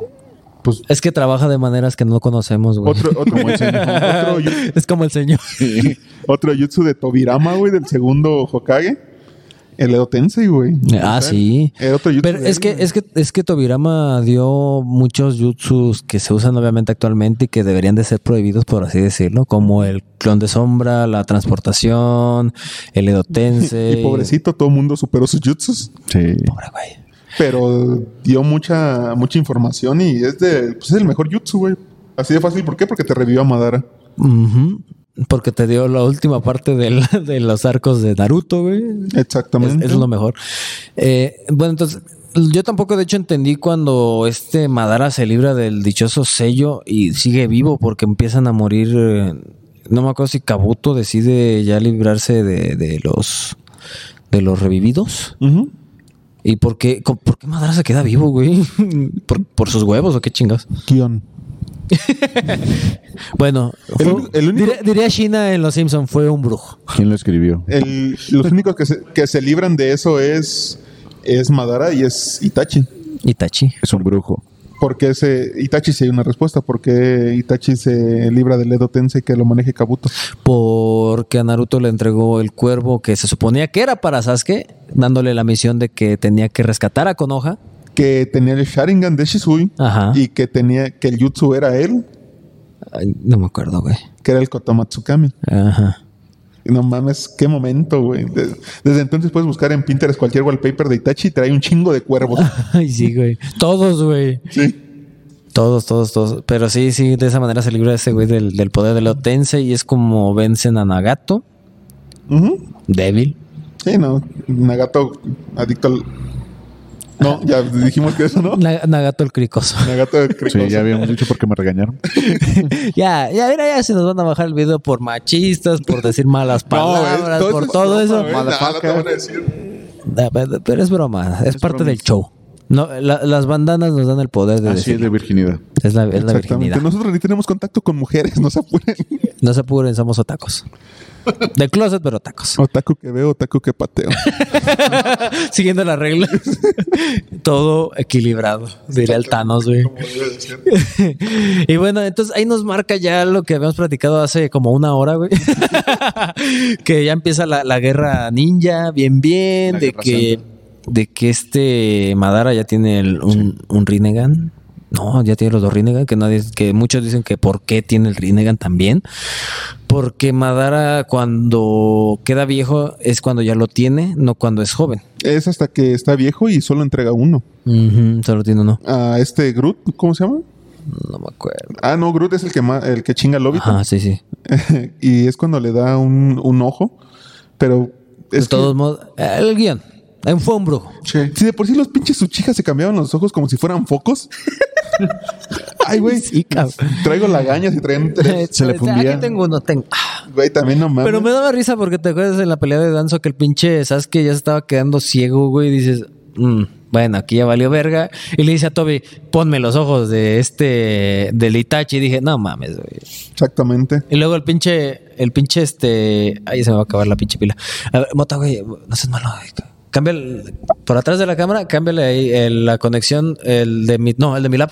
S3: pues
S2: es que trabaja de maneras que no conocemos, güey.
S3: otro, otro, otro, yu-
S2: es como el señor.
S3: otro jutsu de Tobirama, güey, del segundo Hokage. El Edo Tensei, güey.
S2: Ah,
S3: O sea,
S2: sí.
S3: el otro jutsu
S2: Pero
S3: de
S2: es
S3: él,
S2: que,
S3: güey.
S2: es que, es que Tobirama dio muchos jutsus que se usan obviamente actualmente y que deberían de ser prohibidos, por así decirlo, como el clon de sombra, la transportación, el edotense.
S3: Y pobrecito, todo el mundo superó sus jutsus.
S1: Sí.
S2: Pobre güey.
S3: Pero dio mucha, mucha información y es de, pues es el mejor jutsu, güey. Así de fácil. ¿Por qué? Porque te revivió a Madara.
S2: Ujú. Porque te dio la última parte del- de los arcos de Naruto, güey. Es,
S3: Exactamente.
S2: es lo mejor. Eh, bueno, entonces, yo tampoco de hecho entendí cuando este Madara se libra del dichoso sello y sigue vivo porque empiezan a morir. eh, no me acuerdo si Kabuto decide ya librarse de, de los de los revividos.
S3: Ujú.
S2: ¿Y por qué, con- por qué Madara se queda vivo, güey? ¿Por, por sus huevos o qué chingas?
S3: Guión.
S2: Bueno,
S3: El
S2: fue-
S3: único- el único-
S2: diría, diría Shina en Los Simpson fue un brujo.
S1: ¿Quién lo escribió?
S3: El- los únicos que se, que se libran de eso es, es Madara y es Itachi.
S2: Itachi.
S1: Es un brujo.
S3: Porque ese Itachi sí hay una respuesta. Porque Itachi se libra del Edo Tensei que lo maneje Kabuto.
S2: porque a Naruto le entregó el cuervo que se suponía que era para Sasuke, dándole la misión de que tenía que rescatar a Konoha.
S3: Que tenía el Sharingan de Shisui
S2: Ajá.
S3: y que tenía que el jutsu era él,
S2: Ay, no me acuerdo, güey.
S3: que era el Kotomatsukami.
S2: Ajá.
S3: No mames, qué momento, güey. De- Desde, entonces puedes buscar en Pinterest cualquier wallpaper de Itachi y trae un chingo de cuervos.
S2: Ay, sí, güey. Todos, güey.
S3: sí.
S2: Todos, todos, todos. Pero sí, sí, de esa manera se libra ese güey del, del poder del Otense y es como vencen a Nagato,
S3: Ujú.
S2: débil.
S3: Sí, no. Nagato adicto al. No, ya dijimos que eso, ¿no?
S2: Na- Nagato el cricoso.
S3: Nagato de cricoso.
S1: Sí, ya habíamos dicho porque me regañaron.
S2: ya, ya, mira, ya se nos van a bajar el video por machistas, por decir malas
S3: No, güey,
S2: palabras,
S3: todo
S2: por
S3: eso-
S2: todo
S3: no,
S2: eso.
S3: güey, nada, no te van a decir.
S2: Da- Ah, pe- Pero es broma, es, parte
S3: broma.
S2: del show. No, la- las bandanas nos dan el poder de
S1: Así es
S2: decir.
S1: de virginidad.
S2: Es la, es la
S3: Exactamente.
S2: virginidad.
S3: Nosotros ni tenemos contacto con mujeres, no se apuren.
S2: No se apuren, somos otacos. De closet, pero tacos.
S3: Otaku que veo, otaku que pateo.
S2: Siguiendo las reglas. Todo equilibrado, diría el Thanos, güey. y bueno, entonces ahí nos marca ya lo que habíamos platicado hace como una hora, güey. que ya empieza la, la guerra ninja, bien, bien,
S1: La
S2: de
S1: guerra
S2: que, de que este Madara ya tiene el- un, un Rinnegan. No, ya tiene los dos Rinnegan, que nadie, que muchos dicen que por qué tiene el Rinnegan también. Porque Madara cuando queda viejo es cuando ya lo tiene, no cuando es joven.
S3: es hasta que está viejo y solo entrega uno.
S2: Ujú, solo tiene uno.
S3: A este Groot, ¿cómo se llama?
S2: No me acuerdo.
S3: Ah, no, Groot es el que, ma- el que chinga al Lobby.
S2: Ajá, sí, sí.
S3: y es cuando le da un, un ojo. Pero
S2: De
S3: es que-
S2: todos modos, el guión. En fue un brujo.
S3: Si de por sí los pinches Uchiha se cambiaban los ojos como si fueran focos. Ay, güey.
S2: Sí, cabrón.
S3: Traigo lagañas y traen tres.
S1: Se le
S2: Ah,
S1: fundía.
S2: Aquí tengo uno, tengo. Ah.
S3: Güey, también no mames.
S2: Pero me daba risa porque te acuerdas en la pelea de Danzo que el pinche Sasuke ya se estaba quedando ciego, güey. Y dices, "Mm, bueno, aquí ya valió verga. Y le dice a Toby, ponme los ojos de este, del Itachi. Y dije, no mames, güey.
S3: Exactamente.
S2: Y luego el pinche, el pinche este. Ay, se me va a acabar la pinche pila. A ver, Mota, güey, no seas malo. güey. Cambia el- por atrás de la cámara, cámbiale ahí el- la conexión, el de mi. No, el de mi lap.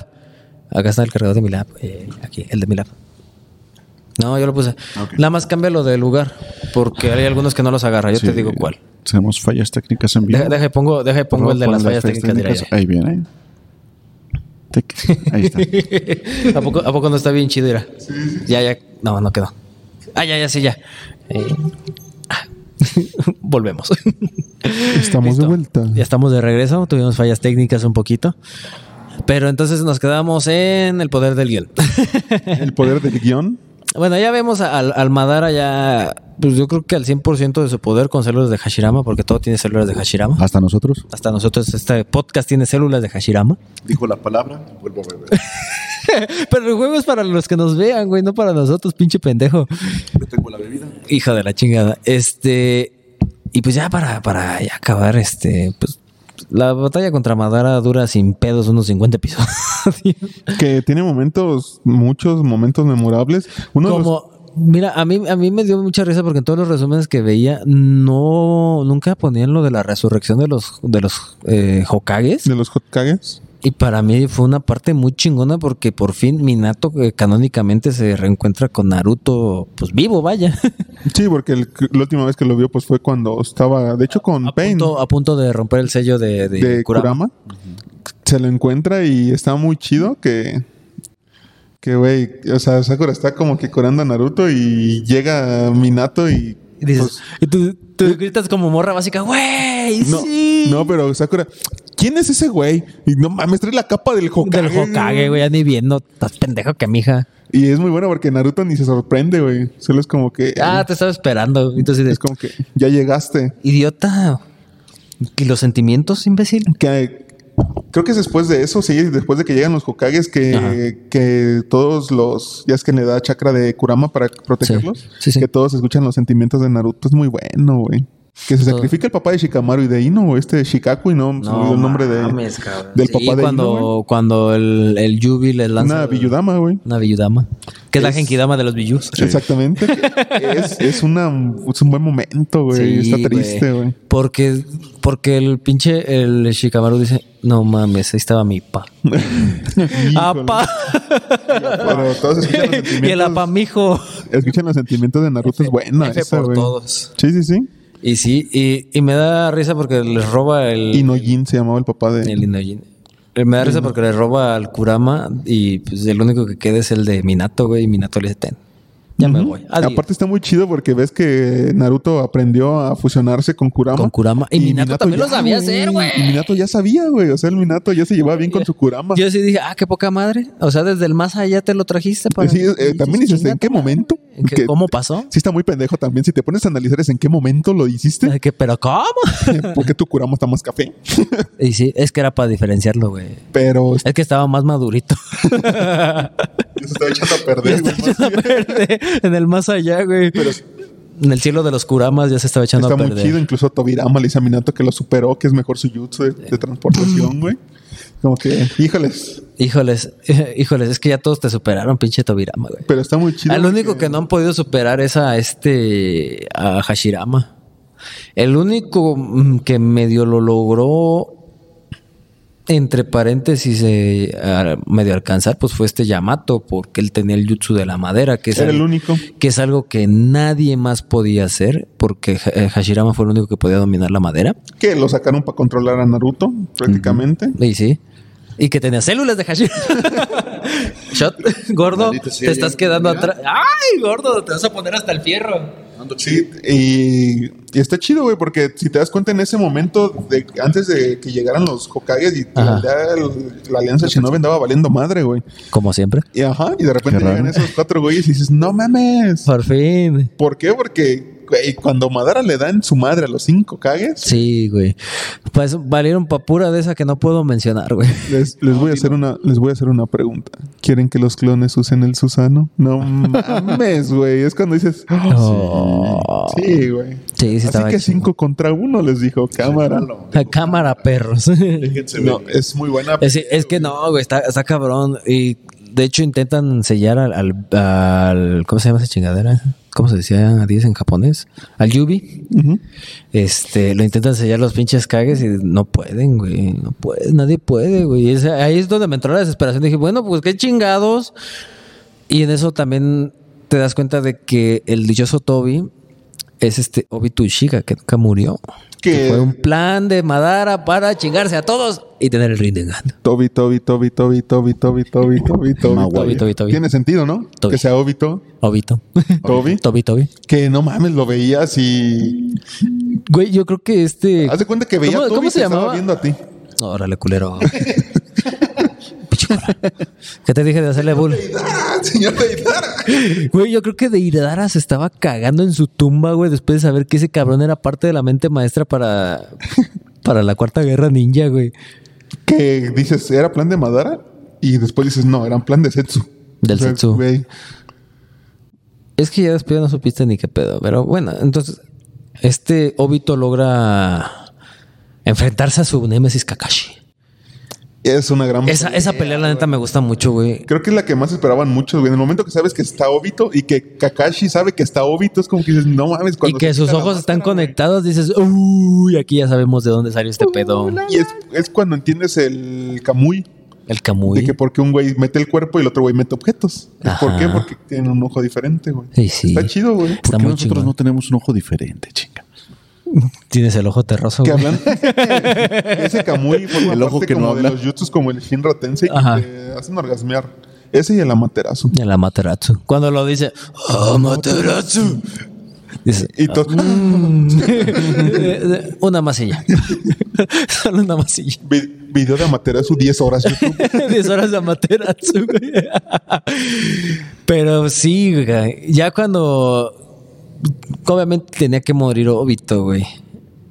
S2: Acá está el cargador de mi lap. eh, aquí, el de mi lap. No, yo lo puse. Nada más cámbialo de lugar, porque hay algunos que no los agarra. Yo te
S1: Sí.
S2: digo cuál.
S1: Tenemos fallas técnicas en vivo.
S2: Deja, deja y pongo, deja y pongo el de las fallas técnicas. dirá yo.
S1: Ahí viene. Tic. Ahí está.
S2: ¿A poco, a poco no está bien chido, era? Ya, ya. No, no quedó. Ah, ya, ya, sí, ya. Eh, ah. Volvemos.
S3: Estamos
S2: Listo.
S3: de vuelta.
S2: Ya estamos de regreso, tuvimos fallas técnicas un poquito. Pero entonces nos quedamos en el poder del guión.
S3: El poder del guión.
S2: bueno, ya vemos al, al Madara ya, pues yo creo que al 100% de su poder con células de Hashirama, porque todo tiene células de Hashirama.
S1: Hasta nosotros.
S2: Hasta nosotros este podcast tiene células de Hashirama.
S1: Dijo la palabra, vuelvo a beber.
S2: Pero el juego es para los que nos vean, güey, no para nosotros, pinche pendejo.
S1: Yo tengo la bebida.
S2: Hijo de la chingada. Este, y pues ya para, para ya acabar, este, pues la batalla contra Madara dura sin pedos unos 50 episodios.
S3: Que tiene momentos, muchos momentos memorables. Uno de los-
S2: Como, mira, a mí, a mí me dio mucha risa porque en todos los resúmenes que veía, no, nunca ponían lo de la resurrección de los, de los eh, Hokages.
S3: de los Hotkages.
S2: Y para mí fue una parte muy chingona porque por fin Minato eh, canónicamente se reencuentra con Naruto, pues vivo, vaya.
S3: Sí, porque el- la última vez que lo vio pues fue cuando estaba, de hecho, con
S2: A
S3: Pain
S2: punto, a punto de romper el sello de, de,
S3: de
S2: Kurama.
S3: Kurama. Se lo encuentra y está muy chido que... Que, güey, o sea, Sakura está como que curando a Naruto y llega Minato y...
S2: Y, dices-
S3: pues,
S2: y tú, tú gritas como morra básica, güey,
S3: No,
S2: sí.
S3: no, pero Sakura, ¿quién es ese güey? Y no mames, trae la capa del Hokage.
S2: Del Hokage, güey, ya ni viendo, estás pendejo que mi hija.
S3: Y es muy bueno porque Naruto ni se sorprende, güey. Solo es como que.
S2: Ah, te estaba esperando. Entonces,
S3: es como que ya llegaste.
S2: Idiota. ¿Y los sentimientos, imbécil?
S3: Que, creo que es después de eso, sí, después de que llegan los Hokages,
S2: Ajá.
S3: que, que todos los. Ya es que le da chakra de Kurama para protegerlos.
S2: sí, sí.
S3: Que todos escuchan los sentimientos de Naruto. Es muy bueno, güey. Que se
S2: Todo.
S3: sacrifica el papá de Shikamaru y de Ino, este Shikaku, y no, se me olvidó el nombre de,
S2: mames, cabrón.
S3: del
S2: Sí,
S3: papá de
S2: cuando,
S3: Ino, güey.
S2: cuando el, el Yubi le lanza...
S3: Una Biyudama, güey.
S2: Una Biyudama. Que es, la
S3: Es-
S2: Genkidama de los Biyus.
S3: Exactamente. es, es, una, es un buen momento, güey.
S2: Sí,
S3: Está triste, güey.
S2: Porque, porque el pinche el Shikamaru dice, no mames, ahí estaba mi pa. Ah,
S3: Híjole.
S2: ¡Apa!
S3: Pero todos escuchan los
S2: y el apa,
S3: sentimientos.
S2: mijo.
S3: escuchan los sentimientos de Naruto. Es buena
S2: F
S3: esa,
S2: por
S3: güey.
S2: todos.
S3: Sí, sí, sí.
S2: Y sí, y, y me da risa porque les roba el...
S3: Inojin se llamaba el papá de.
S2: El Inojin. Eh, Me da risa porque le roba al Kurama y pues el único que queda es el de Minato, güey. Y Minato le dice, ten, ya me
S3: Ujú.
S2: voy. Adiós.
S3: Aparte está muy chido porque ves que Naruto aprendió a fusionarse con Kurama.
S2: Con Kurama. Y Minato también lo sabía hacer, güey.
S3: Y Minato ya sabía, güey. O sea, el Minato ya se llevaba bien con su Kurama.
S2: Yo sí dije, ah, qué poca madre. O sea, desde el más allá te lo trajiste para...
S3: Sí, eh, también dices, ¿en qué momento?
S2: ¿En qué-
S3: Que-
S2: ¿Cómo pasó?
S3: Sí está muy pendejo también. Si te pones a analizar es en qué momento lo hiciste.
S2: Ah, que, ¿Pero cómo?
S3: porque tu Kurama está más café.
S2: y sí, es que era para diferenciarlo, güey.
S3: Pero
S2: Es que estaba más madurito.
S3: se estaba echando a
S2: Ya
S3: perder.
S2: estaba
S3: güey,
S2: echando a perder en el más allá, güey. en el cielo de los Kuramas ya se estaba echando
S3: Está
S2: a
S3: muy
S2: perder.
S3: chido. Incluso Tobirama le dice a Minato que lo superó, que es mejor su jutsu de, de transportación, güey. Como que, híjoles.
S2: Híjoles, híjoles, es que ya todos te superaron, pinche Tobirama, güey.
S3: Pero está muy chido.
S2: El
S3: porque-
S2: Ah, único que no han podido superar es a este a Hashirama. El único mm, que medio lo logró entre paréntesis eh, a- medio alcanzar pues fue este Yamato porque él tenía el jutsu de la madera que es,
S3: Era el
S2: al-
S3: único.
S2: que es algo que nadie más podía hacer porque Ha- eh, Hashirama fue el único que podía dominar la madera
S3: Que lo sacaron para controlar a Naruto, prácticamente.
S2: y sí y que tenía células de Hashirama Shot, gordo,
S1: Maldita sea,
S2: te
S1: ya
S2: estás
S1: no
S2: quedando
S1: tenía.
S2: atrás. ¡Ay, gordo! Te vas a poner hasta el fierro.
S3: Sí, y, y está chido, güey, porque si te das cuenta en ese momento, de, antes de que llegaran los Hokages y
S2: Ajá.
S3: la, aldea- la alianza Shinobi andaba valiendo madre, güey.
S2: Como siempre.
S3: Y ajá, y de repente
S1: Qué raro.
S3: llegan esos cuatro güeyes y dices, no mames.
S2: Por fin.
S3: ¿Por qué? Porque, güey, cuando Madara le dan su madre a los cinco Hokages,
S2: Sí, güey. Pues valieron papura de esa que no puedo mencionar, güey.
S3: Les, les voy a hacer una, les voy a hacer una pregunta. ¿Quieren que los clones usen el Susano? No mames, güey. Es cuando dices. "Ah,
S2: Oh.
S3: Sí, güey.
S2: Sí, sí
S3: Así
S2: estaba
S3: que
S2: chido.
S3: cinco contra uno les dijo, cámara.
S2: La cámara, perros. es,
S3: No, es muy buena.
S2: es que no, güey, está, está cabrón. Y de hecho intentan sellar al, al- al- ¿Cómo se llama esa chingadera? ¿Cómo se decía a 10 en japonés? Al Yubi.
S3: Ujú.
S2: Este, lo intentan sellar los pinches cagues y no pueden, güey. No puede, nadie puede, güey. Es- ahí es donde me entró la desesperación. Dije, bueno, pues qué chingados. Y en eso también te das cuenta de que el dichoso Toby es este Obito Uchiha, que nunca murió.
S1: que
S2: Fue un plan de Madara para chingarse a todos y tener el Rinnegan.
S3: Toby, Toby, Toby, Toby, Toby, Toby, Toby, Toby, Toby,
S1: Maguire.
S2: Toby, Toby, Toby.
S3: Tiene sentido, ¿no?
S2: Toby.
S3: Que sea Obito,
S2: Obito.
S3: Toby.
S2: Toby, Toby.
S3: Que no mames, lo veías y.
S2: Güey, yo creo que este.
S3: Haz de cuenta que veía a
S2: ¿Cómo-
S3: Toby
S2: cómo
S3: y
S2: se
S3: te
S2: llamaba?
S3: estaba viendo a ti.
S2: Órale, culero. Pinche cora. ¿Qué te dije de hacerle bull?
S3: ¡Ah, señor Deidara!
S2: Güey, yo creo que de Deidara se estaba cagando en su tumba, güey, después de saber que ese cabrón era parte de la mente maestra para, para la Cuarta Guerra Ninja, güey.
S3: Que dices, ¿era plan de Madara? Y después dices, no, era un plan de Setsu.
S2: Del
S3: O sea,
S2: Setsu.
S3: güey,
S2: Es que ya después no supiste ni qué pedo, pero bueno, entonces este Obito logra enfrentarse a su némesis Kakashi.
S3: Es una gran.
S2: Esa, esa pelea, la neta, me gusta mucho, güey.
S3: Creo que es la que más esperaban muchos, güey. En el momento que sabes que está Obito y que Kakashi sabe que está Obito, es como que dices, no mames.
S2: Y
S3: cuando
S2: que
S3: se
S2: sus
S3: quita la
S2: ojos están
S3: máscara, güey.
S2: conectados, dices, uy, aquí ya sabemos de dónde salió este pedo.
S3: Y es, es cuando entiendes el Kamui.
S2: El
S3: De
S2: Kamui.
S3: que porque un güey mete el cuerpo y el otro güey mete objetos. ¿Por
S2: Ajá.
S3: qué? Porque tienen un ojo diferente, güey.
S2: Sí, sí.
S3: Está chido, güey.
S1: ¿Por
S2: Está
S1: qué
S2: muy
S1: nosotros
S2: chingón.
S1: no tenemos un ojo diferente, chinga?
S2: Tienes el ojo terroso,
S3: Que
S2: güey.
S3: hablan ese Kamui forma
S1: El ojo
S3: parte
S1: que no
S3: como
S1: habla.
S3: de los jutsus como el Shinra Tensei
S2: Ajá.
S3: que te hacen orgasmear. Ese y el Amaterasu.
S2: El Amaterasu. Cuando lo dice, "Oh, Amaterasu. Dice,
S3: Y Mm. todos
S2: una masilla. Solo una masilla.
S3: vi- video de Amaterasu 10 horas YouTube.
S2: 10 horas de Amaterasu, güey. Pero sí, güey. Ya cuando. Obviamente tenía que morir Obito, güey.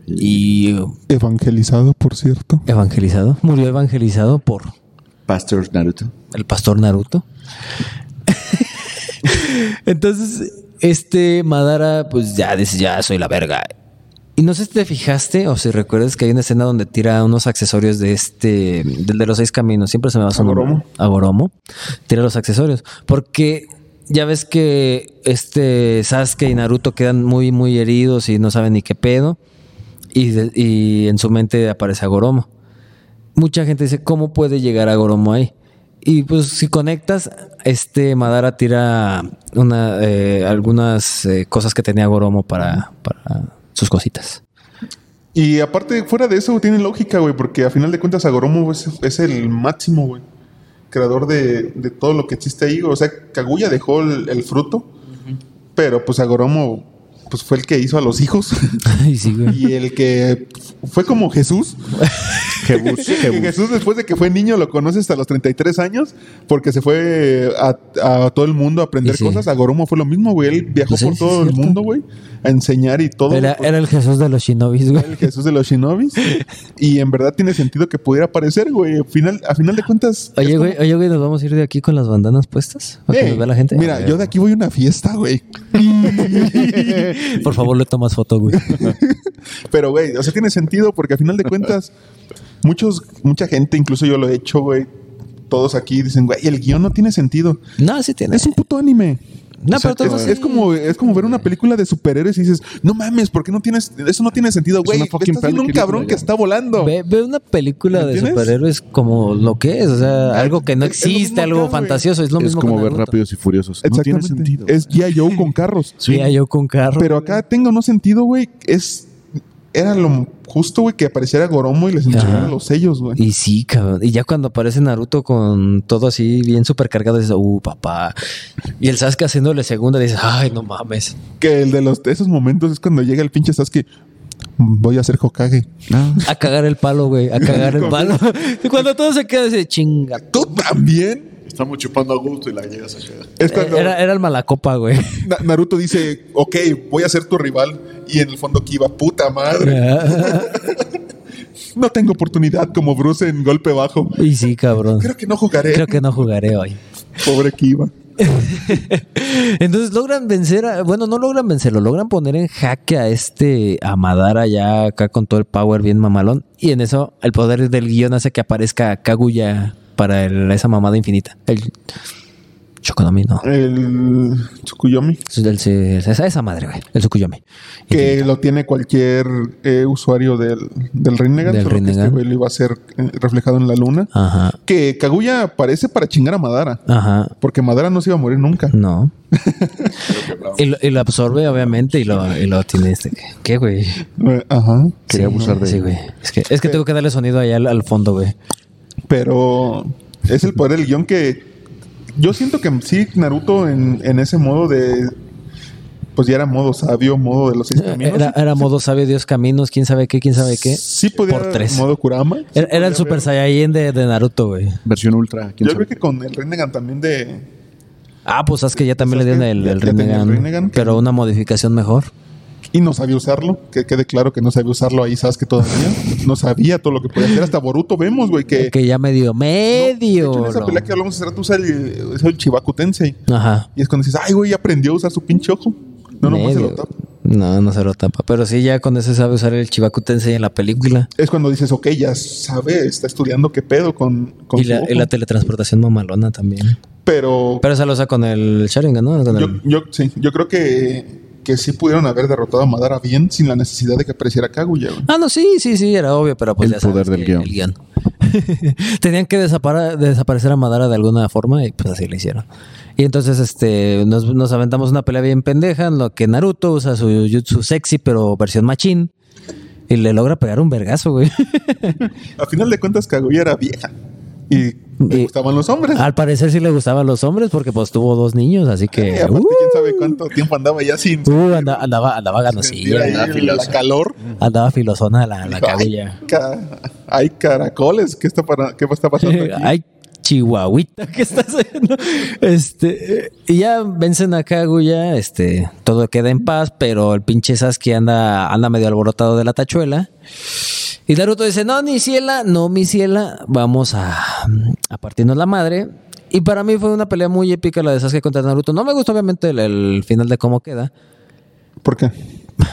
S2: Y.
S3: Evangelizado, por cierto.
S2: Evangelizado. Murió evangelizado por
S1: Pastor Naruto.
S2: el pastor Naruto. Entonces, este Madara, pues ya dice, ya soy la verga. Y no sé si te fijaste o si recuerdas que hay una escena donde tira unos accesorios de este, del de los seis caminos. Siempre se me va su nombre.
S3: Agoromo.
S2: Agoromo. Tira los accesorios. Porque ya ves que este Sasuke y Naruto quedan muy, muy heridos y no saben ni qué pedo. Y, de- y en su mente aparece Agoromo mucha gente dice, ¿cómo puede llegar a Goromo ahí? Y pues si conectas, este Madara tira una, eh, algunas eh, cosas que tenía Goromo para, para sus cositas.
S3: Y aparte, fuera de eso, tiene lógica, güey, porque a final de cuentas Agoromo es, es el máximo, güey. Creador de, de todo lo que existe ahí. O sea, Kaguya dejó el, el fruto, pero pues Agoromo pues, fue el que hizo a los hijos
S2: Ay, sí, güey.
S3: y el que fue como Jesús.
S1: Jebus,
S3: Que
S1: Jebus.
S3: Jesús, después de que fue niño, lo conoce hasta los 33 años porque se fue a, a todo el mundo a aprender
S2: Y sí.
S3: cosas. Agoromo fue lo mismo, güey. Él viajó
S2: Pues sí,
S3: por
S2: sí,
S3: todo
S2: es
S3: el
S2: cierto.
S3: mundo, güey, a enseñar y todo.
S2: Era,
S3: güey,
S2: era el Jesús de los shinobis, güey.
S3: el Jesús de los shinobis. y en verdad tiene sentido que pudiera aparecer, güey. Al Final, a final de cuentas.
S2: Oye,
S3: es
S2: güey, oye, güey, ¿nos vamos a ir de aquí con las bandanas puestas?
S3: como,
S2: Para que
S3: "Ey,
S2: nos vea la gente.
S3: Mira, yo de aquí voy a una fiesta, güey.
S2: Por favor, le tomas foto, güey.
S3: Pero, güey, o sea, tiene sentido porque a final de cuentas, muchos, mucha gente, incluso yo lo he hecho, güey. Todos aquí dicen, güey, el guión no tiene sentido.
S2: No, sí tiene.
S3: Es un puto anime.
S2: No,
S3: O sea,
S2: pero todo
S3: es,
S2: sí.
S3: es como es como ver una película de superhéroes y dices, no mames, ¿por qué no tienes eso no tiene sentido, güey?
S1: una
S3: Le
S1: fucking
S3: Estás viendo un
S1: película,
S3: cabrón que
S1: ya.
S3: está volando.
S2: Ve, ve una película
S3: ¿Me
S2: de
S3: entiendes?
S2: superhéroes como lo que es, o sea, algo que no
S3: Es- es lo mismo
S2: existe,
S3: acá,
S2: algo
S3: güey.
S2: fantasioso, es lo
S1: Es
S2: mismo
S1: como
S2: con
S1: ver
S2: Naruto.
S1: rápidos y furiosos. No tiene
S3: Exactamente.
S1: sentido.
S3: es G.I. Joe con carros.
S2: Sí, yo con carro.
S3: Pero acá tengo no sentido, güey. Es era lo justo, güey, que apareciera Goromo y les entregara
S2: Ajá.
S3: los sellos, güey.
S2: Y sí, cabrón. Y ya cuando aparece Naruto con todo así bien supercargado, dices, uh, papá. Y el Sasuke haciéndole segunda, dices, ay, no mames.
S3: Que el de los de esos momentos es cuando llega el pinche Sasuke, voy a ser Hokage.
S1: Ah,
S2: A cagar el palo, güey. A cagar el palo. y cuando todo se queda, dice, chinga.
S3: Tú también.
S4: Estamos chupando a gusto y la llegas a quedar.
S3: Es cuando
S2: Eh, Era, era el malacopa, güey.
S3: Na- Naruto dice, ok, voy a ser tu rival. Y en el fondo Kiba, puta madre. No tengo oportunidad como Bruce en golpe bajo.
S2: y sí, cabrón.
S3: Creo que no jugaré.
S2: Creo que no jugaré hoy.
S3: Pobre Kiba.
S2: Entonces logran vencer, a- bueno, no logran vencerlo, logran poner en jaque a este a Madara ya acá con todo el power bien mamalón. Y en eso el poder del guión hace que aparezca Kaguya para el- esa mamada infinita. El Chokonomi, no.
S3: El Tsukuyomi.
S2: Es del- se- esa, esa madre, güey. El Tsukuyomi.
S3: Que lo tiene cualquier eh, usuario del, del Rinnegan.
S2: Del
S3: solo que
S2: Rinnegan.
S3: este güey lo iba a ser eh, reflejado en la luna.
S2: Ajá,
S3: Que Kaguya aparece para chingar a Madara.
S2: ajá.
S3: Porque Madara no se iba a morir nunca.
S2: No. Y lo, y lo absorbe, obviamente, y lo, y lo tiene este. ¿Qué, güey?
S3: Eh, Ajá.
S1: Quería
S2: Sí,
S1: abusar de
S2: Sí, güey. Es que, es que tengo que darle sonido allá al, al fondo, güey.
S3: Pero es el poder del guión que. Yo siento que sí, Naruto en, en ese modo de. Pues ya era modo sabio, modo de los seis
S2: Eh,
S3: caminos.
S2: Era, era modo sabio, Dios caminos, quién sabe qué, quién sabe qué.
S3: Sí podía.
S2: Por tres.
S3: Modo Kurama. Sí
S2: Era, era el
S3: podía
S2: Super
S3: ver-
S2: Saiyajin de, de Naruto, güey.
S1: Versión ultra. ¿quién
S3: Yo
S1: sabe?
S3: creo que con el Rennegan también de.
S2: Ah, pues sabes que ya también le dieron
S3: Sasuke,
S2: el,
S3: ya-
S2: el
S3: ya tenía el
S2: Rinnegan,
S3: Rinnegan, que-
S2: pero una modificación mejor.
S3: Y no sabía usarlo. Que quede claro que no sabía usarlo ahí, sabes que todavía. No sabía todo lo que podía hacer. Hasta Boruto vemos, güey, que.
S2: Que ya medio, medio.
S3: de hecho, en esa
S2: lo-
S3: pelea que hablamos hace rato usa el, usa el Chibaku Tensei.
S2: Ajá.
S3: Y es cuando dices, ay, güey, aprendió a usar su pinche ojo. No, no, se lo
S2: Medio.
S3: tapa.
S2: No, no se lo tapa. Pero sí, ya con ese sabe usar el Chibaku Tensei en la película.
S3: Es cuando dices, ok, ya sabe, está estudiando qué pedo con, con
S2: Y
S3: su
S2: la,
S3: ojo.
S2: y la teletransportación mamalona también.
S3: Pero,
S2: Pero esa lo usa con el Sharingan, ¿no? Con
S3: yo,
S2: el-
S3: yo, sí, yo creo que, que sí pudieron haber derrotado a Madara bien sin la necesidad de que apareciera Kaguya. güey.
S2: Ah, no, sí, sí, sí, era obvio, pero pues
S1: El
S2: ya sabes
S1: poder del
S2: que
S1: guión.
S2: el Tenían que desapara- desaparecer a Madara de alguna forma y pues así lo hicieron. Y entonces este nos, nos aventamos una pelea bien pendeja en lo que Naruto usa su jutsu sexy pero versión machín y le logra pegar un vergazo, güey.
S3: A final de cuentas, Kaguya era vieja y le
S2: Y- Ah,
S3: gustaban los hombres.
S2: Al parecer sí le gustaban los hombres porque pues tuvo dos niños, así
S3: Y
S2: que
S3: aparte, quién sabe cuánto tiempo andaba ya sin
S2: uh, uh, anda- andaba andaba
S3: sentir ahí
S2: ganosilla,
S3: la, calor.
S2: andaba filosona la, la
S3: Dijo, "Ay,
S2: cabulla.
S3: ca- Hay caracoles, ¿qué está, para, qué está pasando aquí?
S2: Ay, chihuahuita, ¿qué estás haciendo? Este, eh, y ya vencen a Kaguya, este, todo queda en paz, pero el pinche Sasuke anda, anda medio alborotado de la tachuela. Y Naruto dice, no, ni ciela, no, mi ciela, vamos a, a partirnos la madre. Y para mí fue una pelea muy épica la de Sasuke contra Naruto. No me gustó obviamente el, el final de cómo queda,
S3: ¿Por qué?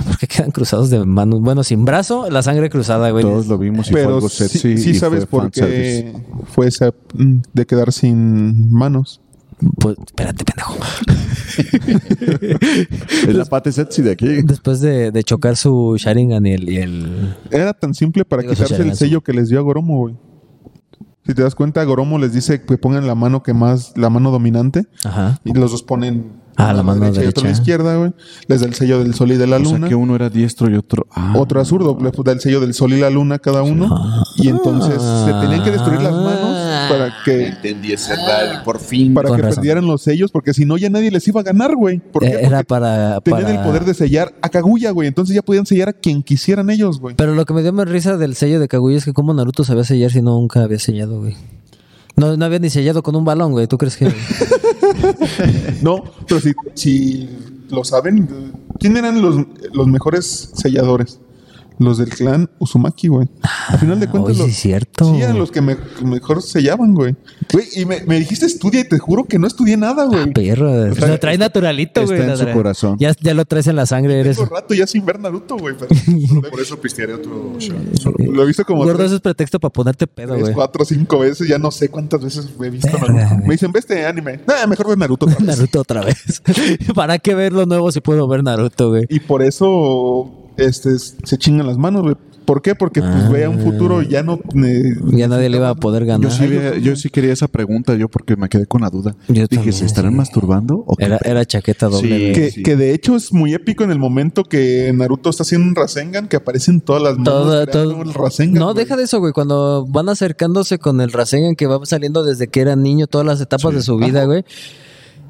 S2: porque quedan cruzados de manos, bueno, sin brazo, la sangre cruzada, güey.
S1: Todos lo vimos y fue
S3: Pero
S1: algo
S3: sí,
S1: sexy.
S3: sí
S1: y
S3: sabes
S1: fue
S3: por
S1: fanservice.
S3: qué fue esa mm, de quedar sin manos.
S2: Pues, espérate, pendejo.
S1: Es la parte sexy de aquí.
S2: Después de, de chocar su Sharingan y el, y el-
S3: Era tan simple para
S2: Digo,
S3: quitarse el
S2: socialmente.
S3: sello que les dio a Goromo, güey. Si te das cuenta, Goromo les dice que pongan la mano que más, la mano dominante,
S2: Ajá.
S3: y los dos ponen
S2: Ah, la mano
S3: y otra a la
S2: derecha. Pues
S3: izquierda, güey. Les da el sello del sol y de la
S1: o
S3: luna.
S1: sea que uno era diestro y otro. Ah,
S3: Otro a zurdo, le da el sello del sol y la luna a cada uno. Y entonces se tenían que destruir las manos para que,
S4: Entendí ese rally, por fin.
S3: para
S2: Con
S3: que
S2: razón.
S3: perdieran los sellos, porque si no, ya nadie les iba a ganar, güey. ¿Por qué?
S2: Eh, Era
S3: Porque
S2: para,
S3: tenían
S2: para-
S3: el poder de sellar a Kaguya, güey. Entonces ya podían sellar a quien quisieran ellos, güey.
S2: Pero lo que me dio más risa del sello de Kaguya es que cómo Naruto sabía sellar si no nunca había sellado, güey. No, no había ni sellado con un balón, güey. ¿Tú crees que...?
S3: No, pero si, si lo saben, ¿quién eran los, los mejores selladores? Los del clan Uzumaki, güey. Al final de
S2: Ah,
S3: cuentas,
S2: oye,
S3: los,
S2: sí es cierto.
S3: sí eran los que me- mejor sellaban, güey. Güey, y me, me dijiste estudia y te juro que no estudié nada,
S2: Ah,
S3: güey.
S2: Perro.
S3: sea,
S2: lo traes naturalito,
S1: está
S2: güey.
S1: en
S2: lo
S1: su
S2: traes.
S1: corazón.
S2: Ya, ya lo traes en la sangre, eres...
S3: Tengo rato ya sin ver Naruto, güey. pero-
S4: Por eso pistearé otro shot.
S3: Lo he visto como
S2: Gordo,
S3: tres,
S2: eso es pretexto para ponerte pedo,
S3: tres,
S2: güey.
S3: cuatro, cinco veces. Ya no sé cuántas veces he visto
S2: Verga,
S3: Naruto.
S2: güey.
S3: Me dicen, ve este anime. Nah, mejor ve Naruto. otra vez".
S2: Naruto otra vez. ¿Para qué ver lo nuevo si puedo ver Naruto, güey?
S3: Y por eso este, se chingan las manos, güey. ¿Por qué? Porque pues, güey, a un
S2: Ah.
S3: futuro ya no... eh,
S2: Ya nadie le iba a poder ganar.
S1: Yo sí, ve- yo sí quería esa pregunta, yo porque me quedé con la duda.
S2: Yo
S1: Dije,
S2: también,
S1: ¿se estarán
S2: sí.
S1: masturbando? ¿O qué
S2: Era,
S1: pe-
S2: era chaqueta doble.
S1: Sí.
S2: güey.
S1: ¿Qué?
S3: que, que de hecho es muy épico en el momento que Naruto está haciendo un Rasengan, que aparecen todas las manos.
S2: Todo,
S3: creando
S2: todo.
S3: El Rasengan,
S2: no,
S3: güey.
S2: deja de eso, güey. Cuando van acercándose con el Rasengan que va saliendo desde que era niño, todas las etapas de su vida, güey.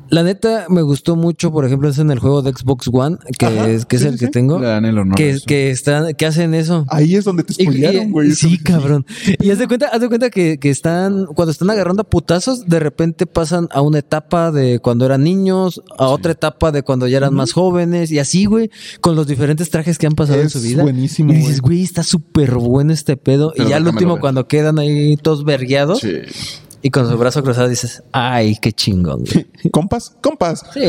S2: La neta me gustó mucho, por ejemplo, es en el juego de Xbox One, que
S3: Ajá,
S2: es, que es
S3: sí,
S2: el
S3: sí,
S2: que
S3: sí.
S2: tengo.
S1: Le dan el honor. a
S2: que,
S1: eso.
S2: que, están, que hacen eso.
S3: Ahí es donde te
S2: Y- y-
S3: spoilearon, güey.
S2: Sí, cabrón. Y haz de cuenta, haz de cuenta que, que están, cuando están agarrando a putazos, de repente pasan a una etapa de cuando eran niños, a otra etapa de cuando ya eran más jóvenes, y así, güey, con los diferentes trajes que han pasado en
S3: Es
S2: su vida.
S3: buenísimo,
S2: Y dices,
S3: güey.
S2: güey, está súper bueno este pedo.
S1: Pero
S2: y ya al
S1: déjamelo
S2: último,
S1: ver.
S2: cuando quedan ahí todos vergueados
S1: Sí.
S2: y con su brazo cruzado, dices, ay, qué chingón, güey.
S3: Compas, compas.
S2: Sí,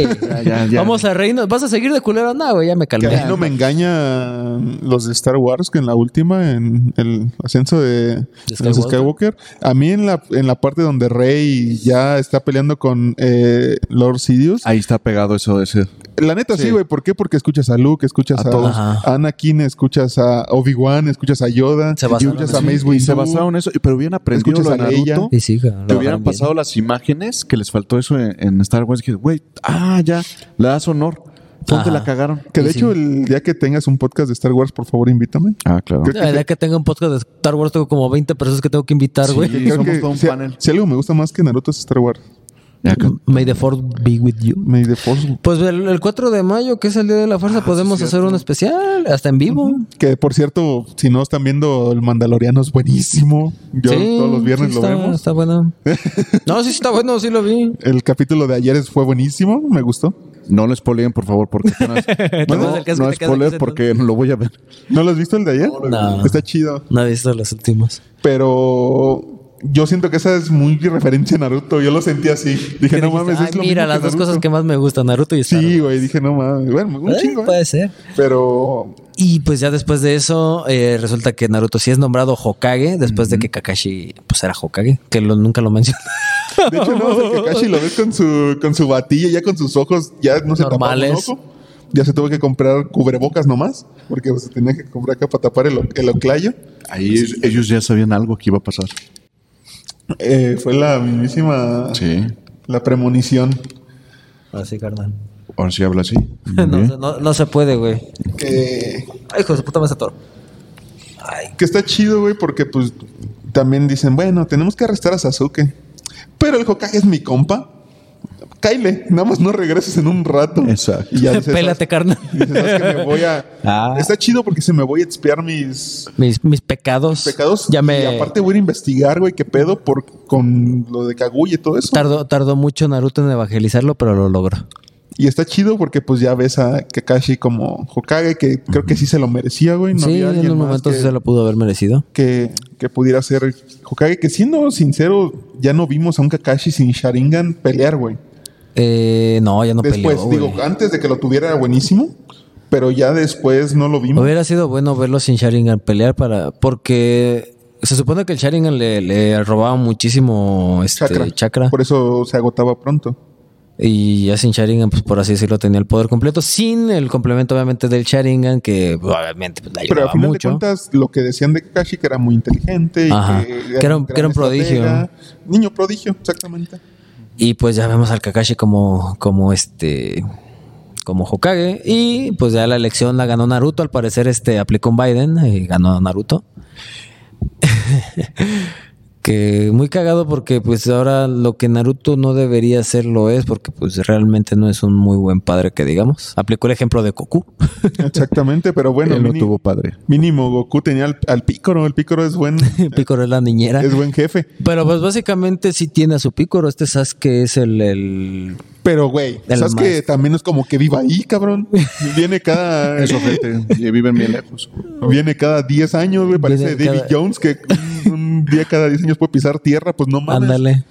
S1: ya, ya.
S2: Vamos a reírnos. ¿Vas a seguir de culero? No, güey, ya me
S3: Que
S2: calmé.
S3: a mí no me engaña los de Star Wars, que en la última, en el ascenso de, de los
S2: Skywalker.
S3: Skywalker, a mí en la, en la parte donde Rey ya está peleando con eh, Lord Sidious,
S1: Ahí está pegado eso de ser.
S3: la neta sí,
S1: Sí.
S3: güey, ¿por qué? Porque escuchas a Luke, escuchas a,
S1: A todos.
S2: Ajá.
S3: Anakin, escuchas a Obi-Wan, escuchas a Yoda,
S2: Se basaron
S3: escuchas
S2: en
S3: a
S2: eso.
S3: Mace
S1: Y
S3: Windu.
S1: se basaron en eso, pero hubieran aprendido lo de
S3: Escuchas a Leia.
S1: Naruto.
S2: Y sí, güey, lo
S1: Te hubieran
S2: agarran bien.
S1: pasado las imágenes que les faltó eso en, en Star Wars. Que, güey, ah, ya, le das honor. ¿Dónde
S2: Ajá.
S1: la cagaron?
S3: Que de
S2: Sí,
S3: hecho, el día que tengas un podcast de Star Wars, por favor, invítame.
S1: Ah, claro.
S3: Creo
S2: La idea que tenga un podcast de Star Wars, tengo como 20 personas que tengo que invitar,
S1: Sí.
S2: güey.
S1: Y somos todo un
S3: si,
S1: panel.
S3: si algo me gusta más que Naruto es Star Wars.
S1: Acá.
S2: May the Force be with you.
S3: May the Force.
S2: Pues el, el 4 de mayo, que es el Día de la Fuerza, podemos hacer un especial, hasta en vivo.
S3: Que por cierto, si no están viendo el Mandaloriano es buenísimo. Yo
S2: Sí,
S3: todos los viernes
S2: sí,
S3: lo
S2: está,
S3: vemos.
S2: Está bueno. No, sí está bueno, sí lo vi.
S3: El capítulo de ayer es- fue buenísimo, me gustó.
S1: No lo spoileen, por favor, porque apenas- no,
S2: vas al caso
S1: no
S2: que te quedas
S1: spoiler
S2: aquí
S1: porque lo voy a ver.
S3: ¿No lo has visto el de ayer?
S2: No.
S3: Está chido.
S2: No he visto las últimas.
S3: Pero yo siento que esa es muy referencia a Naruto. Yo lo sentí así. Dije, no mames,
S2: Ay,
S3: es lo
S2: mira,
S3: mismo
S2: las
S3: que
S2: dos
S3: Naruto".
S2: cosas que más me gustan, Naruto y Star
S3: Sí,
S2: Wars.
S3: güey, dije, no mames. Bueno, un
S2: Eh,
S3: chingo. ¿eh?
S2: Puede ser.
S3: Pero
S2: Y pues ya después de eso, eh, resulta que Naruto sí es nombrado Hokage, después de que Kakashi pues era Hokage, que lo- nunca lo menciona.
S3: de hecho, no, o sea, el Kakashi lo ves con su, con su batilla, ya con sus ojos, ya no se tapaba un
S2: Normales.
S3: ojo. Ya se tuvo que comprar cubrebocas nomás, porque pues, se tenía que comprar acá para tapar el, o- el oclayo.
S1: Ahí es- ellos ya sabían algo que iba a pasar.
S3: Eh, fue la mismísima,
S1: Sí.
S3: la premonición.
S2: Así, Ah, carnal.
S1: Ahora sí habla así. Muy
S2: No,
S1: bien.
S2: se- no, no se puede, güey.
S3: Que
S2: Ay, hijo de su puta me toro. Ay,
S3: Que está chido, güey, porque pues también dicen, bueno, tenemos que arrestar a Sasuke. Pero el Hokage es mi compa. Kyle, nada más no regreses en un rato.
S1: Exacto.
S3: Y ya dices,
S2: pélate, carnal.
S3: dices, "Sabes que me voy a...
S2: Ah.
S3: Está chido porque se me voy a expiar mis
S2: Mis, mis pecados.
S3: pecados.
S2: Ya me.
S3: Y aparte voy a ir a investigar, güey, qué pedo por, con lo de Kaguya y todo eso.
S2: Tardó, tardó mucho Naruto en evangelizarlo, pero lo logró.
S3: Y está chido porque pues ya ves a Kakashi como Hokage, que creo que sí se lo merecía, güey. No
S2: sí,
S3: había
S2: en
S3: alguien
S2: un
S3: más
S2: momento
S3: que-
S2: sí se lo pudo haber merecido.
S3: que, que pudiera ser Hokage. Que siendo sincero, ya no vimos a un Kakashi sin Sharingan pelear, güey.
S2: Eh, no, ya no
S3: después,
S2: peleó.
S3: digo,
S2: güey.
S3: antes de que lo tuviera era buenísimo, pero ya después no lo vimos.
S2: Hubiera sido bueno verlo sin Sharingan pelear para. Porque se supone que el Sharingan le, le robaba muchísimo este,
S3: Chakra.
S2: chakra.
S3: Por eso se agotaba pronto.
S2: Y ya sin Sharingan, pues por así decirlo, tenía el poder completo. Sin el complemento, obviamente, del Sharingan, que obviamente pues, le
S3: Pero
S2: ayudaba
S3: al final
S2: mucho.
S3: de cuentas, lo que decían de Kakashi que era muy inteligente y
S2: Ajá. Que era un- que era un
S3: gran
S2: prodigio.
S3: estratega. Niño prodigio, exactamente.
S2: Y pues ya vemos al Kakashi como, como este. Como Hokage. Y pues ya la elección la ganó Naruto. Al parecer, este aplicó un Biden y ganó Naruto. que muy cagado porque pues ahora lo que Naruto no debería hacer lo es porque pues realmente no es un muy buen padre que digamos. Aplicó el ejemplo de Goku.
S3: Exactamente, pero bueno,
S1: Él no
S3: mínimo,
S1: tuvo padre.
S3: mínimo Goku tenía al, al Pícoro. El Pícoro es buen,
S2: Picoro es la niñera.
S3: es buen jefe.
S2: Pero pues básicamente sí tiene a su Picoro. Este Sasuke es el- el
S3: Pero, güey,
S2: El
S3: ¿sabes que
S2: maestro.
S3: también es como que viva ahí, cabrón? Viene cada...
S1: Eso, gente. y viven bien lejos.
S3: Viene cada 10 años, güey. Parece
S2: Viene
S3: David
S2: cada-
S3: Jones que un, un día cada 10 años puede pisar tierra. Pues no mames.
S2: Ándale.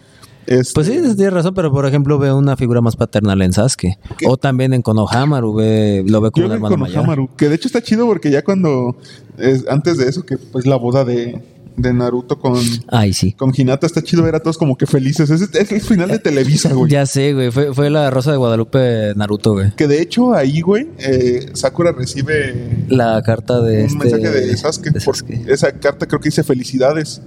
S3: Este,
S2: Pues sí, tienes razón, pero por ejemplo veo una figura más paternal en Sasuke.
S3: ¿Qué?
S2: O también en Konohamaru, ve, lo ve como
S3: Yo
S2: un
S3: creo que
S2: hermano
S3: con
S2: mayor.
S3: Ojamaru, que de hecho está chido porque ya cuando... es- antes de eso, que pues la boda de, de Naruto con,
S2: Ay, sí.
S3: con Hinata está chido. Era todos como que felices. Es, es el final de Televisa, Ah, güey.
S2: Ya sé, güey. Fue, fue la Rosa de Guadalupe Naruto, güey.
S3: Que de hecho ahí, güey, eh, Sakura recibe...
S2: La carta de.
S3: un
S2: este-
S3: mensaje de Sasuke.
S2: de
S3: por-
S2: Sasuke.
S3: esa carta creo que dice felicidades.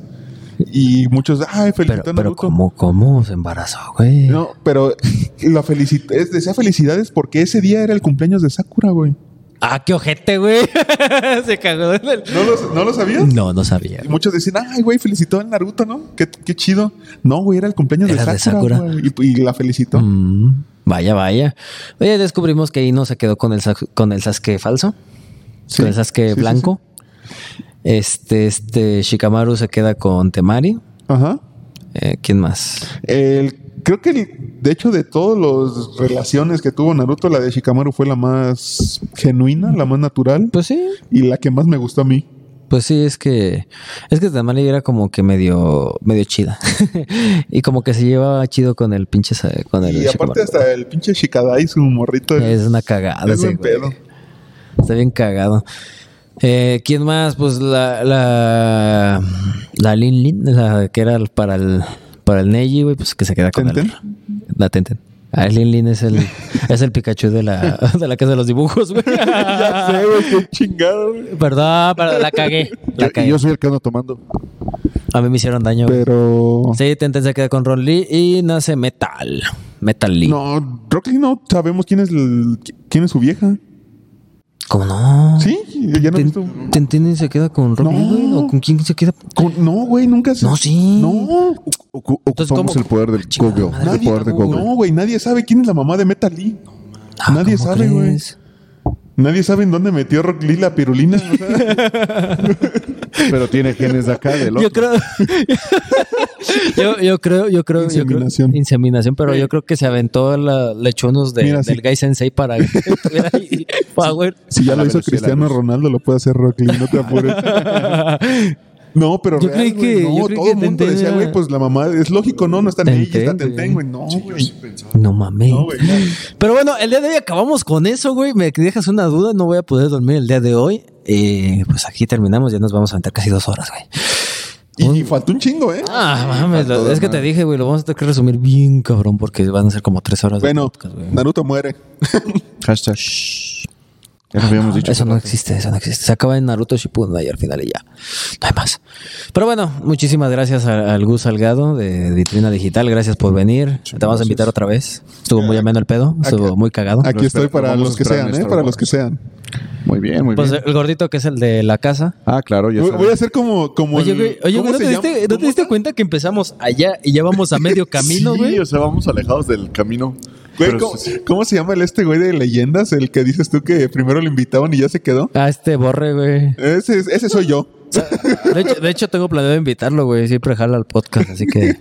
S3: Y muchos, ay,
S2: Pero,
S3: felicitó a
S2: pero
S3: Naruto".
S2: ¿cómo, ¿cómo se embarazó, güey?
S3: No, pero la felici- es- decía felicidades porque ese día era el cumpleaños de Sakura, güey.
S2: Ah, qué ojete, güey. se cagó en el.
S3: ¿No lo, no lo sabías?
S2: No, no sabía.
S3: Y muchos decían, ay, güey, felicitó al Naruto, ¿no? Qué, qué chido. No, güey, era el cumpleaños
S2: Era
S3: de
S2: de
S3: Sakura,
S2: Sakura.
S3: güey. Y, y la felicitó.
S2: Mm, vaya, vaya. Oye, descubrimos que Ino se quedó con el, Sas- con el Sasuke falso.
S3: Sí.
S2: Con el Sasuke
S3: Sí, sí,
S2: blanco. Este, este Shikamaru se queda con Temari.
S3: Ajá.
S2: Eh, ¿Quién más?
S3: El- creo que, el- de hecho, de todas las relaciones que tuvo Naruto, la de Shikamaru fue la más genuina, la más natural
S2: Pues sí.
S3: y la que más me gustó a mí.
S2: Pues sí, es que. Es que Temari era como que medio. medio chida. y como que se llevaba chido con el pinche sa- con el
S3: Y aparte,
S2: Shikamaru.
S3: hasta el pinche Shikadai, su morrito.
S2: Es una cagada.
S3: es
S2: ese
S3: buen
S2: güey.
S3: pedo.
S2: Está bien cagado. Eh, ¿Quién más? Pues la, la, la Lin Lin, la que era el- para el, para el Neji, güey, pues que se queda con
S3: ¿Tenten?
S2: él. La Tenten. Ah, Lin Lin es el, es el Pikachu de la, de la casa de los dibujos, güey.
S3: Ya sé, güey, qué chingado, güey.
S2: Perdón, pero la cagué. La
S1: Yo, y
S2: cagué.
S1: yo soy el que ando tomando.
S2: A mí me hicieron daño. güey.
S3: Pero.
S2: Sí, Tenten se queda con Ron Lee y nace Metal. Metal League.
S3: No, Rock Lee no sabemos quién es, el- quién es su vieja.
S2: ¿Cómo no?
S3: ¿Sí? Ya no he
S2: Ten-
S3: visto.
S2: ¿Tentini se queda con Rock
S3: No.
S2: Lee, güey? ¿O con quién se queda?
S3: Con- no, güey, nunca se.
S2: No, sí.
S3: No,
S1: Ocu- ocupamos
S2: ¿cómo?
S1: el poder del
S2: Ah, chingada
S1: Google.
S2: madre.
S1: el poder de Google.
S3: no, güey, nadie sabe quién es la mamá de Metal Lee. Nadie
S2: Ah, ¿cómo
S3: sabe, güey.
S2: crees?
S3: Nadie sabe en dónde metió Rock Lee la pirulina. o sea,
S1: Pero tiene genes de acá, del
S2: Yo
S1: otro.
S2: creo. yo, yo creo, yo creo. yo creo-
S3: Inseminación.
S2: inseminación, pero yo creo que se aventó la, le echó unos de,
S3: Mira,
S2: del
S3: sí.
S2: Guy Sensei para que tuviera ahí power.
S3: si ya
S1: A la
S3: lo
S1: velocidad de
S3: hizo
S1: la
S3: Cristiano
S1: luz.
S3: Ronaldo, lo puede hacer Rock Lee, no te apures. No, pero
S2: Yo
S3: real,
S2: creí
S3: güey,
S2: que-
S3: no,
S2: yo creí
S3: todo
S2: que
S3: el mundo
S2: Tenten
S3: decía,
S2: era-
S3: güey, pues la mamá, es lógico, no, no está en ella, está
S2: Tenten,
S3: Tenten,
S2: güey.
S3: güey, no, güey.
S2: No mames.
S3: No, güey, no.
S2: Pero bueno, el día de hoy acabamos con eso, güey. Me dejas una duda, no voy a poder dormir el día de hoy. Eh, pues aquí terminamos, ya nos vamos a aventar casi dos horas, güey.
S3: Y, faltó un chingo, ¿eh?
S2: Ah, mames, lo-
S3: toda
S2: es que te
S3: madre.
S2: dije, güey, lo vamos a tener que resumir bien, cabrón, porque van a ser como tres horas
S3: bueno,
S2: de podcast, pues, güey.
S3: Naruto muere.
S1: Hashtag. Ya lo habíamos dicho.
S2: Ah, Eso no existe, eso no existe. Se acaba en Naruto Shippuden ahí al final y ya. No hay más. Pero bueno, muchísimas gracias a- al Gus Salgado de Vitrina Digital. Gracias por venir. Te vamos a invitar otra vez. Estuvo muy ameno el pedo. Estuvo muy cagado.
S3: Aquí estoy
S1: espero-
S3: para
S1: vamos a
S3: los que
S1: esperar
S3: sean,
S1: en
S3: ¿eh?
S1: Star
S3: Para
S1: Wars.
S3: los que sean.
S1: Muy bien, muy
S2: Pues
S1: bien.
S2: el gordito que es el de la casa.
S1: Ah, claro, ya
S3: Voy
S1: saben.
S3: voy a hacer como, como
S2: Oye,
S3: el-
S2: güey, oye,
S3: ¿cómo
S2: güey, ¿no
S3: se
S2: te
S3: llama?
S2: diste, no te
S3: ¿Cómo
S2: diste
S3: está?
S2: cuenta que empezamos allá y ya vamos a medio camino,
S4: sí,
S2: güey?
S4: o sea, vamos alejados del camino.
S3: Güey,
S4: Pero
S3: ¿cómo,
S4: sí,
S3: cómo se llama el este güey de leyendas? El que dices tú que primero lo invitaban y ya se quedó.
S2: Ah, este borre, güey.
S3: Ese, es- ese soy yo.
S2: De hecho, de hecho, tengo planeado invitarlo, güey. Siempre jala al podcast, así que.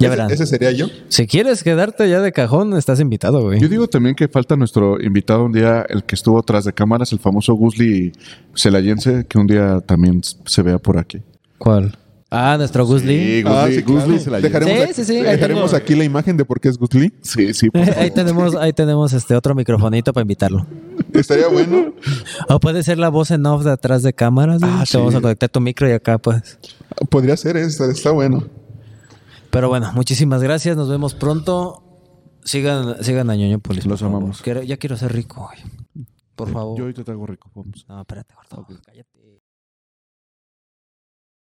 S2: Ya verán.
S3: Ese sería yo.
S2: Si quieres quedarte ya de cajón, estás invitado, güey.
S1: Yo digo también que falta nuestro invitado un día, el que estuvo tras de cámaras, el famoso Guzli celayense, que un día también s- se vea por aquí.
S2: ¿Cuál? Ah, nuestro Guzli.
S4: Sí, Guzli,
S3: Ah, sí, claro.
S4: Guzli se la lleva.
S3: Dejaremos,
S2: Sí,
S3: aquí,
S2: sí, sí, ahí
S3: dejaremos
S2: tengo.
S3: aquí la imagen de por qué es Guzli.
S4: Sí, sí, por
S2: Ahí
S4: favor.
S2: tenemos, ahí tenemos este otro microfonito para invitarlo.
S3: Estaría bueno.
S2: O puede ser la voz en off de atrás de cámaras. güey.
S1: Ah,
S2: Te vamos a conectar tu micro y acá, pues.
S3: Podría ser, está, está bueno.
S2: Pero bueno, muchísimas gracias. Nos vemos pronto. Sigan, sigan a Ñoñópolis.
S1: Los
S2: por favor.
S1: amamos.
S2: Quiero- ya quiero ser rico, güey. Por favor.
S1: Yo hoy te traigo rico, vamos.
S2: No, espérate, gordo. Cállate.